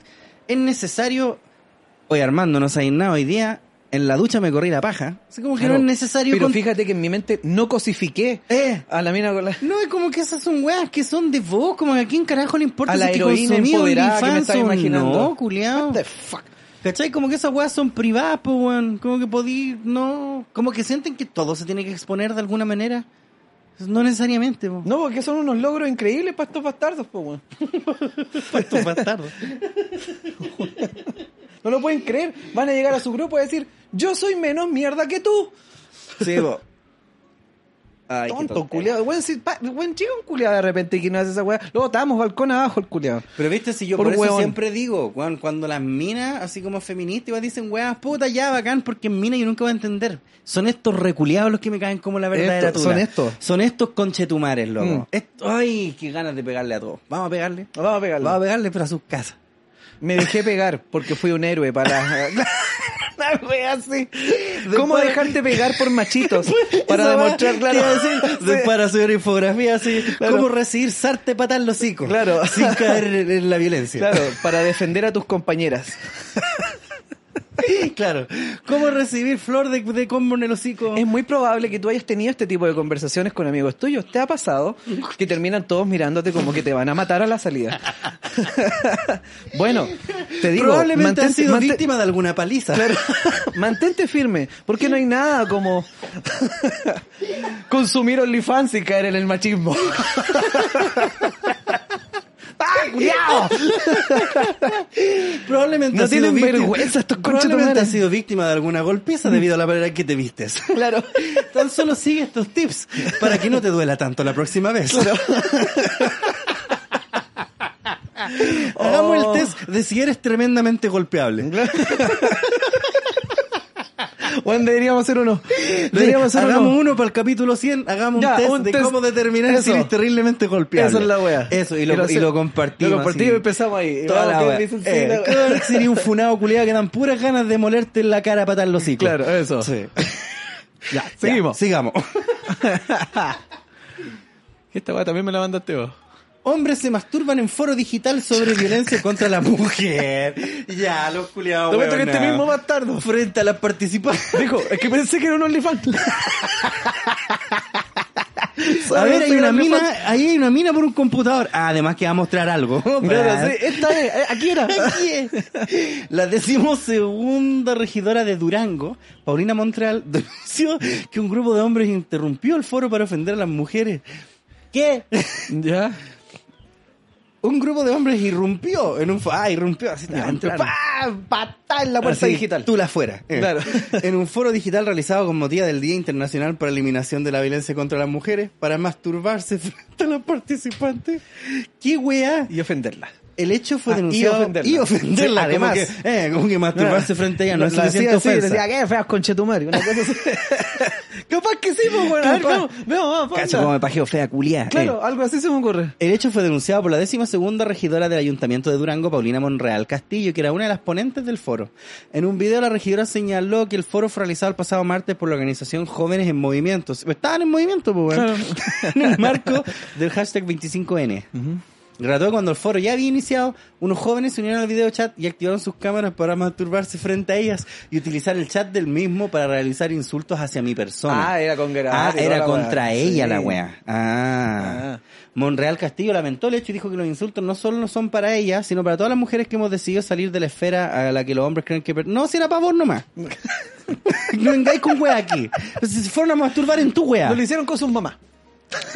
[SPEAKER 2] es necesario. Oye, Armando, no sabéis nada hoy día. En la ducha me corrí la paja. Así como que no es necesario.
[SPEAKER 1] Pero
[SPEAKER 2] con-
[SPEAKER 1] fíjate que en mi mente no cosifiqué
[SPEAKER 2] Eh.
[SPEAKER 1] a la mina con la...
[SPEAKER 2] No, es como que esas son weas que son de vos, como que a quién carajo le importa
[SPEAKER 1] A la
[SPEAKER 2] si te
[SPEAKER 1] heroína
[SPEAKER 2] consumí
[SPEAKER 1] empoderada que me
[SPEAKER 2] OnlyFans
[SPEAKER 1] estaba
[SPEAKER 2] o
[SPEAKER 1] imaginando.
[SPEAKER 2] No, culiao.
[SPEAKER 1] What the fuck?
[SPEAKER 2] ¿Cachai? Como que esas weas son privadas, po, weón. Como que podí, no. Como que sienten que todo se tiene que exponer de alguna manera. No necesariamente, po.
[SPEAKER 1] No, porque son unos logros increíbles para estos bastardos, po, weón.
[SPEAKER 2] (laughs) estos bastardos.
[SPEAKER 1] No lo pueden creer. Van a llegar a su grupo y decir, yo soy menos mierda que tú.
[SPEAKER 2] Sí, po. Ay, qué
[SPEAKER 1] Tonto,
[SPEAKER 2] tontera.
[SPEAKER 1] culiado. Buen, si, pa- buen chico un culiado de repente que no hace esa weá. Luego estábamos balcón abajo el culiado.
[SPEAKER 2] Pero viste, si yo por,
[SPEAKER 1] Por
[SPEAKER 2] eso
[SPEAKER 1] hueón.
[SPEAKER 2] siempre digo, weón, cuando las minas, así como feministas, igual dicen, weas, puta, ya, bacán, porque en mina yo nunca voy a entender. Son estos reculeados los que me caen como la verdadera
[SPEAKER 1] Estos-
[SPEAKER 2] tula.
[SPEAKER 1] son estos.
[SPEAKER 2] Son estos conchetumares, loco.
[SPEAKER 1] Mm.
[SPEAKER 2] Est- ay, qué ganas de pegarle a todos. Vamos a pegarle.
[SPEAKER 1] Vamos a pegarlo.
[SPEAKER 2] Vamos a pegarle, pero a sus casas. (laughs)
[SPEAKER 1] Me dejé pegar porque fui un héroe para... Una wea así. ¿Cómo
[SPEAKER 2] Después-
[SPEAKER 1] dejarte pegar por machitos?
[SPEAKER 2] (laughs)
[SPEAKER 1] para
[SPEAKER 2] Esa wea
[SPEAKER 1] demostrar, claro.
[SPEAKER 2] te iba a decir,
[SPEAKER 1] (laughs) Sí.
[SPEAKER 2] de- Para subir infografía, así.
[SPEAKER 1] Claro.
[SPEAKER 2] ¿Cómo recibir sarte patas en los hocico? (laughs)
[SPEAKER 1] Claro.
[SPEAKER 2] Sin caer en, en la violencia.
[SPEAKER 1] Claro, para defender a tus compañeras.
[SPEAKER 2] (laughs) Claro. ¿Cómo recibir flor de, de combo en el hocico?
[SPEAKER 1] Es muy probable que tú hayas tenido este tipo de conversaciones con amigos tuyos. ¿Te ha pasado que terminan todos mirándote como que te van a matar a la salida? (laughs) bueno, te digo,
[SPEAKER 2] Probablemente
[SPEAKER 1] mantente-
[SPEAKER 2] has sido
[SPEAKER 1] mante-
[SPEAKER 2] víctima de alguna paliza. (laughs)
[SPEAKER 1] Claro, (laughs) mantente firme, porque no hay nada como (laughs) consumir OnlyFans y caer en el machismo. (laughs) ¡Ah, culiao!
[SPEAKER 2] Probablemente
[SPEAKER 1] No
[SPEAKER 2] has sido
[SPEAKER 1] tienen
[SPEAKER 2] víctima-
[SPEAKER 1] vergüenza estos
[SPEAKER 2] Probablemente
[SPEAKER 1] conchetumares.
[SPEAKER 2] has sido víctima de alguna golpiza debido a la manera en que te vistes.
[SPEAKER 1] (laughs) Claro.
[SPEAKER 2] (laughs) Tan solo sigue estos tips para que no te duela tanto la próxima vez. (laughs)
[SPEAKER 1] (laughs)
[SPEAKER 2] Hagamos el
[SPEAKER 1] Oh.
[SPEAKER 2] test de si eres tremendamente golpeable.
[SPEAKER 1] Bueno, deberíamos hacer uno. Deberíamos hacer
[SPEAKER 2] hagamos
[SPEAKER 1] uno.
[SPEAKER 2] uno para el capítulo 100, hagamos
[SPEAKER 1] Ya,
[SPEAKER 2] un test
[SPEAKER 1] un
[SPEAKER 2] de
[SPEAKER 1] test.
[SPEAKER 2] cómo determinar si
[SPEAKER 1] Eso.
[SPEAKER 2] eres terriblemente golpeable.
[SPEAKER 1] Esa es la wea.
[SPEAKER 2] Eso, y lo,
[SPEAKER 1] Y
[SPEAKER 2] y lo
[SPEAKER 1] lo hace-
[SPEAKER 2] compartimos.
[SPEAKER 1] lo compartimos
[SPEAKER 2] así.
[SPEAKER 1] y empezamos ahí.
[SPEAKER 2] Toda
[SPEAKER 1] Vamos,
[SPEAKER 2] la
[SPEAKER 1] que
[SPEAKER 2] wea.
[SPEAKER 1] dicen sí,
[SPEAKER 2] Eh,
[SPEAKER 1] la wea.
[SPEAKER 2] claro (laughs) que sería un funado culiado que dan puras ganas de molerte en la cara para atar los hocicos.
[SPEAKER 1] Claro, eso. (laughs)
[SPEAKER 2] Sí. ya,
[SPEAKER 1] seguimos.
[SPEAKER 2] ya, sigamos.
[SPEAKER 1] Esta weá también me la mandaste vos.
[SPEAKER 2] Hombres se masturban en foro digital sobre violencia contra la mujer. Ya, los culiados.
[SPEAKER 1] Lo meto en
[SPEAKER 2] hueonados.
[SPEAKER 1] este mismo bastardo.
[SPEAKER 2] Frente a las participantes.
[SPEAKER 1] Dijo, es que pensé que era un
[SPEAKER 2] (laughs)
[SPEAKER 1] OnlyFans. (laughs)
[SPEAKER 2] A ver, hay
[SPEAKER 1] Estoy
[SPEAKER 2] una
[SPEAKER 1] en
[SPEAKER 2] mina,
[SPEAKER 1] OnlyFans.
[SPEAKER 2] ahí hay una mina por un computador. Ah, además que va a mostrar algo. (laughs)
[SPEAKER 1] Claro, sí, esta es, eh, aquí (laughs) era.
[SPEAKER 2] La decimosegunda regidora de Durango, Paulina Montreal, (laughs) denunció que un grupo de hombres interrumpió el foro para ofender a las mujeres. ¿Qué?
[SPEAKER 1] Ya.
[SPEAKER 2] Un grupo de hombres irrumpió en un foro. Ah, irrumpió así.
[SPEAKER 1] Ya,
[SPEAKER 2] entró,
[SPEAKER 1] claro.
[SPEAKER 2] ¡pa! ¡Patá en la puerta
[SPEAKER 1] Así,
[SPEAKER 2] digital. Tú la fuera. eh. (laughs)
[SPEAKER 1] Claro.
[SPEAKER 2] En un foro digital realizado con motivo del Día Internacional para la Eliminación de la Violencia contra las Mujeres, para masturbarse (laughs) frente a los participantes. ¡Qué weá!
[SPEAKER 1] Y ofenderla.
[SPEAKER 2] El hecho fue
[SPEAKER 1] Ah, y
[SPEAKER 2] denunciado
[SPEAKER 1] ofenderla.
[SPEAKER 2] y ofenderla
[SPEAKER 1] Sí,
[SPEAKER 2] además.
[SPEAKER 1] como
[SPEAKER 2] eh, como que masturbarse frente a ella no es
[SPEAKER 1] La hacía
[SPEAKER 2] suficiente
[SPEAKER 1] así,
[SPEAKER 2] ofensa.
[SPEAKER 1] decía, ¿qué? Feas conchetumare. Una cosa así. (laughs) Capaz que sí, pues, bueno. A ver,
[SPEAKER 2] Capaz.
[SPEAKER 1] vamos, veamos, vamos, vamos.
[SPEAKER 2] Cacho, como me pajeo fea culiá.
[SPEAKER 1] Claro, algo así se me ocurre.
[SPEAKER 2] El hecho fue denunciado por la décima segunda regidora del Ayuntamiento de Durango, Paulina Monreal Castillo, que era una de las ponentes del foro. En un video la regidora señaló que el foro fue realizado el pasado martes por la organización Jóvenes en Movimiento. Estaban en movimiento, pues, weón. (laughs) en el marco del hashtag 25N. Relató que cuando el foro ya había iniciado, unos jóvenes se unieron al video chat y activaron sus cámaras para masturbarse frente a ellas y utilizar el chat del mismo para realizar insultos hacia mi persona.
[SPEAKER 1] Ah, era con
[SPEAKER 2] Ah,
[SPEAKER 1] grabar y
[SPEAKER 2] era
[SPEAKER 1] toda la weá.
[SPEAKER 2] contra ella
[SPEAKER 1] Sí.
[SPEAKER 2] la wea. Ah.
[SPEAKER 1] Ah.
[SPEAKER 2] Monreal Castillo lamentó el hecho y dijo que los insultos no solo no son para ella, sino para todas las mujeres que hemos decidido salir de la esfera a la que los hombres creen que... per- No, si era pavor
[SPEAKER 1] (laughs)
[SPEAKER 2] nomás. no vengáis con wea aquí. Si se fueron a masturbar en tu wea.
[SPEAKER 1] Lo le hicieron con sus mamás.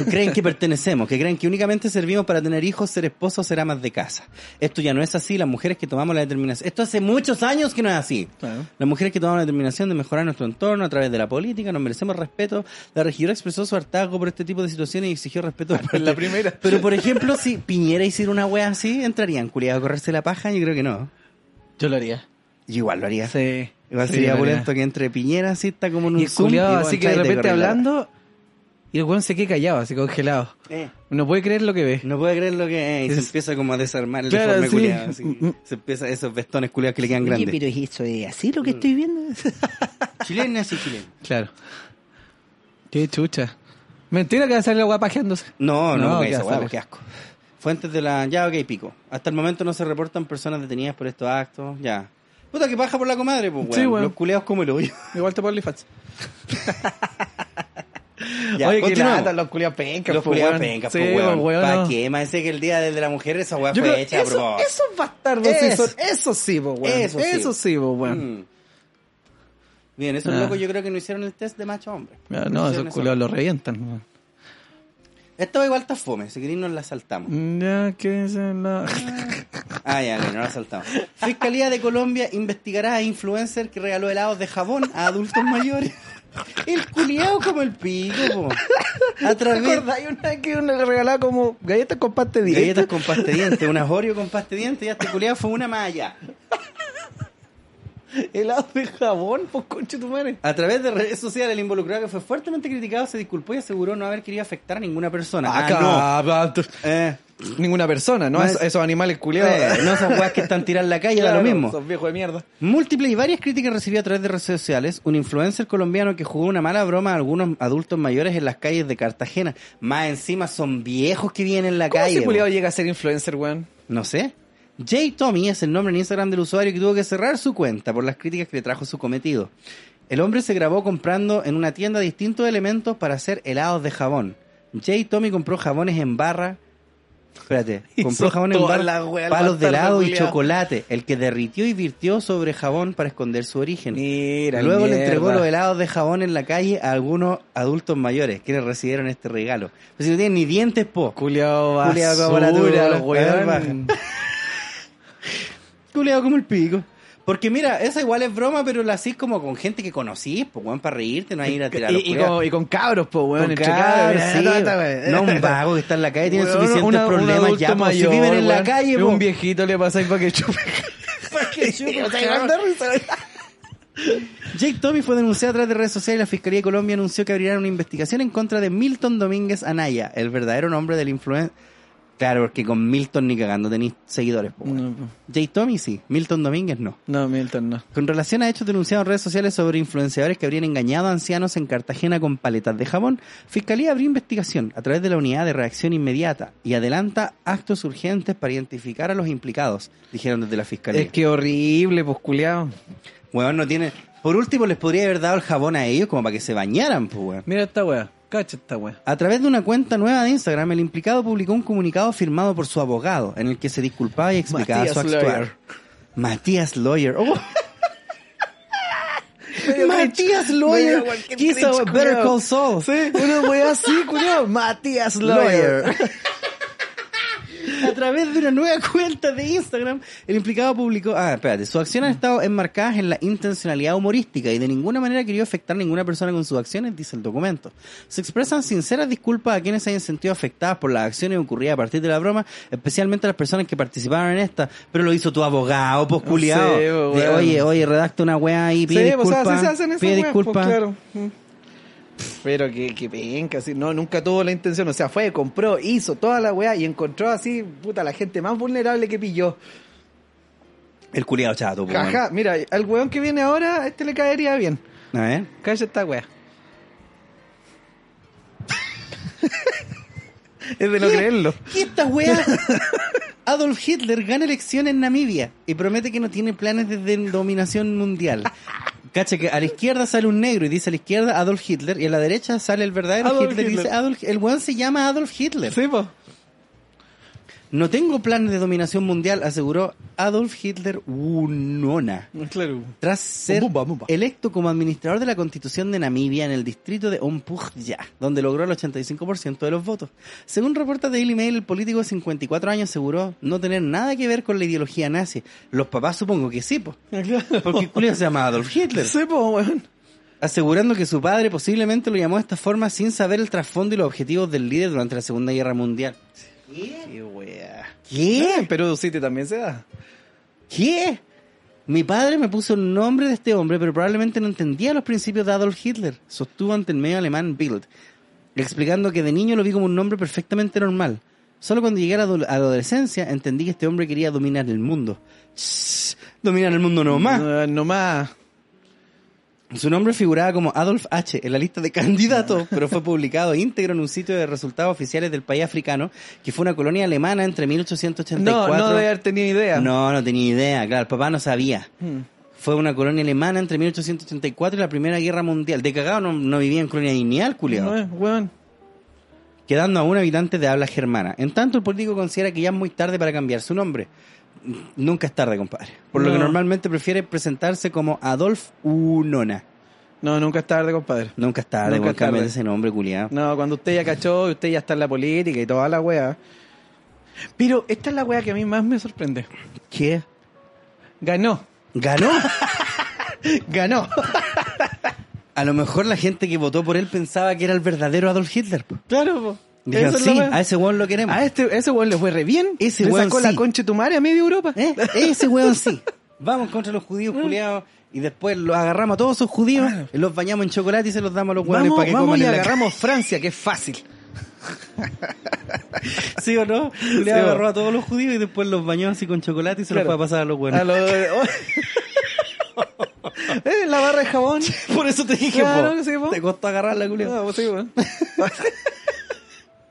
[SPEAKER 2] Creen que pertenecemos, que creen que únicamente servimos para tener hijos, ser esposos, ser amas de casa. Esto ya no es así, las mujeres que tomamos la determinación. Esto hace muchos años que no es así.
[SPEAKER 1] Claro.
[SPEAKER 2] Las mujeres que tomamos la determinación de mejorar nuestro entorno a través de la política, nos merecemos respeto. La regidora expresó su hartazgo por este tipo de situaciones y exigió respeto. por parte-
[SPEAKER 1] (laughs) la primera.
[SPEAKER 2] Pero por ejemplo, si Piñera hiciera una wea así, ¿entrarían culiados a correrse la paja? Yo creo que no.
[SPEAKER 1] Yo lo haría.
[SPEAKER 2] Yo igual lo haría.
[SPEAKER 1] Sí.
[SPEAKER 2] Igual
[SPEAKER 1] Sí,
[SPEAKER 2] sería
[SPEAKER 1] lo haría.
[SPEAKER 2] bolento que entre Piñera así, está como en un
[SPEAKER 1] Y el
[SPEAKER 2] Zoom,
[SPEAKER 1] culiao
[SPEAKER 2] y vos
[SPEAKER 1] así que de
[SPEAKER 2] entráis y te
[SPEAKER 1] repente
[SPEAKER 2] corrís la-
[SPEAKER 1] hablando y el weón se queda callado, así congelado.
[SPEAKER 2] Eh.
[SPEAKER 1] No puede creer lo que ve.
[SPEAKER 2] No puede creer lo que es. Y se
[SPEAKER 1] Es-
[SPEAKER 2] empieza como a desarmar el
[SPEAKER 1] Claro,
[SPEAKER 2] deforme
[SPEAKER 1] sí.
[SPEAKER 2] culiado.
[SPEAKER 1] Mm.
[SPEAKER 2] Se empieza esos vestones culiados que le quedan grandes.
[SPEAKER 1] pero eso es así lo que estoy viendo. (laughs)
[SPEAKER 2] Chilenas y chilenos.
[SPEAKER 1] claro. Qué chucha. Mentira que va a salir la guapa pajeándose.
[SPEAKER 2] No, no,
[SPEAKER 1] No,
[SPEAKER 2] porque
[SPEAKER 1] qué
[SPEAKER 2] esa
[SPEAKER 1] asco.
[SPEAKER 2] hueá, qué asco. Fuentes de la... Ya, ok, pico. Hasta el momento no se reportan personas detenidas por estos actos. Ya. Puta que paja por la comadre, pues,
[SPEAKER 1] Sí,
[SPEAKER 2] weón.
[SPEAKER 1] weón.
[SPEAKER 2] Los culeados como el hoyo. (laughs)
[SPEAKER 1] Igual te pongo fats.
[SPEAKER 2] Ya,
[SPEAKER 1] Oye, que
[SPEAKER 2] continuemos.
[SPEAKER 1] lata, los culiados pencas,
[SPEAKER 2] Los
[SPEAKER 1] po,
[SPEAKER 2] culeados
[SPEAKER 1] weón.
[SPEAKER 2] pencas,
[SPEAKER 1] Sí,
[SPEAKER 2] pues, weón.
[SPEAKER 1] po, weón,
[SPEAKER 2] ¿Para
[SPEAKER 1] no.
[SPEAKER 2] qué? Más sé que el día de la mujer esa hueá
[SPEAKER 1] Yo creo
[SPEAKER 2] fue hecha, a
[SPEAKER 1] eso,
[SPEAKER 2] propósito.
[SPEAKER 1] esos bastardos sí
[SPEAKER 2] Eso.
[SPEAKER 1] son- esos sí, po, weón.
[SPEAKER 2] Eso
[SPEAKER 1] Eso,
[SPEAKER 2] sí.
[SPEAKER 1] sí, po, weón.
[SPEAKER 2] Mm. Bien, esos
[SPEAKER 1] Ah.
[SPEAKER 2] locos yo creo que no hicieron el test de macho a hombre.
[SPEAKER 1] No, no,
[SPEAKER 2] hicieron
[SPEAKER 1] esos
[SPEAKER 2] esa
[SPEAKER 1] culiados lo revientan. weón.
[SPEAKER 2] Esta igual está fome, si queréis nos la saltamos.
[SPEAKER 1] Ya que se
[SPEAKER 2] (laughs)
[SPEAKER 1] la... (laughs)
[SPEAKER 2] Ah, ya, bien, nos la saltamos. Fiscalía de Colombia investigará a influencer que regaló helados de jabón a adultos mayores. El culiao como el pico, po. A
[SPEAKER 1] ¿Te
[SPEAKER 2] través
[SPEAKER 1] acordás? Hay una vez que uno le regalaba como galletas con parte
[SPEAKER 2] de
[SPEAKER 1] directa?
[SPEAKER 2] galletas con paste diente, unas Oreo con paste diente, y este culiao fue una malla.
[SPEAKER 1] helado de jabón, pues concha tu madre.
[SPEAKER 2] A través de redes sociales, el involucrado que fue fuertemente criticado se disculpó y aseguró no haber querido afectar a ninguna persona. Ah, no. Eh,
[SPEAKER 1] Ninguna persona, ¿no?
[SPEAKER 2] No
[SPEAKER 1] Es-
[SPEAKER 2] es-
[SPEAKER 1] Esos animales culiados.
[SPEAKER 2] eh, no esas weas que están tiradas en la calle, da
[SPEAKER 1] Claro,
[SPEAKER 2] lo mismo.
[SPEAKER 1] Son viejos de mierda.
[SPEAKER 2] Múltiples y varias críticas recibió a través de redes sociales un influencer colombiano que jugó una mala broma a algunos adultos mayores en las calles de Cartagena. Más encima son viejos que vienen en la
[SPEAKER 1] ¿Cómo
[SPEAKER 2] calle.
[SPEAKER 1] ese culiado
[SPEAKER 2] bo.
[SPEAKER 1] llega a ser influencer, weón?
[SPEAKER 2] No sé. J. Tommy es el nombre en Instagram del usuario que tuvo que cerrar su cuenta por las críticas que le trajo su cometido. El hombre se grabó comprando en una tienda distintos elementos para hacer helados de jabón. J. Tommy compró jabones en barra. Espérate, compró
[SPEAKER 1] (laughs) Hizo
[SPEAKER 2] jabones en
[SPEAKER 1] toda
[SPEAKER 2] barra,
[SPEAKER 1] la wea, el
[SPEAKER 2] palos de
[SPEAKER 1] bastardo
[SPEAKER 2] helado y
[SPEAKER 1] culiao.
[SPEAKER 2] chocolate, el que derritió y virtió sobre jabón para esconder su origen.
[SPEAKER 1] Mira,
[SPEAKER 2] Luego le
[SPEAKER 1] mierda.
[SPEAKER 2] entregó los helados de jabón en la calle a algunos adultos mayores, quienes recibieron este regalo. Pero si no tienen ni dientes, po.
[SPEAKER 1] Culiado
[SPEAKER 2] Culiao como la
[SPEAKER 1] basura,
[SPEAKER 2] tula, weón.
[SPEAKER 1] weón.
[SPEAKER 2] Culeado como el pico. Porque mira, esa igual es broma, pero la hacís como con gente que conocís, pues, weón, para reírte, no hay ir a tirar los
[SPEAKER 1] Y, y
[SPEAKER 2] culiaos.
[SPEAKER 1] con, y con cabros, pues, weón.
[SPEAKER 2] Con
[SPEAKER 1] entre
[SPEAKER 2] cabros,
[SPEAKER 1] cabros,
[SPEAKER 2] sí,
[SPEAKER 1] toda esta weá.
[SPEAKER 2] No
[SPEAKER 1] (laughs)
[SPEAKER 2] un vago que está en la calle, tiene
[SPEAKER 1] Weón,
[SPEAKER 2] suficientes
[SPEAKER 1] una- un
[SPEAKER 2] problemas
[SPEAKER 1] adulto
[SPEAKER 2] ya, pues, si
[SPEAKER 1] mayor,
[SPEAKER 2] viven en la
[SPEAKER 1] weón,
[SPEAKER 2] calle,
[SPEAKER 1] y
[SPEAKER 2] po. (laughs)
[SPEAKER 1] un viejito le pasáis para que chupe.
[SPEAKER 2] Jake Tommy fue denunciado a través de redes sociales y la Fiscalía de Colombia anunció que abrirán una investigación en contra de Milton Domínguez Anaya, el verdadero nombre del influen- Claro, porque con Milton ni cagando tenéis seguidores. po, weón.
[SPEAKER 1] No, po.
[SPEAKER 2] Jay Tommy sí, Milton Domínguez no.
[SPEAKER 1] no, Milton, no.
[SPEAKER 2] Con relación a hechos denunciados en redes sociales sobre influenciadores que habrían engañado a ancianos en Cartagena con paletas de jabón, Fiscalía abrió investigación a través de la Unidad de Reacción Inmediata y adelanta actos urgentes para identificar a los implicados, dijeron desde la Fiscalía.
[SPEAKER 1] Es que horrible, pues culiao.
[SPEAKER 2] Weón, no tiene... Por último, les podría haber dado el jabón a ellos como para que se bañaran, pues, weón.
[SPEAKER 1] Mira esta weá, cacha esta weá.
[SPEAKER 2] A través de una cuenta nueva de Instagram, el implicado publicó un comunicado firmado por su abogado en el que se disculpaba y explicaba
[SPEAKER 1] Matías
[SPEAKER 2] su actuar.
[SPEAKER 1] Lawyer.
[SPEAKER 2] Matías Lawyer. Oh. Matías Lawyer quiso Better Call Saul.
[SPEAKER 1] Sí, una weá así, culiao. Matías Lawyer.
[SPEAKER 2] A través de una nueva (laughs) cuenta de Instagram, el implicado publicó. Ah, espérate. Sus acciones han estado enmarcadas en la intencionalidad humorística y de ninguna manera querido afectar a ninguna persona con sus acciones, dice el documento. Se expresan sinceras disculpas a quienes se hayan sentido afectadas por las acciones ocurridas a partir de la broma, especialmente a las personas que participaron en esta. Pero lo hizo tu abogado, pues culiao.
[SPEAKER 1] Sí, pues,
[SPEAKER 2] De,
[SPEAKER 1] weón.
[SPEAKER 2] oye, oye, redacta una weá ahí,
[SPEAKER 1] Sí,
[SPEAKER 2] pide
[SPEAKER 1] pues, o
[SPEAKER 2] disculpas.
[SPEAKER 1] sea, así se hacen esas
[SPEAKER 2] pide
[SPEAKER 1] weas, pues,
[SPEAKER 2] disculpas.
[SPEAKER 1] claro. Mm. Pero que, que penca, así, no, nunca tuvo la intención, o sea, fue, compró, hizo toda la weá y encontró así, puta, la gente más vulnerable que pilló.
[SPEAKER 2] El culiao chato, pues, weón.
[SPEAKER 1] Jaja, mira, al weón que viene ahora, a este le caería bien.
[SPEAKER 2] A ver.
[SPEAKER 1] Calla esta weá. (laughs) es de no creerlo.
[SPEAKER 2] ¿Qué esta
[SPEAKER 1] (laughs)
[SPEAKER 2] weá? Adolf Hitler gana elección en Namibia y promete que no tiene planes de de dominación mundial. Cacha que a la izquierda sale un negro y dice a la izquierda Adolf Hitler y a la derecha sale el verdadero
[SPEAKER 1] Adolf
[SPEAKER 2] Hitler, y dice
[SPEAKER 1] Hitler.
[SPEAKER 2] Adolf el weón se llama Adolf Hitler.
[SPEAKER 1] Sí, po.
[SPEAKER 2] No tengo planes de dominación mundial, aseguró Adolf Hitler uh, Unona
[SPEAKER 1] Claro.
[SPEAKER 2] tras ser
[SPEAKER 1] Bumba, bumba.
[SPEAKER 2] electo como administrador de la constitución de Namibia en el distrito de Ompugya, donde logró el 85% de los votos. Según reporta Daily Mail, el político de 54 años aseguró no tener nada que ver con la ideología nazi. Los papás supongo que sí, po, porque el culiao se llama Adolf Hitler.
[SPEAKER 1] (laughs) Sí, po, weón.
[SPEAKER 2] Asegurando que su padre posiblemente lo llamó de esta forma sin saber el trasfondo y los objetivos del líder durante la Segunda Guerra Mundial.
[SPEAKER 1] Qué weá.
[SPEAKER 2] ¿Qué?
[SPEAKER 1] En Perú City también se da.
[SPEAKER 2] ¿Qué? Mi padre me puso el nombre de este hombre, pero probablemente no entendía los principios de Adolf Hitler, sostuvo ante el medio alemán Bild, explicando que de niño lo vi como un nombre perfectamente normal. Solo cuando llegué a la adol- a la adolescencia entendí que este hombre quería dominar el mundo. Shhh, dominar el mundo nomás.
[SPEAKER 1] No, no más.
[SPEAKER 2] Su nombre figuraba como Adolf H. en la lista de candidatos, pero fue publicado íntegro en un sitio de resultados oficiales del país africano, que fue una colonia alemana entre 1884.
[SPEAKER 1] No, no debe haber tenido idea.
[SPEAKER 2] No, no tenía idea, claro, el papá no sabía.
[SPEAKER 1] Mm.
[SPEAKER 2] Fue una colonia alemana entre 1884 y la Primera Guerra Mundial. De cagado no, no vivía en colonia lineal, culiado.
[SPEAKER 1] No, weón.
[SPEAKER 2] Quedando aún habitantes de habla germana. En tanto, el político considera que ya es muy tarde para cambiar su nombre. Nunca es tarde, compadre. Por lo que
[SPEAKER 1] No.
[SPEAKER 2] normalmente prefiere presentarse como Adolf Unona.
[SPEAKER 1] No, nunca es tarde, compadre.
[SPEAKER 2] Nunca es tarde,
[SPEAKER 1] Nunca
[SPEAKER 2] weón,
[SPEAKER 1] es tarde.
[SPEAKER 2] cámbiate ese nombre, culiado.
[SPEAKER 1] No, cuando usted ya cachó, usted ya está en la política y toda la weá. Pero esta es la weá que a mí más me sorprende.
[SPEAKER 2] ¿Qué? (laughs)
[SPEAKER 1] Ganó.
[SPEAKER 2] ¿Ganó?
[SPEAKER 1] Ganó.
[SPEAKER 2] A lo mejor la gente que votó por él pensaba que era el verdadero Adolf Hitler. po.
[SPEAKER 1] Claro, po.
[SPEAKER 2] Dijeron,
[SPEAKER 1] Esa es la
[SPEAKER 2] sí,
[SPEAKER 1] weá.
[SPEAKER 2] a ese weón lo queremos.
[SPEAKER 1] A este, ese weón le fue re bien.
[SPEAKER 2] Ese
[SPEAKER 1] le
[SPEAKER 2] weón
[SPEAKER 1] sacó
[SPEAKER 2] sí.
[SPEAKER 1] la concha de tu madre a media Europa.
[SPEAKER 2] ¿Eh? Ese weón sí. Vamos contra los judíos
[SPEAKER 1] Mm.
[SPEAKER 2] culiados y después los agarramos a todos esos judíos, eh, los bañamos en chocolate y se los damos a los hueones
[SPEAKER 1] Vamos,
[SPEAKER 2] para que
[SPEAKER 1] vamos
[SPEAKER 2] coman
[SPEAKER 1] y
[SPEAKER 2] en la
[SPEAKER 1] agarramos Francia, que es fácil.
[SPEAKER 2] ca- (laughs) ¿Sí o no? Le
[SPEAKER 1] Sí,
[SPEAKER 2] agarró
[SPEAKER 1] va.
[SPEAKER 2] a todos los judíos y después los bañó así con chocolate y se los
[SPEAKER 1] Claro.
[SPEAKER 2] fue a pasar a los hueones.
[SPEAKER 1] A lo- (laughs) Eh, La barra
[SPEAKER 2] (laughs)
[SPEAKER 1] de jabón.
[SPEAKER 2] (laughs) Por eso te dije,
[SPEAKER 1] Claro
[SPEAKER 2] po,
[SPEAKER 1] que sí, po.
[SPEAKER 2] te costó agarrarla, culiao.
[SPEAKER 1] No, pues sí, weón.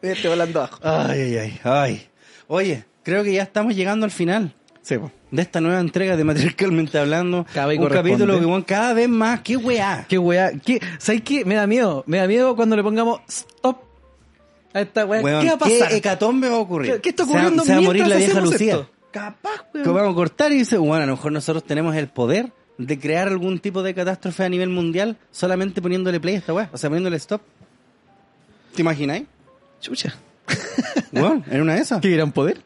[SPEAKER 1] Este volando abajo.
[SPEAKER 2] Ay, ay, ay, ay. Oye, creo que ya estamos llegando al final.
[SPEAKER 1] Sí, po.
[SPEAKER 2] De esta nueva entrega de Matriarcalmente Hablando.
[SPEAKER 1] Cabe y
[SPEAKER 2] un
[SPEAKER 1] corresponde.
[SPEAKER 2] capítulo que weón, cada vez más. ¡Qué weá!
[SPEAKER 1] Qué weá. ¿Qué? ¿Sabes qué? Me da miedo. Me da miedo cuando le pongamos stop a esta weá.
[SPEAKER 2] Weón,
[SPEAKER 1] ¿Qué va a pasar? ¿Qué,
[SPEAKER 2] hecatombe va a ocurrir?
[SPEAKER 1] qué está
[SPEAKER 2] Se va-
[SPEAKER 1] ocurriendo
[SPEAKER 2] Se va, a morir la
[SPEAKER 1] mientras
[SPEAKER 2] vieja
[SPEAKER 1] hacemos
[SPEAKER 2] Lucía.
[SPEAKER 1] esto? Capaz,
[SPEAKER 2] que
[SPEAKER 1] weón.
[SPEAKER 2] vamos a cortar y dice, bueno, a lo mejor nosotros tenemos el poder de crear algún tipo de catástrofe a nivel mundial solamente poniéndole play a esta weá, o sea, poniéndole stop. ¿Te imagináis?
[SPEAKER 1] Chucha. (laughs)
[SPEAKER 2] Bueno, era una de esas.
[SPEAKER 1] ¿Qué gran poder?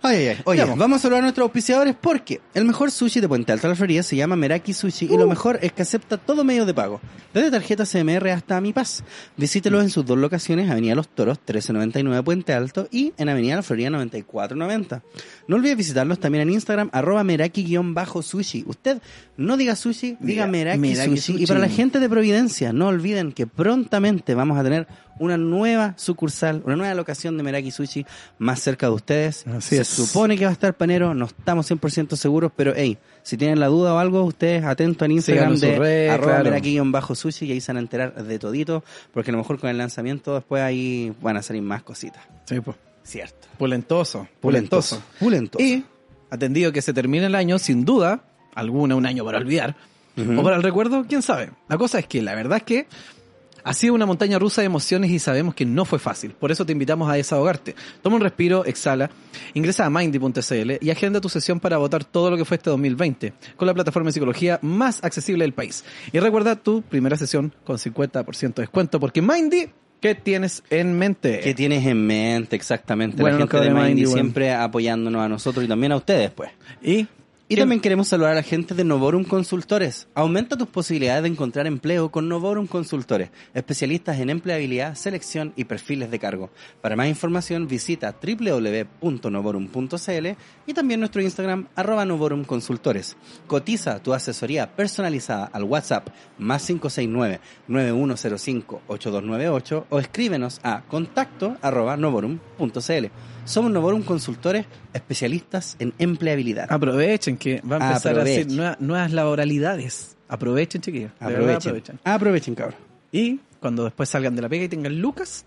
[SPEAKER 2] Ay, ay, ay. Oye,
[SPEAKER 1] Ya, po.
[SPEAKER 2] vamos. a saludar a nuestros auspiciadores porque el mejor sushi de Puente Alto la Florida se llama Meraki Sushi y lo
[SPEAKER 1] Uh.
[SPEAKER 2] mejor es que acepta todo medio de pago, desde tarjeta CMR hasta Mi Paz. Visítelos en sus dos locaciones, Avenida Los Toros 1399 Puente Alto y en Avenida La Florida 9490. No olvides visitarlos también en Instagram, arroba Meraki-sushi. Usted no diga sushi, diga
[SPEAKER 1] Mira,
[SPEAKER 2] Meraki,
[SPEAKER 1] Meraki
[SPEAKER 2] sushi. Y
[SPEAKER 1] Sushi.
[SPEAKER 2] para la gente de Providencia, no olviden que prontamente vamos a tener una nueva sucursal, una nueva locación de Meraki Sushi más cerca de ustedes.
[SPEAKER 1] Así
[SPEAKER 2] Se
[SPEAKER 1] es.
[SPEAKER 2] supone que va a estar Panero, no estamos 100% seguros, pero hey, si tienen la duda o algo, ustedes atentos en Instagram
[SPEAKER 1] Síganos en
[SPEAKER 2] de
[SPEAKER 1] sus redes,
[SPEAKER 2] arroba
[SPEAKER 1] claro.
[SPEAKER 2] meraki-sushi y ahí se van a enterar de todito, porque a lo mejor con el lanzamiento después ahí van a salir más cositas.
[SPEAKER 1] Sí, pues.
[SPEAKER 2] Cierto.
[SPEAKER 1] Pulentoso,
[SPEAKER 2] Pulentoso.
[SPEAKER 1] pulentoso.
[SPEAKER 2] Pulentoso.
[SPEAKER 1] Y, atendido que se termina el año, sin duda, alguna, un año para olvidar,
[SPEAKER 2] Ujú.
[SPEAKER 1] o para el recuerdo, quién sabe. La cosa es que la verdad es que ha sido una montaña rusa de emociones y sabemos que no fue fácil. Por eso te invitamos a desahogarte. Toma un respiro, exhala, ingresa a mindy.cl y agenda tu sesión para votar todo lo que fue este 2020 con la plataforma de psicología más accesible del país. Y recuerda tu primera sesión con 50% de descuento porque Mindy, ¿qué tienes en mente?
[SPEAKER 2] ¿Qué tienes en mente exactamente?
[SPEAKER 1] Bueno,
[SPEAKER 2] la gente
[SPEAKER 1] nos
[SPEAKER 2] de
[SPEAKER 1] queda
[SPEAKER 2] Mindy
[SPEAKER 1] Mindy, bueno.
[SPEAKER 2] siempre apoyándonos a nosotros y también a ustedes, pues.
[SPEAKER 1] Y
[SPEAKER 2] Y también queremos saludar a la gente de Novorum Consultores. Aumenta tus posibilidades de encontrar empleo con Novorum Consultores, especialistas en empleabilidad, selección y perfiles de cargo. Para más información visita www.novorum.cl y también nuestro Instagram arroba Novorum Consultores. Cotiza tu asesoría personalizada al WhatsApp más 569-9105-8298 o escríbenos a contacto arroba novorum.cl. Somos Novorum Consultores, especialistas en empleabilidad.
[SPEAKER 1] Aprovechen que va a empezar a
[SPEAKER 2] Aprovechen.
[SPEAKER 1] hacer nueva- nuevas laboralidades. Aprovechen, chiquillos. De verdad,
[SPEAKER 2] Aprovechen. Aprovechen, cabrón.
[SPEAKER 1] Y cuando después salgan de la pega y tengan Lucas,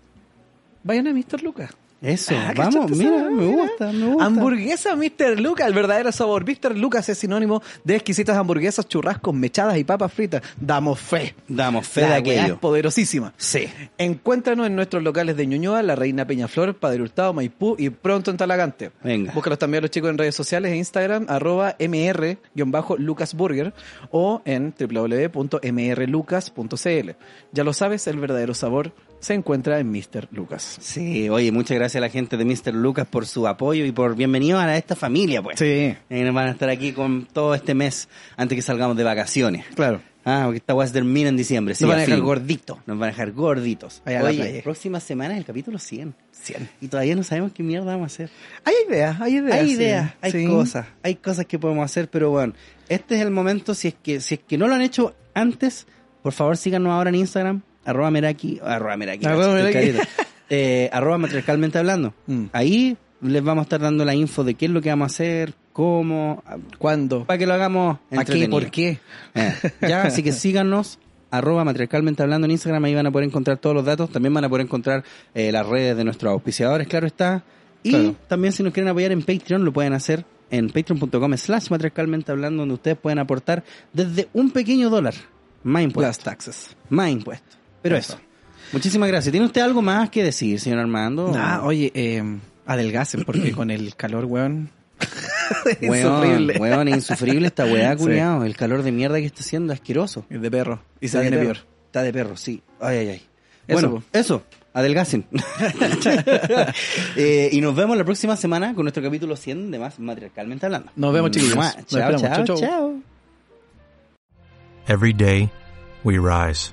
[SPEAKER 1] vayan a Mr. Lucas.
[SPEAKER 2] Eso,
[SPEAKER 1] Ah,
[SPEAKER 2] vamos,
[SPEAKER 1] ¿cachaste esa
[SPEAKER 2] mira,
[SPEAKER 1] weá?
[SPEAKER 2] me
[SPEAKER 1] Mira.
[SPEAKER 2] gusta, me gusta.
[SPEAKER 1] Hamburguesa Mr. Lucas, el verdadero sabor. Mr. Lucas es sinónimo de exquisitas hamburguesas, churrascos, mechadas y papas fritas. Damos fe.
[SPEAKER 2] Damos fe de
[SPEAKER 1] La weá es
[SPEAKER 2] aquello.
[SPEAKER 1] poderosísima.
[SPEAKER 2] Sí.
[SPEAKER 1] Encuéntranos en nuestros locales de Ñuñoa, La Reina Peñaflor, Padre Hurtado, Maipú y pronto en Talagante.
[SPEAKER 2] Venga.
[SPEAKER 1] Búscalos también a los chicos en redes sociales, en Instagram, arroba mr-lucasburger o en www.mrlucas.cl. Ya lo sabes, el verdadero sabor se encuentra en Mr. Lucas.
[SPEAKER 2] Sí, oye, muchas gracias a la gente de Mr. Lucas por su apoyo y por bienvenidos a esta familia, pues.
[SPEAKER 1] Sí,
[SPEAKER 2] Eh, nos van a estar aquí con todo este mes antes que salgamos de vacaciones.
[SPEAKER 1] claro.
[SPEAKER 2] Ah, porque esta weá se termina en diciembre. Sí,
[SPEAKER 1] Nos van a
[SPEAKER 2] al
[SPEAKER 1] dejar
[SPEAKER 2] fin.
[SPEAKER 1] gorditos.
[SPEAKER 2] Nos van a dejar gorditos.
[SPEAKER 1] Allá a la
[SPEAKER 2] Oye,
[SPEAKER 1] playa.
[SPEAKER 2] próxima semana es el capítulo 100.
[SPEAKER 1] 100.
[SPEAKER 2] Y todavía no sabemos qué mierda vamos a hacer.
[SPEAKER 1] Hay ideas, hay ideas.
[SPEAKER 2] Hay
[SPEAKER 1] Ah, sí.
[SPEAKER 2] ideas, hay
[SPEAKER 1] Sí.
[SPEAKER 2] cosas, hay cosas que podemos hacer, pero bueno, este es el momento, si es que, si es que no lo han hecho antes, por favor síganos ahora en Instagram, arroba meraki, arroba meraki,
[SPEAKER 1] Arroba
[SPEAKER 2] cachete,
[SPEAKER 1] Meraki.
[SPEAKER 2] carita. Eh, arroba matriarcalmente hablando.
[SPEAKER 1] Mm.
[SPEAKER 2] Ahí les vamos a estar dando la info de qué es lo que vamos a hacer, cómo,
[SPEAKER 1] ¿Cuándo?
[SPEAKER 2] para que lo hagamos
[SPEAKER 1] ¿A qué?
[SPEAKER 2] entretenido.
[SPEAKER 1] ¿Por qué?
[SPEAKER 2] Eh, ya, así que síganos, arroba matriarcalmente hablando en Instagram, ahí van a poder encontrar todos los datos, también van a poder encontrar eh, las redes de nuestros auspiciadores, claro está. Y
[SPEAKER 1] Claro.
[SPEAKER 2] también si nos quieren apoyar en Patreon, lo pueden hacer en patreon.com slash matriarcalmente hablando, donde ustedes pueden aportar desde un pequeño dólar. Más
[SPEAKER 1] Las
[SPEAKER 2] impuestos.
[SPEAKER 1] taxas.
[SPEAKER 2] Más impuestos. Pero eso. Muchísimas gracias. ¿Tiene usted algo más que decir, señor Armando?
[SPEAKER 1] Ah, oye, eh, adelgacen porque (clears throat) con el calor, weón. es
[SPEAKER 2] Weón,
[SPEAKER 1] horrible.
[SPEAKER 2] weón, es (laughs) insufrible esta (laughs) weá, cuñado. El calor de mierda que está haciendo es asqueroso.
[SPEAKER 1] Es de perro. Y se
[SPEAKER 2] Está de
[SPEAKER 1] viene
[SPEAKER 2] perro.
[SPEAKER 1] peor.
[SPEAKER 2] Está de perro, sí. Ay, ay, ay.
[SPEAKER 1] Eso,
[SPEAKER 2] bueno,
[SPEAKER 1] po.
[SPEAKER 2] eso. Adelgacen. (laughs) Eh, y nos vemos la próxima semana con nuestro capítulo 100 de Más Matriarcalmente Hablando.
[SPEAKER 1] Nos vemos, chiquillos.
[SPEAKER 2] Mua.
[SPEAKER 1] Nos
[SPEAKER 2] Mm. Chao,
[SPEAKER 1] esperamos.
[SPEAKER 2] chao,
[SPEAKER 1] Chau, chau.
[SPEAKER 2] chao.
[SPEAKER 8] Every day, we rise,